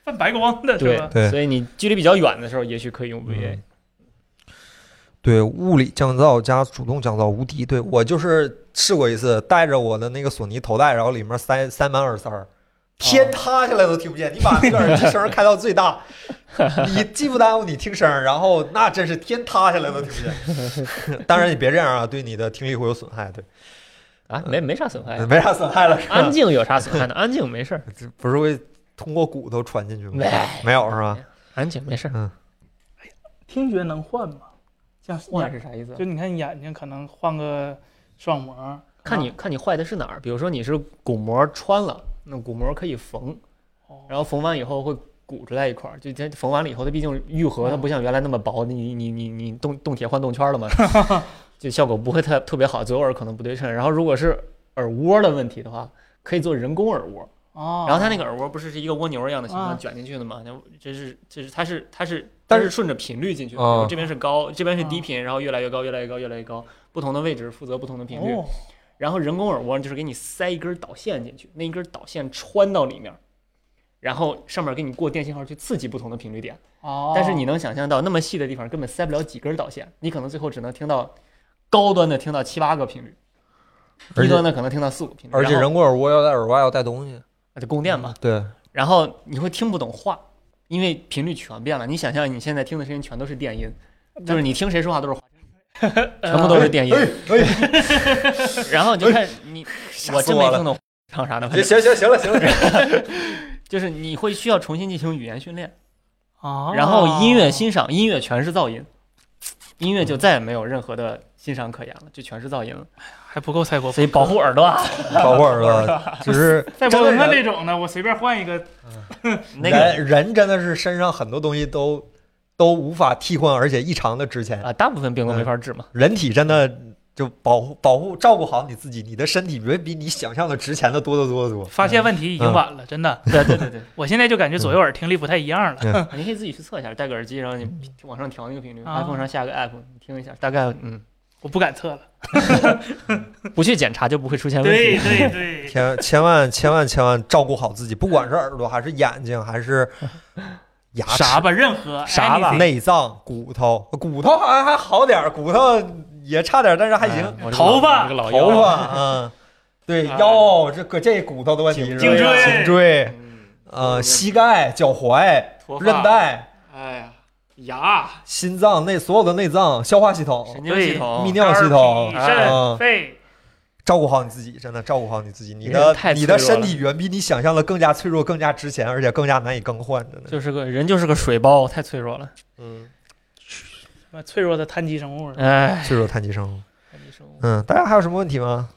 C: 泛白光的，是
B: 对
C: 吧？
A: 对
B: 所以你距离比较远的时候，也许可以用 VA
A: 嗯。对，物理降噪加主动降噪无敌。对我就是试过一次，带着我的那个索尼头戴，然后里面塞塞满耳塞儿，天塌下来都听不见。你把那个耳机声儿开到最大，你既不耽误你听声儿，然后那真是天塌下来都听不见。 (laughs) 当然你别这样啊，对你的听力会有损害，对，
B: 啊，没没啥损害，
A: 没啥损害了是
B: 安
A: 吧？
B: 静有啥损害呢？ (laughs) 安静没事儿，
A: 这不是会通过骨头穿进去吗
B: 没？
A: 没有是吧？
B: 安静没事儿。
C: 听觉能换吗？像
B: 换是啥意思啊？
C: 就你看眼睛可能换个双膜，
B: 看你看你坏的是哪儿，比如说你是鼓膜穿了，那鼓膜可以缝，
C: 哦
B: 然后缝完以后会鼓着在一块儿，就它缝完了以后，它毕竟愈合，它不像原来那么薄，你你你你动动铁换动圈了
C: (laughs)
B: 嘛，就效果不会特特别好，左右耳可能不对称。然后如果是耳蜗的问题的话，可以做人工耳蜗，
C: 哦，
B: 然后它那个耳蜗不是是一个蜗牛一样的形
C: 啊
B: 状卷进去的嘛，那这是这是它是它是
A: 但
B: 它
A: 是
B: 是顺着频率进去的，
A: 哦
B: 比如这边是高，这边是
C: 啊
B: 低频，然后越来越高，越来越高，越来越高，不同的位置负责不同的频率。
C: 哦，
B: 然后人工耳蜗就是给你塞一根导线进去，那一根导线穿到里面，然后上面给你过电信号去刺激不同的频率点。
C: 哦
B: 但是你能想象到那么细的地方根本塞不了几根导线，你可能最后只能听到高端的听到七八个频率，
A: 而且
B: 低端的可能听到四五个频率，
A: 而且
B: 然后
A: 人工嗯耳蜗要带耳挖要带东西，
B: 啊就供电嘛，
A: 对，
B: 然后你会听不懂话，因为频率全变了。你想象你现在听的声音全都是电音，就是你听谁说
A: (laughs)
B: 话都是话。全部都是电音，
A: 哎哎
B: 然后你就看
A: (laughs)
B: 你，
A: 吓
B: 我真没
A: 死我了 (laughs)
B: 听懂唱啥呢，反
A: 行
B: 正
A: 行行行了行了， (laughs)
B: 就是你会需要重新进行语言训练，
C: 哦，
B: 然后音乐欣赏，音乐全是噪音，音乐就再也没有任何的欣赏可言了，就全是噪音了。
C: 还不够赛博朋克，
B: 所以保护耳朵啊，
A: 保护耳 (laughs) 朵，只
B: (laughs)
A: 是
C: 赛博
A: 真的
C: 朋克
A: 人
C: 这种的，我随便换一个，
B: 那个
A: 人人真的是身上很多东西都都无法替换，而且异常的值钱。
B: 啊，大部分病都没法治嘛。
A: 人体真的就保护保护照顾好你自己，你的身体远比你想象的值钱的多得多得多。
C: 发现问题已
A: 嗯
C: 经晚了，真的，
B: 对对对对，
C: 我现在就感觉左右耳听力不太一样了。
B: 你可以自己去测一下，戴个耳机，然后你往上调那个频率
C: 啊
B: ，iPhone 上下个 app，你听一下，大概嗯，
C: 我不敢测了。
B: 不去检查就不会出现问题。
C: 对对，
A: (laughs) 千千万千万千万照顾好自己，不管是耳朵还是眼睛还是牙齿、
C: 啥吧，任何
A: 啥吧，
C: anything
A: 内脏、骨头，骨头好像还好点儿，骨头也差点儿，但是还行。
B: 哎我这个
C: 头发
B: 我这个老
A: 头
B: 妖啊，
A: 发，嗯，对，
C: 啊
A: 腰这搁这骨头的问题是吧，
C: 颈椎
A: 颈椎，
B: 嗯
A: 呃，膝盖、脚踝、
B: 头发
A: 韧带、
B: 哎呀，牙、
A: 心脏内所有的内脏、消化系
B: 神
A: 统、
B: 经系统
A: 泌、尿系统，
C: 肝脾肾
A: 嗯
C: 肺，
A: 照顾好你自己，真的照顾好你自己。你
B: 人
A: 的
B: 太脆弱
A: 你的
B: 了
A: 身体远比你想象的更加脆弱、更加值钱，而且更加难以更换，真的。
B: 就是个人就是个水包，太脆弱了。
A: 嗯，
C: 什么脆弱的碳基生物了。
B: 哎，
A: 脆弱碳基生物。
B: 你说我
A: 嗯，大家还有什么问题吗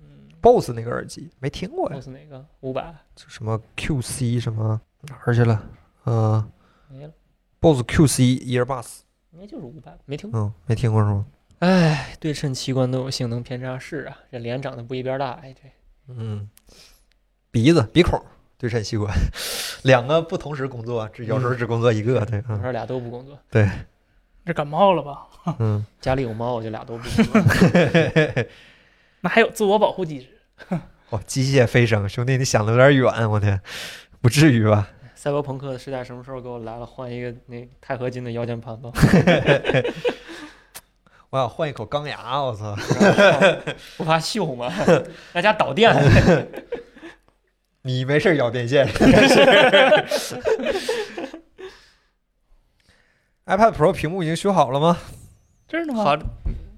B: 嗯
A: ？BOSS 那个耳机没听过呀
B: 我，是哪个？五百
A: 就什么 QC 什么哪儿去了？嗯
B: 没了，
A: ，BOSS QC Earbuds，
B: 应该就是五百，没听过。
A: 嗯，没听过是吗？
B: 哎，对称器官都有性能偏差是啊，这脸长得不一边大，哎，这
A: 嗯，鼻子、鼻孔对称器官， (laughs) 两个不同时工作，只有时候只工作一个，对，
B: 我
A: 嗯
B: 说俩都不工作，
C: 这感冒了吧？
A: 嗯，
B: 家里有猫，我就俩都不工作。
C: 那还有自我保护机制，
A: 哦，机械飞升，兄弟，你想的有点远，我天，不至于吧？
B: 赛博朋克的时代什么时候给我来了？换一个那钛合金的腰间
A: (laughs)
B: 盘吧，
A: 我想换一口钢牙，我操！
B: 不怕锈吗？那家导电，
A: 你没事儿咬电 (laughs) 线。iPad Pro 屏幕已经修好了吗？
C: 真的吗？
B: 好，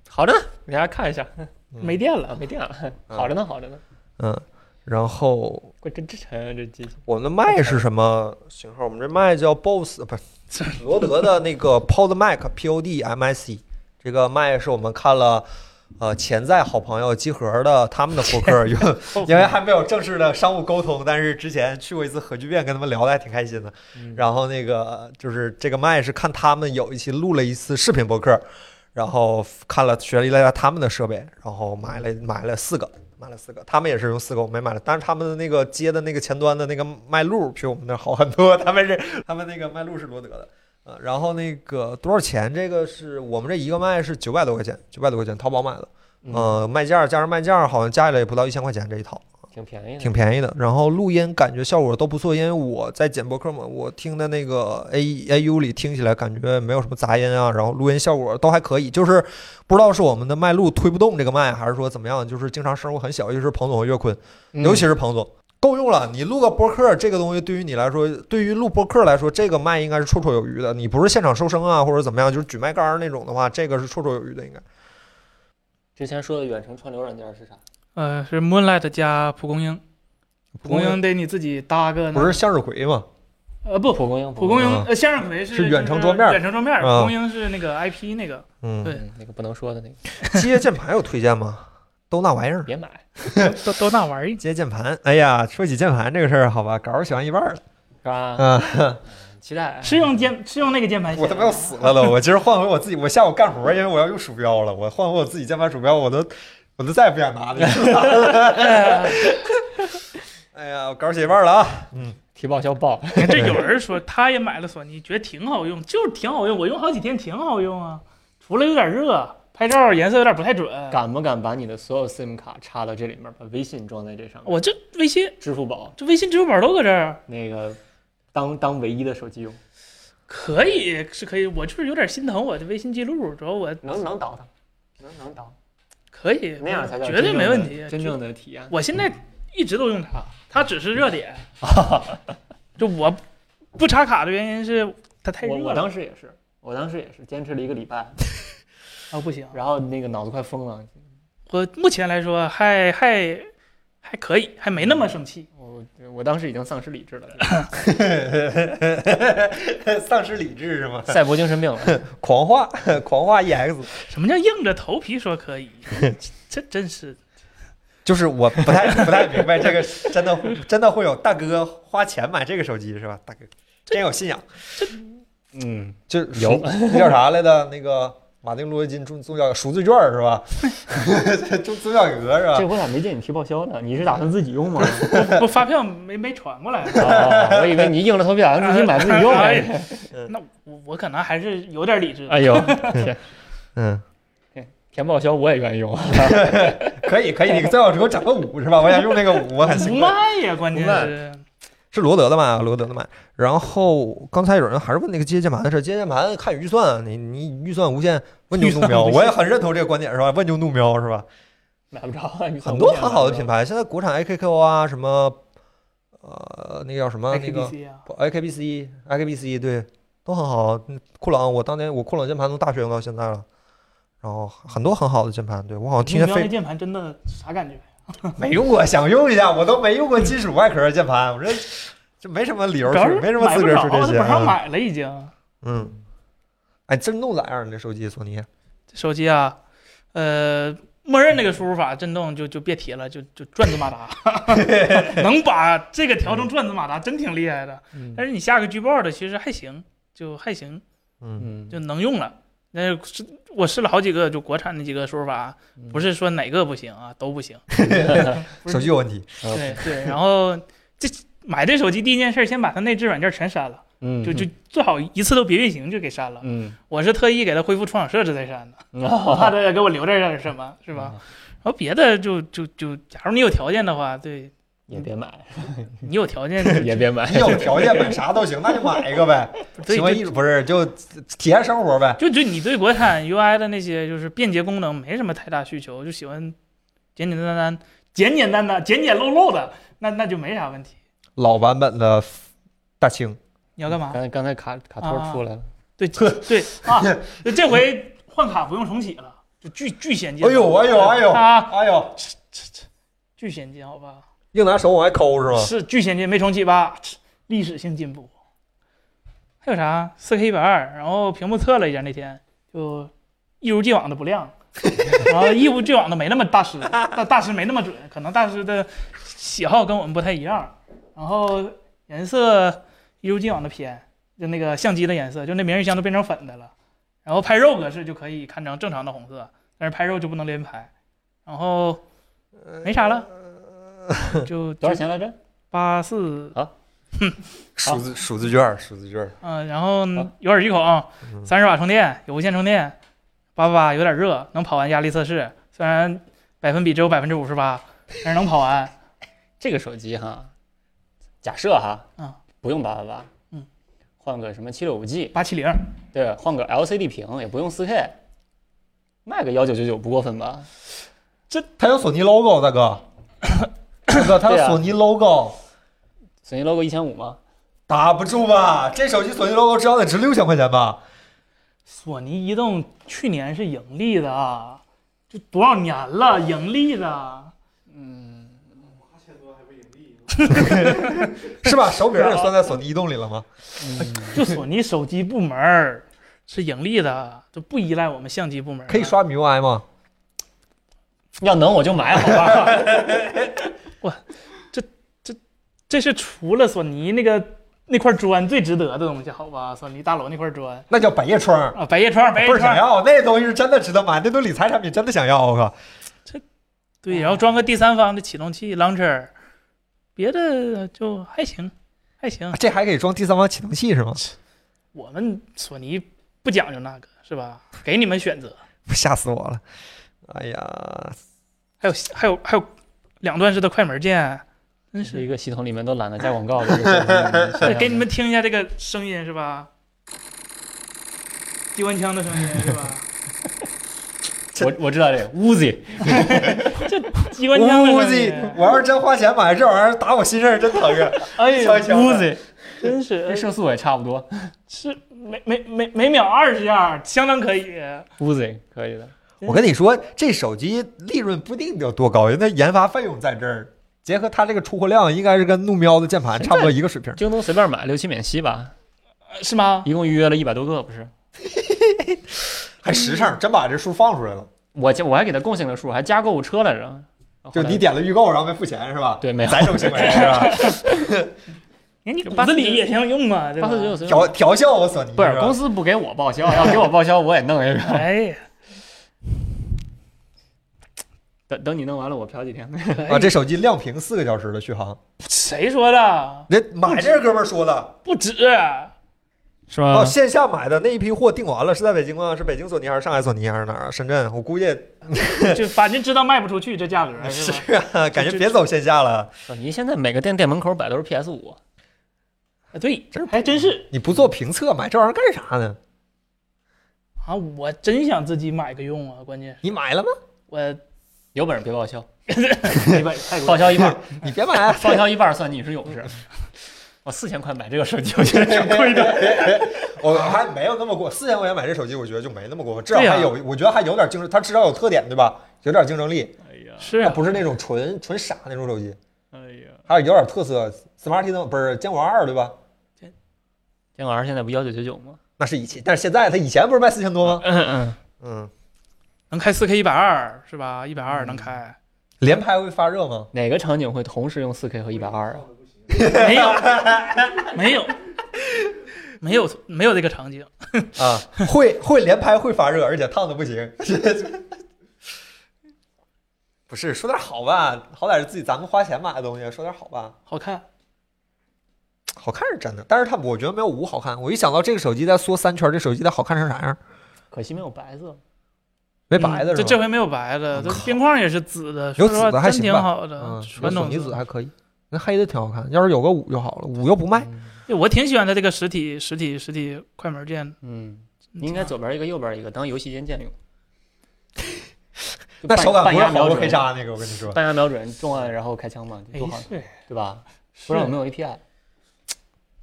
B: 好着呢， (laughs) 给大家看一下，
A: 嗯
C: 没电
B: 啊
C: 了，
B: 没电了，好着呢，好着呢，
A: 嗯，然后
B: 怪真真沉啊，这机器，
A: 我们的麦是什么型号？我们这麦叫 Boss，不呃是罗德的那个 Pod Mac P O D M I C。这个麦是我们看了呃潜在好朋友集合的他们的博客，因为因为还没有正式的商务沟通，但是之前去过一次核聚变，跟他们聊的还挺开心的。然后那个就是这个麦是看他们有一期录了一次视频博客，然后看了学了一下他们的设备，然后买了买了四个。买了四个，他们也是用四个，我没买了。但是他们的那个接的那个前端的那个麦路比我们那儿好很多，他们是他们那个麦路是罗德的，呃，然后那个多少钱？这个是我们这一个麦是九百多块钱，九百多块钱，淘宝买的，呃，卖价加上卖价好像加起来也不到一千块钱这一套，
B: 挺便宜的，
A: 挺便宜的。然后录音感觉效果都不错，因为我在剪播客嘛，我听的那个 A A U 里听起来感觉没有什么杂音啊，然后录音效果都还可以，就是不知道是我们的麦路推不动这个麦，还是说怎么样，就是经常声音很小，尤其是彭总和岳坤，
B: 嗯
A: 尤其是彭总。够用了，你录个播客，这个东西对于你来说，对于录播客来说，这个麦应该是绰绰有余的。你不是现场收声啊，或者怎么样，就是举麦杆儿那种的话，这个是绰绰有余的，应该。
B: 之前说的远程串流软件是啥？
C: 呃，是 Moonlight 加蒲公英，蒲公英得你自己搭个，
A: 不是向日葵嘛？
C: 呃不，
B: 蒲公英，
C: 蒲公英
A: 啊
C: 呃向日葵是
A: 是远
C: 就
A: 程桌面儿
C: 远程桌面儿，
A: 啊
C: 蒲公英是那个 IP 那个，
A: 嗯，
C: 对
B: 嗯，那个不能说的那个，
A: 机械键盘有推荐吗？都那玩意儿。
B: 别买，
C: 都都那玩意。
A: 接键盘，哎呀，说起键盘这个事儿，好吧，稿儿写完一半儿了，
B: 是吧？嗯
A: 啊，
B: 期待啊
C: 是用键是用那个键盘写
A: 我
C: 的，
A: 他妈要死了都！我今儿换回我自己，我下午干活儿，因为我要用鼠标了，我换回我自己键盘鼠标，我都我都再也不想拿那个了。哎呀，我稿儿写一半儿了啊，嗯，
B: 提报销报，
C: 这有人说他也买了索尼，觉得挺好用，就是挺好用，我用好几天挺好用啊，除了有点热，拍照颜色有点不太准。
B: 敢不敢把你的所有 SIM 卡插到这里面，把微信装在这上面？
C: 我这微信
B: 支付宝
C: 这微信、支付宝都搁这儿，
B: 那个当当唯一的手机用，
C: 可以是可以，我就是有点心疼我的微信记录，主要我
B: 能能倒腾，能能倒，
C: 可以
B: 那样才叫
C: 绝对
B: 真正
C: 没
B: 的
C: 问题，
B: 真正的体验。
C: 我现在一直都用它，它只是
B: (laughs)
C: 热点。就我不插卡的原因是它太
B: 我
C: 热
B: 我
C: 了
B: 当时也是，我当时也是坚持了一个礼拜，
C: 啊，不行。
B: 然后那个脑子快疯了，
C: 我目前来说还还还可以，还没那么生气。
B: 我我当时已经丧失理智了，
A: 丧失理智是吗？
B: 赛博精神病了。
A: 狂化，狂 E 化 EX，
C: 什么叫硬着头皮说可以？ (laughs) 这真是的
A: 就是我不太不太明白这个真的真的会有大哥花钱买这个手机是吧？大哥真有信仰，
B: 嗯，
A: 就是
B: 有
A: 赎那叫啥来的？那个马丁路德金宗宗教赎罪券是吧？ (laughs) 宗宗教改革是吧
B: 这？我咋没见你提报销呢？你是打算自己用吗？
C: 不发票没没传过来。
B: (laughs) 哦我以为你硬着头皮打算自己买自己用
C: 哎
B: (laughs) 呢。
C: 那我我可能还是有点理智的。
B: 哎呦，
A: 嗯，
B: 填报销我也愿意用。
A: 可以可以，你最好给我整个五是吧？我想用那个五，我很
C: 不
A: 兴奋。
C: 卖呀，关键
B: 不卖
C: 是
A: 是罗德的吗？罗德的吗？然后刚才有人还是问那个机械键盘的事，机械键盘看预算，你你预算无限，问就怒
C: 预算
A: 瞄，
C: 无限
A: 我也很认同这个观点是吧？问就怒瞄是吧？
B: 买不着啊，你
A: 很多很好的品牌，现在国产 AKQO 啊，什么呃那个叫什么那个
C: AKBC 啊，
A: 不 AKBC AKBC 对，都很好。嗯酷朗，我当年我酷朗键盘从大学用到现在了，然后很多很好的键盘，对我好像听见
C: 目标那
A: 非
C: 键盘真的啥感觉？
A: 没用过，想用一下，我都没用过金属外壳键盘，我这这没什么理由
C: 嗯主
A: 说
C: 要是，
A: 没什么
C: 买
A: 资
C: 不
A: 格
C: 着
A: 说这些
C: 马上
A: 啊。
C: 买了已经。
A: 嗯，哎，震动咋样？你这手机索尼？
C: 这手机啊，呃，默认那个输入法震动就就别提了，就就转子马达， (laughs) 能把这个调成转子马达真挺厉害的。
B: 嗯
C: 但是你下个巨爆的其实还行，就还行，
A: 嗯
B: 嗯，
C: 就能用了。那是我试了好几个，就国产的几个输入法，啊
B: 嗯
C: 不是说哪个不行啊，都不行。不是
A: (laughs) 手机有问题。
C: 对对，然后这买这手机第一件事，先把它内置软件全删了，
B: 嗯
C: 就就最好一次都别运行就给删了。
B: 嗯，
C: 我是特意给它恢复出厂设置再删的。我
A: 哦
C: 怕大家给我留点点什么， (laughs) 是吧？然后别的就就就，假如你有条件的话，对
B: 也别买，
C: (laughs) 你有条
A: (laughs)
C: 件就
B: 也别买
A: 你。有条件买啥都行，那就买一个
C: (laughs)
A: 呗。
C: 对
A: 行为艺术不是就体验生活呗？
C: 就就你对国产 UI 的那些就是便捷功能没什么太大需求，就喜欢简简单单、简简单单、简简陋陋的，那那就没啥问题。
A: 老版本的大清，
C: 你要干
A: 嗯
C: 嘛
B: 刚？才刚才卡卡托
C: 啊
B: 出来了，
A: (laughs)
C: 对对啊，对这回换卡不用重启了，就巨巨先进。
A: 哎呦哎呦哎呦
C: 啊，
A: 哎呦，
C: 巨先进，好吧？
A: 硬拿手往外抠是吗？
C: 是巨先进，没重启吧？历史性进步。还有啥？四 K 一百二，然后屏幕测了一下，那天就一如既往的不亮， (laughs) 然后一如既往的没那么大师，大大师没那么准，可能大师的喜好跟我们不太一样。然后颜色一如既往的偏，就那个相机的颜色，就那明日香都变成粉的了。然后拍肉格式就可以看成正常的红色，但是拍肉就不能连拍。然后没啥了，就
B: 呃多少钱来着？
C: 八四，
A: 数字数字券，数字券，
C: 嗯，然后呢
B: 啊
C: 有耳机孔，
A: 嗯
C: 三十瓦充电，有无线充电，八八八有点热，能跑完压力测试，虽然百分比只有百分之五十八，但是能跑完。
B: 这个手机哈，假设哈，
C: 嗯
B: 不用八八八，
C: 嗯，
B: 换个什么七六五 G，
C: 八七零，
B: 对，换个 LCD 屏，也不用四 K，卖个幺九九九不过分吧？
A: 它有索尼 logo，大 (coughs) 哥，大哥，它有
B: 对啊
A: 索尼 logo，
B: 索尼 logo 一千五吗？
A: 打不住吧？这手机索尼 logo 至少得值六千块钱 (laughs) 吧？
C: 索尼移动去年是盈利的啊，就多少年了，盈利的。
A: 是啊吧？手柄也算在索尼移动里了吗？
C: 就索尼手机部门儿是盈利的，就不依赖我们相机部门儿。
A: 可以刷 MIUI 吗？
B: 要能我就买，好吧？ (laughs)
C: 这是除了索尼那个那块砖最值得的东西，好吧？索尼大楼那块砖
A: 那叫百叶窗。
C: 啊，百叶窗，百叶
A: 倍儿想
C: 窗，
A: 要，那东西是真的值得买，那都理财产品真的想要，我靠！啊
C: 对，然后装个第三方的启动器 launcher，别的就还行，还行。
A: 这还可以装第三方启动器是吗？
C: 我们索尼不讲究那个，是吧？给你们选择，
A: 吓死我了！哎呀，
C: 还有还有还有两段式的快门键，真
B: 是
C: 是
B: 一。个系统里面都懒得加广告了，这个手机
C: (laughs) 给你们听一下这个声音是吧？机关枪的声音是吧？
B: 我我知道这个 Uzi，
C: 机关枪的
A: 估
C: 声
A: 计
C: 音，
A: 我要是真花钱买这玩意儿，打我心事儿真疼啊！
C: 哎
A: 一敲，
C: 呦
A: 一敲的，
C: 真
B: 这
C: 是呃
B: 射速也差不多
C: 是每每每每秒二十下，相当可以。呃
B: ，Uzi 可以的。
A: 我跟你说，这手机利润不一定有多高，因为研发费用在这儿，结合它这个出货量，应该是跟怒喵的键盘差不多一个水平。
B: 京东随便买六七免息吧，
C: 呃是吗？ (laughs)
B: 一共预约了一百多个，不是？
A: 还实诚，真把这数放出来了。
B: 我加我还给他贡献了数，还加购物车来着。后来
A: 就你点了预购，然后没付钱是吧？
B: 对没有
A: 咱这种行为是
B: (laughs)
A: 吧？
C: 连你骨子里也挺用啊，对吧
B: 八四九九随便
A: 调调笑我索尼
B: 不是
A: 吧
B: 公司不给我报销，
A: (laughs)
B: 要给我报销我也弄一个。
C: 哎呀，
B: 等等你弄完了，我嫖几天。
A: 啊，这手机亮屏四个小时的续航，
C: 谁说的？
A: 那买这哥们儿说的。
C: 不
A: (laughs)
C: 止，
A: (laughs)
B: 是
A: 哦，？
B: (laughs)
A: 线下买的那一批货订完了，是在北京吗？是北京索尼还是上海索尼还是哪儿啊？深圳？我估计
B: 哎
C: 就反正知道卖不出去这
A: (laughs)
C: 价格是吧？
A: 是啊，感觉别走线下了。
B: 索尼哦现在每个店店门口摆都是 PS 五，
C: 啊对
A: 这，
C: 还真是
A: 你不做评测，买这玩意儿干啥呢？
C: 啊！我真想自己买个用啊，关键
A: (laughs)
C: 是
A: 你买了吗？
C: 我
B: 有本事别
A: (laughs)
B: 报销，
C: 没买太贵
B: 报
C: 了。
B: 销一半，，
A: 你别 (laughs) 买啊
B: 报销一半算你是勇士。 (laughs) 我四千块买这个手机，我觉得 (laughs) 挺
A: (laughs)
B: 贵的。
A: 我还没有那么过，四千块钱买这手机，我觉得就没那么过，至少
C: 对啊
A: 还有，我觉得还有点竞争，它至少有特点，对吧？有点竞争力，
B: 哎呀，
C: 是
A: 它
C: 啊，
A: 不是那种纯纯傻那种手机，
B: 哎呀，
A: 还有有点特色。Smart 灯不是坚果二对吧？
B: 天玩现在不幺九九九吗？
A: 那是以前，但是现在它以前不是卖四千多吗？
B: 嗯嗯，
A: 嗯，
C: 能开四 K 一百二是吧？一百二能开，
A: 连拍会发热吗？
B: 哪个场景会同时用四 K 和一百二啊？
C: 没
A: (laughs)
C: 有，没有，没有，没有这个场景。
A: 啊，会会连拍会发热，而且烫的不行。不是，说点好吧，好歹是自己咱们花钱买的东西，说点好吧。
C: 好看，
A: 好看是真的，但是它我觉得没有五好看。我一想到这个手机再缩三圈，这手机得好看成啥样？
B: 可惜没有白色。
A: 没白的是
C: 嗯这
A: 吧？
C: 这回没有白的，这边框也是紫的，
A: 有
C: 说实话
A: 紫的还
C: 真
A: 行
C: 挺
A: 吧
C: 好的
A: 嗯，，有
C: 传
A: 索
C: 统
A: 尼紫还可以，那黑的挺好看。要是有个五就好了，五又不
B: 嗯
A: 卖。
C: 对哎我挺喜欢它这个实体、实体、实体快门键。
B: 嗯，你应该
C: 走。
A: (laughs)
B: 左边一个，右边一个，当游戏间键用。
A: 那手感
B: 半
A: 不是
B: 压
A: 好
B: 瞄
A: 多黑
B: 准，
A: 鲨那个，我跟你说，
B: 半压瞄准，重按然后开枪嘛，就多好，
C: 哎是
B: 对吧？不知道有没有 API，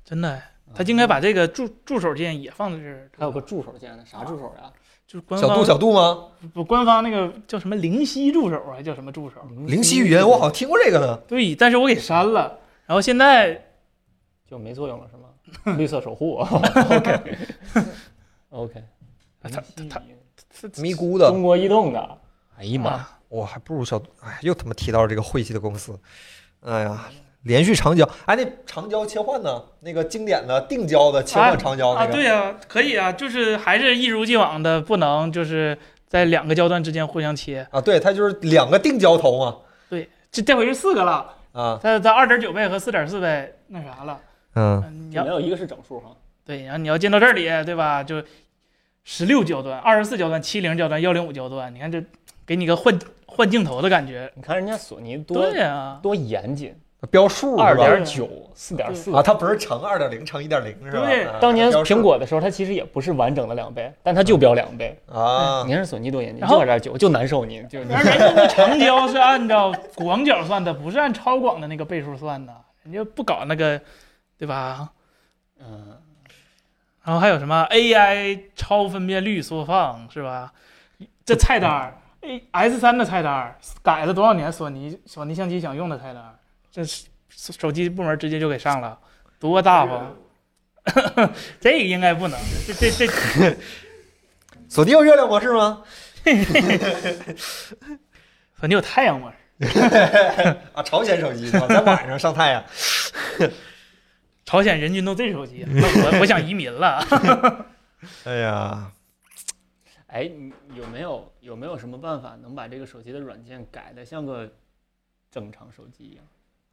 C: 真的，他应该把这个助助手键也放在这儿，
B: 嗯还有个助手键呢，啥助手呀？
C: 就是官
A: 啊小度
C: 方
A: 小度吗？
C: 不官方那个叫什么灵犀助手啊还叫什么助手？
A: 啊灵犀语
C: 嗯
A: 音，我好像听过这个呢。
C: 对，但是我给删了。然后现在
B: 就没作用了是吗？ (laughs) 绿色守
A: (laughs)
B: 护，OK (laughs) OK，
C: 啊他他嗯
A: 咪咕的，
B: 中国移动的，哎呀
C: 啊
B: 妈，
A: 我还不如小，哎，又他妈提到了这个晦气的公司，哎呀，连续长焦，哎，那长焦切换呢？那个经典的定焦的切换长哦焦那
C: 啊，
A: 个，
C: 对呀，可以啊，就是还是一如既往的，不能就是在两个焦段之间互相切。
A: 啊，对，它就是两个定焦头嘛，
C: 这这回是四个了，
A: 啊，
C: 它它二点九倍和四点四倍那啥了。
A: 嗯，
C: 嗯，你
B: 也
C: 要
B: 没有一个是整数哈。
C: 对，然后你要进到这里，对吧？就十六焦段、二十四焦段、七零焦段、幺零五焦段，你看这给你个换换镜头的感觉。
B: 你看人家索尼多
C: 对啊，
B: 多严谨，
A: 标数
B: 二
A: 是吧？
B: 点九、四点四
A: (laughs) 啊，。它不是乘二点零乘一点零是吧？
C: 对
A: 啊
B: 当年
A: 标数
B: 苹果的时候，它其实也不是完整的两倍，但它就标两倍。
A: 啊
B: 你，看人索尼多严谨，
C: 然后
B: 就二点九，就难受你，就
C: 而 (laughs) 人家的成交是按照广角算的，不是按超广的那个倍数算的，人家不搞那个，对吧？
B: 嗯，
C: 然后还有什么 AI 超分辨率缩放是吧？这菜单儿 S 3的菜单儿改了多少年索尼索尼相机想用的菜单儿，这是手手机部门直接就给上了，多大方！ (laughs) 这个应该不能，这这这
A: 索尼有月亮模式吗？
C: 索尼有太阳模式，
A: 啊，朝鲜手机是吧在晚上上太阳， (laughs)
C: 朝鲜人均都这手机，我我想移民了。 (laughs)
A: 哎呀，
B: 哎，你有没有有没有什么办法能把这个手机的软件改的像个正常手机一样？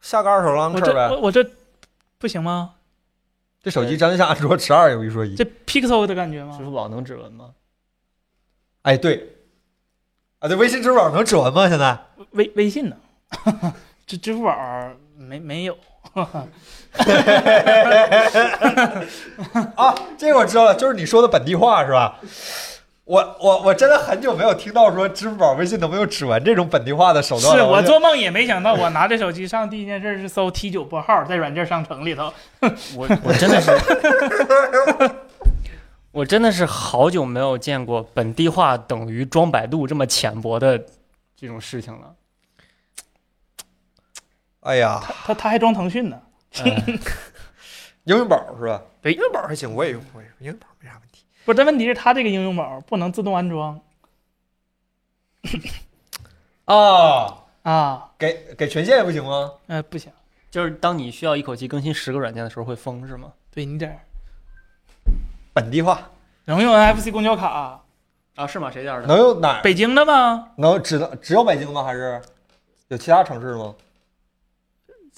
A: 下个二手
C: 我
A: launcher
C: 这
A: 呗，
C: 我我这不行吗？
A: 这手机真像安卓十二有一说一，
C: 这 Pixel 的感觉吗
B: 支？付宝能指纹吗？
A: 哎对，啊对，微信、支付宝能指纹吗？现在？
C: 微微信呢？这 (laughs) 支付宝儿没没有，
A: 啊，这个我知道了，就是你说的本地化是吧？我我我真的很久没有听到说支付宝、微信能不能指纹这种本地化的手段
C: 是
A: 了。
C: 我
A: 就
C: 做梦也没想到，我拿着手机上第一件事是搜 T 九拨号，在软件商城里头。
B: 我我真 (laughs) 的是，我真的是好久没有见过本地化等于装百度这么浅薄的这种事情 (laughs) 了。
A: 哎呀，
C: 他他还装腾讯呢，
B: 哎
A: 应用宝是吧？
C: 对
A: 应用宝还行，我也用，我也用，应用宝没啥问题。
C: 不是？但问题是，他这个应用宝不能自动安装
A: 啊，
C: 啊，
A: 给给权限也不行吗？
C: 呃，不行，
B: 就是当你需要一口气更新十个软件的时候会封是吗？
C: 对你得
A: 本地化
C: 能用 NFC 公交卡，
B: 啊，是吗？谁家的？
A: 能用哪儿？
C: 北京的吗？
A: 能只能只有北京吗？还是有其他城市吗？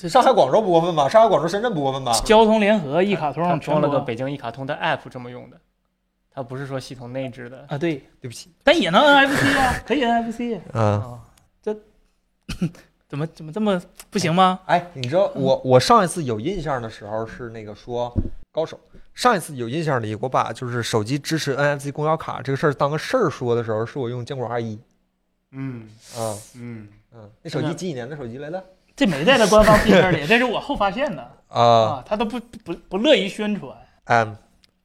A: 上海、广州不过分吧？上海、广州、深圳不过分吧？
C: 交通联合一卡
B: 他
C: 通
B: 装了个
C: 全国啊
B: 北京一卡通的 app 这么用的，它不是说系统内置的。
C: 啊，对，
A: 对不起，
C: 但也能 NFC 啊，可以 NFC，
A: 嗯，
B: 啊，
C: 怎么怎么这么不行吗？
A: 哎，你知道我我上一次有印象的时候是那个说高手，上一次有印象里我把就是手机支持 NFC 公交卡这个事儿当个事儿说的时候，是我用坚果 R 一
B: 嗯
A: 啊
B: 嗯，
A: 嗯，那手机几几年的手机来的
C: 这没在他官方 P 圈里，这是我后发现的
A: 啊
C: 啊，他都不不不乐于宣传，
A: 嗯，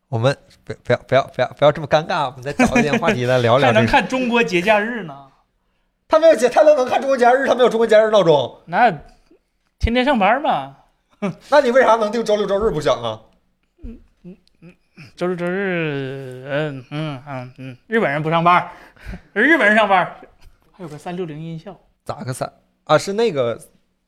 A: 我们不不要不要不要不要这么尴尬，我们再找一点话题来聊聊
C: 还
A: 这
C: 能
A: 个。
C: 看中国节假日呢。
A: (laughs) 他没有节，他都能看中国节假日，他没有中国节假日闹钟，
C: (laughs) 那天天上班嘛，
A: 那你为啥能定周六周日不行啊？
C: 周日周日，嗯嗯嗯嗯，日本人不上班 (laughs) 儿，日本人上班儿，还有个三六零音效，
A: 咋个散啊？是那个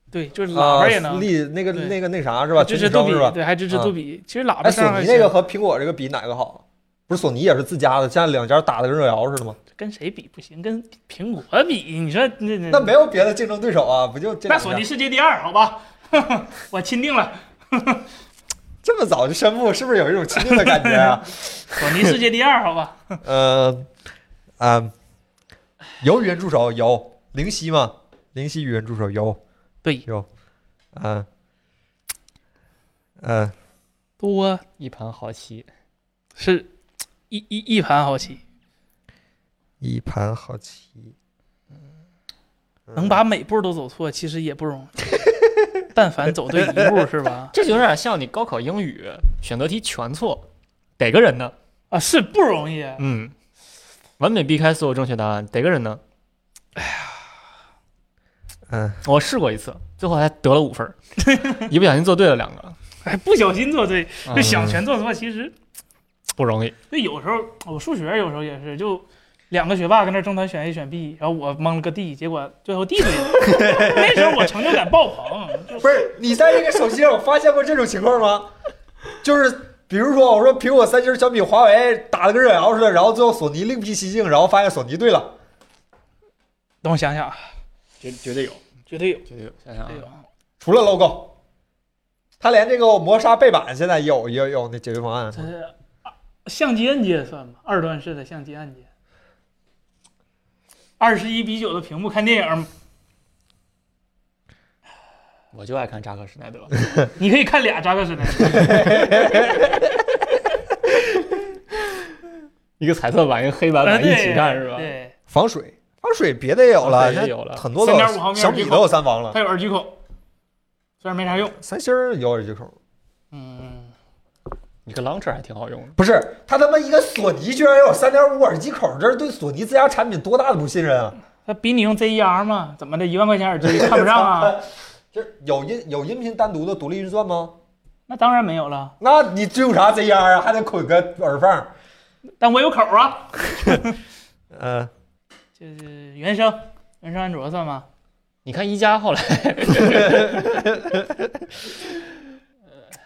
C: 对，就是喇
A: 啊
C: 叭也能，，
A: 立那个
C: 对
A: 那个那啥是吧？
C: 支
A: 全景
C: 持杜
A: 声
C: 比
A: 是吧，？
C: 对，还支持
A: 啊
C: 杜比。其实喇叭
A: 哎，索
C: 上还
A: 尼那个
C: 行
A: 和苹果这个比哪个好？不是索尼也是自家的，现在两家打的跟热窑似的吗？
C: 跟谁比不行，跟苹果比，你说那那
A: 那没有别的竞争对手啊，不就这
C: 嗯那
A: 两
C: 索
A: 家？
C: 尼世界第二，好吧， (laughs) 我钦定了，
A: 这么早就宣布，是不是有一种亲近的感觉
C: (laughs)
A: 啊？
C: 索尼世界第二，好吧，
A: 呃，啊、有语音助手有灵犀嘛？灵犀语音助手有，
C: 对
A: 有，嗯、嗯、
C: (laughs) 多
B: 一盘好棋，
C: 是一一一盘好棋，
A: 一盘好棋，
C: 能把每步都走错，其实也不容易。 (laughs) 但凡走对一步，是吧？
B: 这就有点像你高考英语选择题全错，逮个人呢。
C: 啊，是不容易。
B: 嗯，完美避开所有正确答案，逮个人呢。哎
A: 嗯，
B: 我试过一次，最后还得了五分儿，一不小心做对了两 (laughs) 个，
C: 哎，不小心做对，就
B: 嗯
C: 想全做错，其实
B: 不容易。
C: 那有时候我数学有时候也是，就两个学霸跟那争团选 A 选 B，然后我蒙了个 D，结果最后 D 对了。 (laughs) 那时候我成就感爆棚，就
A: 不是你在这个手机上有发现过这种情况吗？就是比如说，我说苹果三星相比华为打了个热窑似的，然后最后索尼另辟蹊径，然后发现索尼对了。
C: 等我想想啊，
B: 绝绝对有，
C: 绝对有，
B: 绝对有。想想
C: 绝对有
B: 啊，
C: 啊。
A: 除了 logo，它连这个磨砂背板现在也有也有也有那解决方案
C: 这。是啊相机按键算吗？二段式的相机按键，二十一比九的屏幕看电影，
B: 我就爱看扎克施耐德。
C: 你可以看俩扎克施耐德。
B: 一个彩色版，一个黑白
C: 啊
B: 版
C: 对
B: 一起看是吧？
C: 对，
A: 防水，防水别的也有了，
B: 防水也有了
A: 很多都有
C: 3.5毫，米
A: 小米都有三防了
C: 它。有耳机孔，虽然没啥用。
A: 三星儿有耳机孔，
C: 嗯，
B: 你个 launcher 还挺好用的。
A: 不是他他妈一个索尼居然有三点五耳机孔，这是对索尼自家产品多大的不信任啊！
C: 它比你用 ZER 嘛？怎么的，一万块钱耳机
A: (laughs)
C: 看不上啊？
A: 这有音有音频单独的独立运算吗？
C: 那当然没有了，
A: 那你用啥 ZR 啊？还得捆个耳放？
C: 但我有口啊，
A: 嗯、
C: 就是原生原生安卓算吗？
B: 你看一加后来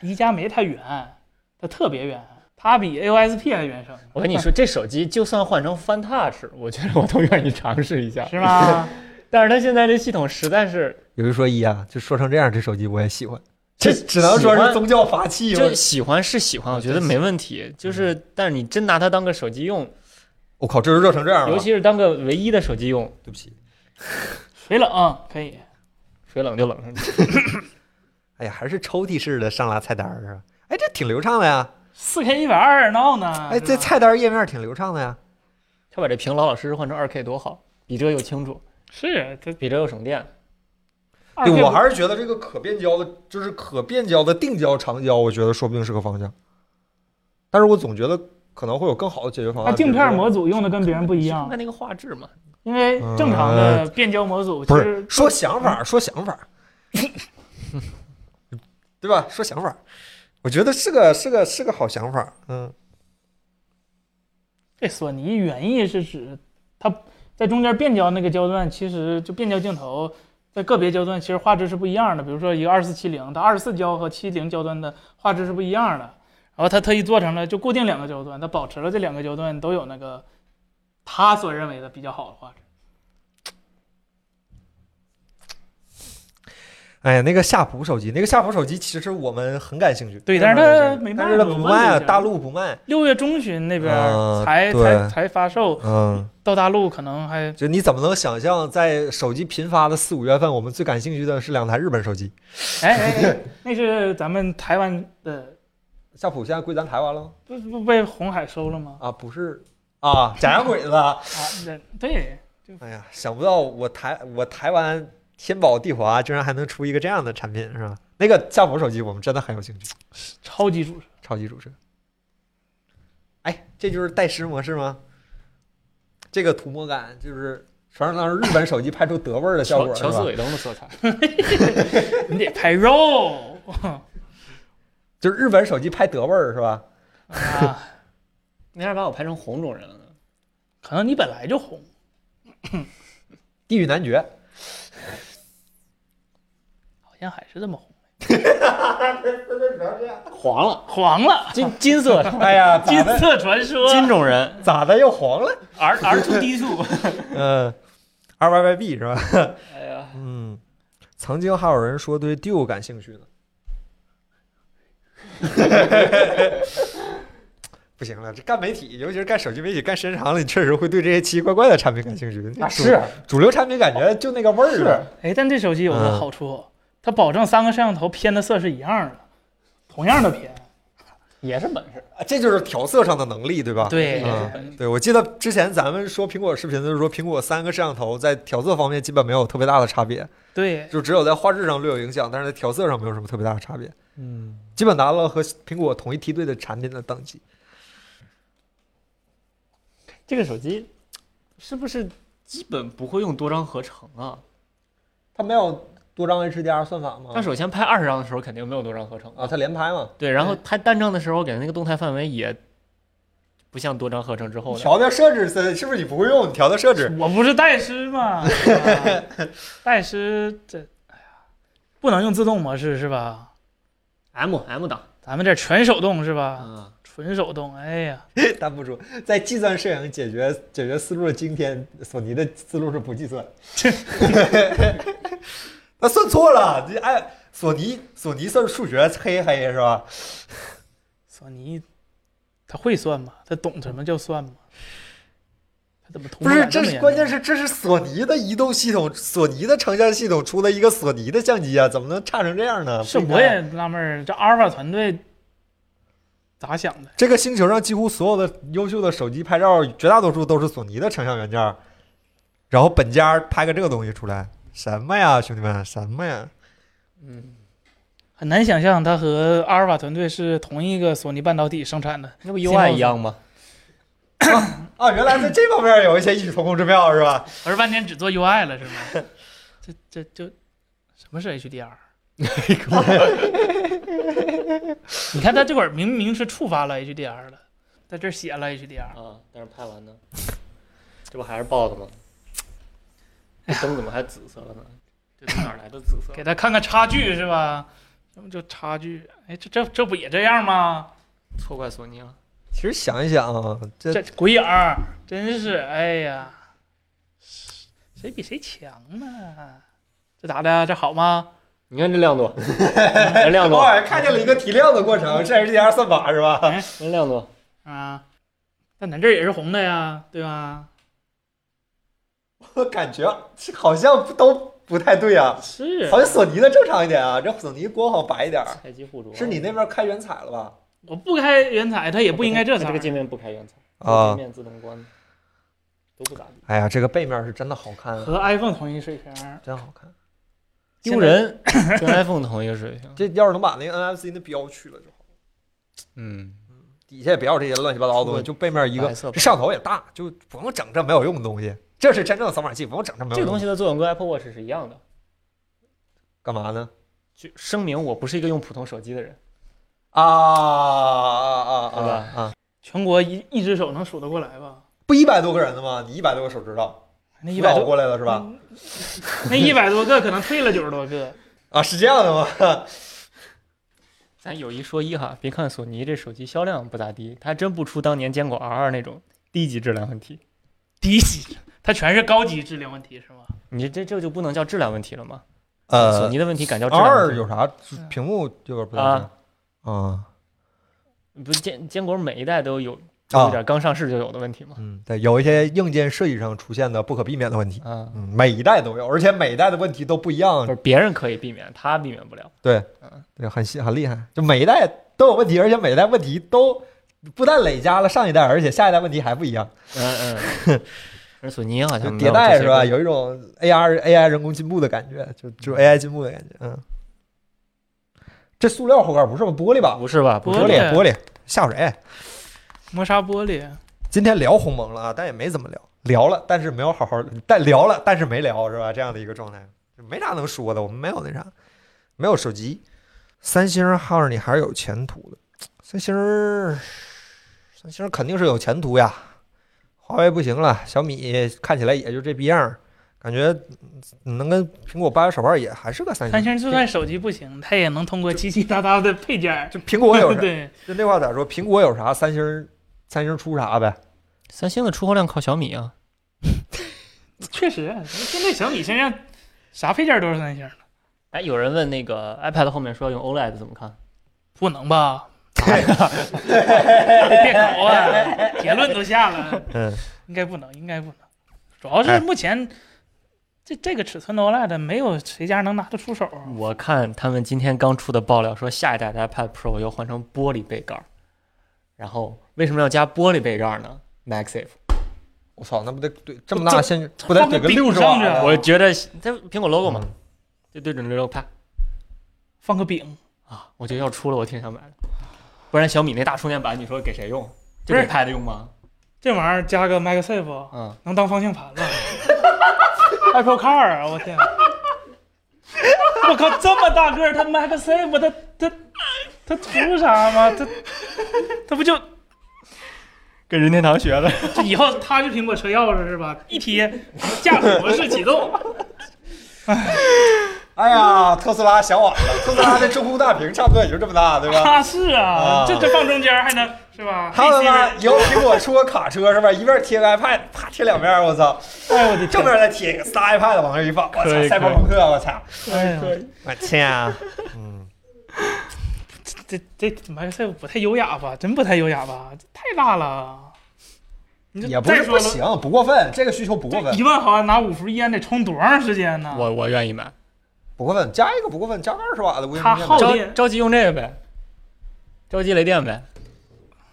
C: 离家没它远，它特别远，它比 AOSP 还原生，
B: 我跟你 (laughs) 说，这手机就算换成 Fan Touch，我觉得我都愿意尝试一下。
A: (laughs)
C: 是吗？
B: 但是它现在这系统实在是，
A: 有一说一啊，就说成这样，这手机我也喜欢。
B: 这
A: 这只能说
B: 喜欢
A: 是宗教法器。
B: 就喜欢是喜欢，我觉得没问题。就是，但是你真拿它当个手机用，
A: 我靠，这是热成这样了
B: 尤
A: 吗？
B: 其是当个唯一的手机用，
A: 对不起，
C: 水冷可以，
B: 水冷就冷 (laughs) 上去。
A: 哎呀，还是抽屉式的上拉菜单儿啊。哎，这挺流畅的呀。
C: 四 K 一百二闹呢？
A: 哎，
C: 是
A: 这
C: 吧
A: 菜单页面挺流畅的呀。
B: 它把这屏老老实实换成二 K 多好，比这又清楚，
C: 是它
B: 比这又省电。
C: 二 K
A: 对，我还是觉得这个可变焦的，就是可变焦的定焦、长焦，我觉得说不定是个方向。但是我总觉得可能会有更好的解决方
C: 它
A: 案。
C: 镜
A: 比如
C: 片
A: 说
C: 模组用的跟别人不一样
B: 那，那个画质嘛，
C: 因为正常的变焦模组其
A: 呃不
C: 实
A: 是说想法儿，说想法儿， (laughs) 对吧？说想法儿，我觉得是个是个是个好想法儿。嗯，
C: 这索尼原意是指它在中间变焦那个焦段，其实就变焦镜头在个别焦段其实画质是不一样的。比如说一个二四七零，它二十四焦和七零焦段的画质是不一样的。然后它特意做成了就固定两个焦段，它保持了这两个焦段都有那个他所认为的比较好的画质。
A: 哎呀，那个夏普手机，那个夏普手机其实我们很感兴趣，
C: 对
A: 真的
C: 但是它
A: 很感兴
C: 没
A: 趣
C: 卖
A: 但是它
C: 我
A: 不
C: 问了
A: 卖
C: 一
A: 啊，
C: 下
A: 大陆不卖。
C: 六月中旬那边
A: 啊
C: 才、才
A: 对
C: 才发售，
A: 嗯，
C: 到大陆可能还
A: 就你怎么能想象，在手机频发的四五月份，我们最感兴趣的是两台日本手机？
C: 哎哎
A: (laughs)
C: 哎，那是咱们台湾的
A: 夏普现在归咱台湾了吗？
C: 不不被红海收了吗？
A: 啊，不是啊，假洋鬼子。
C: 啊，那对。
A: 哎呀，想不到我台我台湾天宝地华居然还能出一个这样的产品，是吧？那个夏普手机我们真的很有兴趣，
C: 超级主持。
A: 超级主持。哎，这就是带师模式吗？这个涂抹感就是传让日本手机拍出德味儿的效
B: 乔
A: 果，
B: 乔
A: 是
B: 斯
A: 吧
B: 韦登的色 (laughs) 彩。
C: 你得拍肉
A: 就是日本手机拍德味儿，是吧？
C: (laughs) 啊！
B: 没法把我拍成红种人了呢。
C: 可能你本来就红，
A: 地狱男爵，
C: 好像还是这么红，
B: 黄了，
C: 黄了，
B: 金金色的
A: 哎 (laughs) 呀，咋
C: (laughs) 金
A: 的
C: 色传
B: (laughs)
C: 说
B: 金种人
A: 咋的又黄了？
C: R R two D (laughs) two，
A: 嗯，R Y Y B 是吧？
B: 哎呀，
A: 嗯，曾经还有人说对 Duo 感兴趣
B: (laughs)
A: 呢。不行了，这干媒体，尤其是干手机媒体、干时间长了，你确实会对这些奇奇怪怪的产品感兴趣。
B: 啊
A: 主
B: 是
A: 主流产品感觉就那个味儿了。
C: 哎，但这手机有个好处，它保证三个摄像头偏的色是一样的，同样的偏，
F: 也是本事，
A: 啊这就是调色上的能力，对吧？
C: 对
F: 也是
A: 嗯
F: 本事。
A: 对，我记得之前咱们说苹果视频的时候，说苹果三个摄像头在调色方面基本没有特别大的差别，
C: 对，
A: 就只有在画质上略有影响，但是在调色上没有什么特别大的差别，
F: 嗯，
A: 基本达到了和苹果同一梯队的产品的等级。
F: 这个手机
B: 是不是基本不会用多张合成啊？
A: 它没有多张 HDR 算法吗？
B: 它首先拍二十张的时候肯定没有多张合成
A: 啊，它连拍嘛，
B: 对，然后拍单张的时候给那个动态范围也不像多张合成之后的。
A: 调调设置是是不是你不会用？你 (laughs) 调调设置，
C: 我不是代师 (laughs) 嘛，啊代师这，哎呀，不能用自动模式是吧？
B: M M 档
C: 咱们这全手动是吧？
B: 啊，
C: 纯手动，哎呀，
A: 弹幕说在计算摄影解决解决思路的今天，索尼的思路是不计算， (laughs) 那算错了，你哎，索尼索尼算数学黑黑是吧？
C: 索尼他会算吗？他懂什么叫算吗？他怎么通
A: 不是，
C: 感
A: 这
C: 么
A: 是
C: 严
A: 关
C: 重
A: 键是这是索尼的移动系统，索尼的成像系统出了一个索尼的相机啊，怎么能差成这样呢？
C: 是
A: 不应该
C: 我也纳闷儿，这阿尔法团队咋想的？
A: 这个星球上几乎所有的优秀的手机拍照，绝大多数都是索尼的成像元件儿，然后本家拍个这个东西出来，什么呀，兄弟们，什么呀？
C: 很难想象他和阿尔法团队是同一个索尼半导体生产的。
B: 那不
C: 信号
B: UI 一样吗？
A: 啊，原来在这方面有一些异曲同工之妙，是吧？
C: 我这半天只做 UI 了是吗？这这就什么是 HDR？你看他这会儿明明是触发了 HDR 了，在这儿写了 HDR，
B: 啊，但是拍完呢，这不还是豹子吗？这哎灯怎么还紫色了呢？这哪儿来的紫色？
C: 给他看看差距是吧？那么就差距，哎，这这这不也这样吗？
B: 错怪索尼了。
A: 其实想一想啊，这
C: 这鬼眼儿，真是哎呀，谁比谁强呢？这咋的？这好吗？
B: 你看这亮 (laughs) 度，这亮度
A: 偶，尔看见了一个提亮的过程，是 HDR 算法是吧？
B: 这亮度，
C: 啊，但咱这儿也是红的呀，对吧？
A: 我感觉好像都不太对啊，
C: 是
A: 好像索尼的正常一点啊，这索尼光好像白一点儿。
B: 菜鸡互啄。
A: 是你那边开原彩了吧？
C: 我不开原彩，它也
B: 它
C: 不应该这
B: 它
C: 色
B: 这
C: 儿
B: 个。界面不开原彩，
A: 啊
B: 这个界面自动关的，都不咋地。
A: 哎呀，这个背面是真的好看啊，
C: 和 iPhone 同一水平，
A: 真好看。
B: 丢人，跟 iPhone 同一个水平。
A: 这要是能把那个 NFC 那标去了就好，
B: 嗯，
A: 底下也不要这些乱七八糟的东西，
B: 我
A: 就背面一个
B: 白。色吧
A: 这摄像头也大，就不用整这没有用的东西。这是真正的扫码器，不用整这没有
B: 这
A: 用的
B: 个东西的作用跟 Apple Watch 是一样的。
A: 干嘛呢？
B: 就声明我不是一个用普通手机的人，
A: 啊啊啊啊
B: 对吧
A: 啊！
C: 全国一一只手能数得过来吧？
A: 不一百多个人的吗？你一百多个手指头，
C: 那
A: 你
C: 一百
A: 倒
C: 多
A: 过来了是
B: 嗯
A: 吧？？
C: 那一百多个可能退了九十多个，
A: 啊，是这样的吗？
B: 咱有一说一哈，别看索尼这手机销量不咋地，它还真不出当年坚果 R 二那种低级质量问题。
C: 低级，它全是高级质量问题是吗？
B: 你这这就不能叫质量问题了吗？索
A: 呃
B: 尼的问题敢叫质量问
A: 二
B: 题
A: 有啥屏幕有点不太
B: 啊
A: 啊
B: 不是坚坚果每一代都有都有
A: 啊
B: 点刚上市就有的问题吗？
A: 嗯，对，有一些硬件设计上出现的不可避免的问题。
B: 啊，
A: 嗯，每一代都有，而且每一代的问题都不一
B: 不
A: 样
B: 是，别人可以避免，他避免不了。
A: 对，很细很厉害。就每一代都有问题，而且每一代问题都不但累加了上一代，而且下一代问题还不一样，
B: 嗯嗯， (laughs) 而索尼好
A: 就
B: 像没
A: 迭
B: 有
A: 代
B: 这些
A: 是吧？
B: 问题？
A: 有一种 AR AI 人工进步的感觉，就就 AI 进步的感觉。嗯，这塑料后盖不是吧？玻璃吧？
B: 不是吧？不
C: 玻
B: 是
A: 玻璃
C: 璃
A: 玻璃，吓谁？
C: 磨砂玻璃，
A: 今天聊鸿蒙了啊，但也没怎么聊，聊了，但是没有好好，但聊了，但是没聊，是吧？这样的一个状态，就没啥能说的，我们没有那啥，没有手机，三星号儿你还是有前途的，三星儿，三星儿肯定是有前途呀，华为不行了，小米看起来也就这逼样儿，感觉嗯能跟苹果掰掰手腕儿也还是个三星，
C: 三星就算手机不行，它也能通过七七八八的配件儿。
A: 就苹果
C: (laughs)
A: 有啥，
C: (laughs) 对，
A: 就那话咋说，苹果有啥，三星儿三星儿出啥呗，
B: 三星的出货量靠小米啊，
C: 确实，现在小米身上啥配件都是三星的，
B: 哎，有人问那个 iPad 后面说要用 OLED 怎么看？
C: 不
A: (laughs)
C: 能吧？别搞啊！结论都下了，
A: 嗯。哎
C: 应该不能，应该不能。主要是目前这这个尺寸的 OLED 没有谁家能拿得出手。
B: 我看他们今天刚出的爆料说，下一代的 iPad Pro 要换成玻璃杯盖儿，然后为什么要加玻璃杯盖呢？MagSafe，
A: 我操，那不得怼这么大限，不得怼个
C: 放个
A: 六十
C: 饼上
A: 瓦
C: 去啊
A: 呀？
B: 我觉得它苹果 logo 嘛，
A: 嗯
B: 就对准 logo 啪
C: 放个饼，
B: 啊，我觉得要出了我挺想买的，不然小米那大充电板你说给谁用？就
C: 不
B: 给
C: 是
B: Pad 用吗？
C: 这玩意儿加个 MagSafe
B: 嗯，
C: 能当方向盘了 (laughs) ，Apple Car 啊！我天，我靠，这么大个儿，它 MagSafe，它它它图啥嘛？它它不就
B: 跟任天堂学的。
C: 就以后它是苹果车钥匙是吧？一贴，驾驶模式启
A: (laughs)
C: 动，
A: 哎呀，特斯拉想晚了，特斯拉这中控大屏差不多也就这么大，对吧？
C: 啊是啊
A: 啊，
C: 这这放中间还能
A: (laughs)
C: 是吧？
A: 他
C: (laughs)
A: 们
C: 黑
A: 吧，
C: 心人
A: 以后苹果出个卡车是吧？一边贴个 iPad，啪贴两边，我操！
C: 哎我的
A: 正
C: 天，
A: 面再贴一个仨 iPad 往那一放，我
B: 可
A: 操！
B: 以
A: 赛博朋克，我操！
C: 哎呀，
A: 我天啊！嗯，
C: 这这这 MagSafe 不太优雅吧？真不太优雅吧？这太大了。你这
A: 也不
C: 再
A: 是
C: 说
A: 不
C: 了
A: 行，不过分，这个需求不过分
C: 一，万毫安拿五伏烟得充多长时间呢？
B: 我我愿意买，
A: 不过分，加一个不过分，加个二十瓦的无线
C: 它
A: 充电
C: 耗
A: 板
C: 电
B: 着着急用这个呗，着急雷电呗。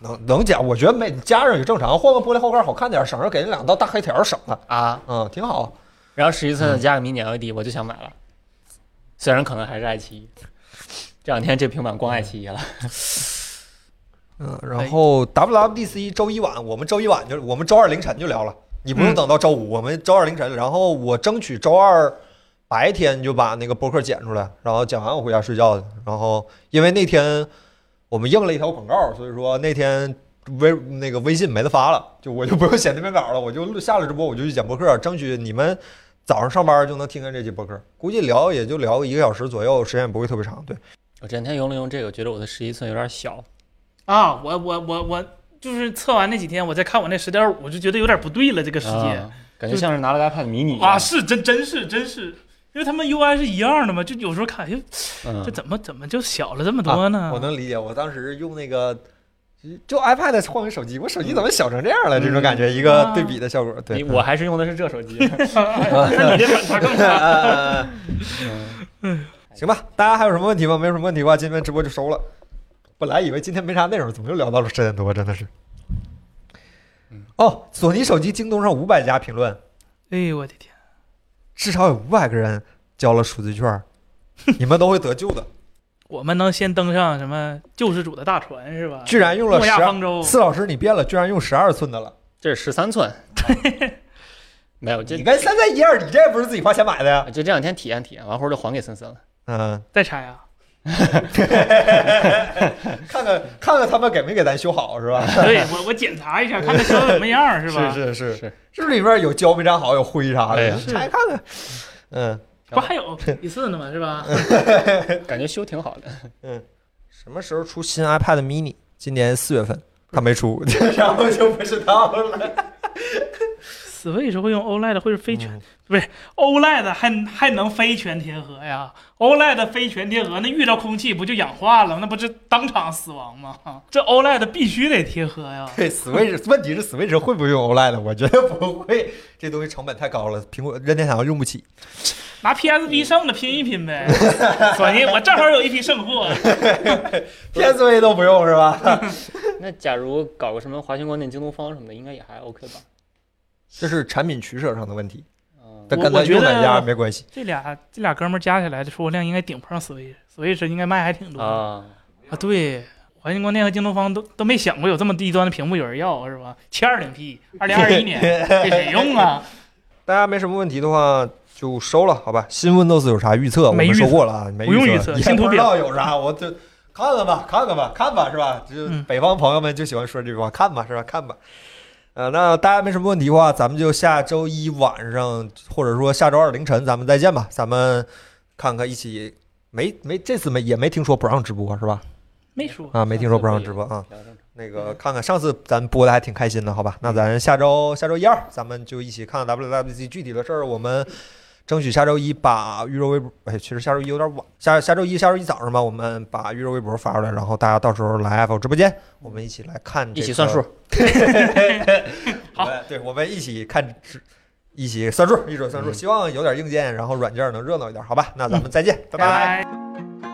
A: 能能加，我觉得没加上也正常，换个玻璃后盖好看点，省着给那两道大黑条省了，
B: 啊，
A: 嗯，挺好。
B: 然后十一寸
A: 嗯
B: 的加个迷你 LED，我就想买了，虽然可能还是爱奇艺。这两天这平板光爱奇艺了，
A: 嗯，然后 WWDC 周一晚，我们周一晚就我们周二凌晨就聊了，你不用等到周五，我们周二凌晨。然后我争取周二白天就把那个播客剪出来，然后剪完我回家睡觉去。然后因为那天我们应了一条广告，所以说那天微那个微信没得发了，就我就不用写那篇稿了，我就录下了直播，我就去剪播客，争取你们早上上班就能听见这期播客。估计聊也就聊个一个小时左右，时间也不会特别长。对，
B: 我这两天用了用这个，觉得我的十一寸有点小，
C: 啊，我我我我就是测完那几天，我再看我那十点五，我就觉得有点不对了，这个时间
B: 啊感觉像是拿了个 iPad mini 一样
C: 啊，是真真是真是，因为他们 UI 是一样的嘛，就有时候看，哎呦，
B: 嗯
C: 这，怎么怎么就小了这么多呢？
A: 啊我能理解，我当时用那个就 iPad 换回手机，我手机怎么小成这样了？
C: 嗯
A: 这种感觉，一个对比的效果。
B: 你
A: 对，
B: 我还是用的是这手机，
C: (laughs) 那你这反差更
A: 呃
C: 大。
A: 呃 (laughs) 嗯行吧，大家还有什么问题吗？没有什么问题的话，今天直播就收了。本来以为今天没啥内容，怎么又聊到了十点多？真的是。哦，索尼手机京东上五百家评论，
C: 哎呦我的天，
A: 至少有五百个人交了赎罪券儿，你们都会得救
C: (laughs)
A: 的。
C: 我们能先登上什么救世主的大船是吧？
A: 居然用了
C: 诺
A: 十
C: 亚
A: 二
C: 方舟，
A: 四老师，你变了，居然用十二寸的了。
B: 这是十三
C: (laughs)
B: 寸，没有这啊
A: 你跟三三一样，你这也不是自己花钱买的呀？
B: 就这两天体验体验，完活儿就还给森森了。
A: 嗯。
C: 再拆啊！ (coughs)
A: 看看看看他们给没给咱修好是吧？
C: 对我我检查一下，看看修的怎么样啊是吧？
A: 是是
B: 是，
A: 是不是里面有胶没粘好，有灰啥
B: 哎
A: 的？
B: 呀
A: 你拆看看。嗯，
C: 不还有一次呢嘛是吧？ (laughs)
B: 感觉修挺好的。
A: 什么时候出新 iPad mini？今年四月份，他没出， (laughs) 然后就不知道了。
C: Switch 会用 OLED 会是
A: 嗯
C: 非全、不是 OLED 还还能非全贴合呀？OLED 非全贴合，那遇到空气不就氧化了吗？那不是当场死亡吗？这 OLED 必须得贴合呀！
A: 对，Switch 问题是 Switch 会不会用 OLED？我觉得不会， (laughs) 这东西成本太高了，苹果任天堂用不起。
C: 拿 PSP 剩的拼一拼呗。索尼，我正好有一批剩货，
A: PSV 都不用是吧？
B: 那假如搞个什么华星光电、京东方什么的，应该也还 OK 吧？
A: 这是产品取舍上的问题，
B: 嗯，
A: 但
C: 我
A: 跟咱
C: 我觉
A: 用
C: 得
A: 哪家没关系。
C: 这俩这俩哥们儿加起来的出货量应该顶不上 Switch，Switch 应该卖还挺多啊
B: 啊，
C: 对。华星光电和京东方都都没想过有这么低端的屏幕有人要是吧？七二零 P，二零二
A: (laughs)
C: 一年给谁用啊？
A: 大家没什么问题的话，就收了，好吧？新 Windows 有啥预测？
C: 没
A: 我们
C: 预测
A: 说过了啊，没
C: 不用
A: 预
C: 预
A: 测，
C: 测
A: 也
C: 新图
A: 不知
C: 表
A: 道有啥，我就看看吧，看看吧，看吧，是吧？就
C: 嗯
A: 北方朋友们就喜欢说这句话，看吧，是吧？看吧。呃，那大家没什么问题的话，咱们就下周一晚上，或者说下周二凌晨，咱们再见吧。咱们看看一起，没没这次没也没听说不让直播是吧？
C: 没说。
A: 啊，没听说不让直播啊。
B: 聊正常
A: 那个看看上次咱播的还挺开心的，好吧？那咱下周下周一二，咱们就一起看看 WWDC 具体的事儿。我们争取下周一把预热微博，哎，其实下周一有点晚，下下周一下周一早上吧，我们把预热微博发出来，然后大家到时候来 Apple 直播间，我们一起来看、
B: 一起算数。，
A: 好，对，我们一起看直， (laughs) 一起算数，一起算数。希望有点硬件，然后软件能热闹一点，好吧？那咱们再见，拜
C: 拜。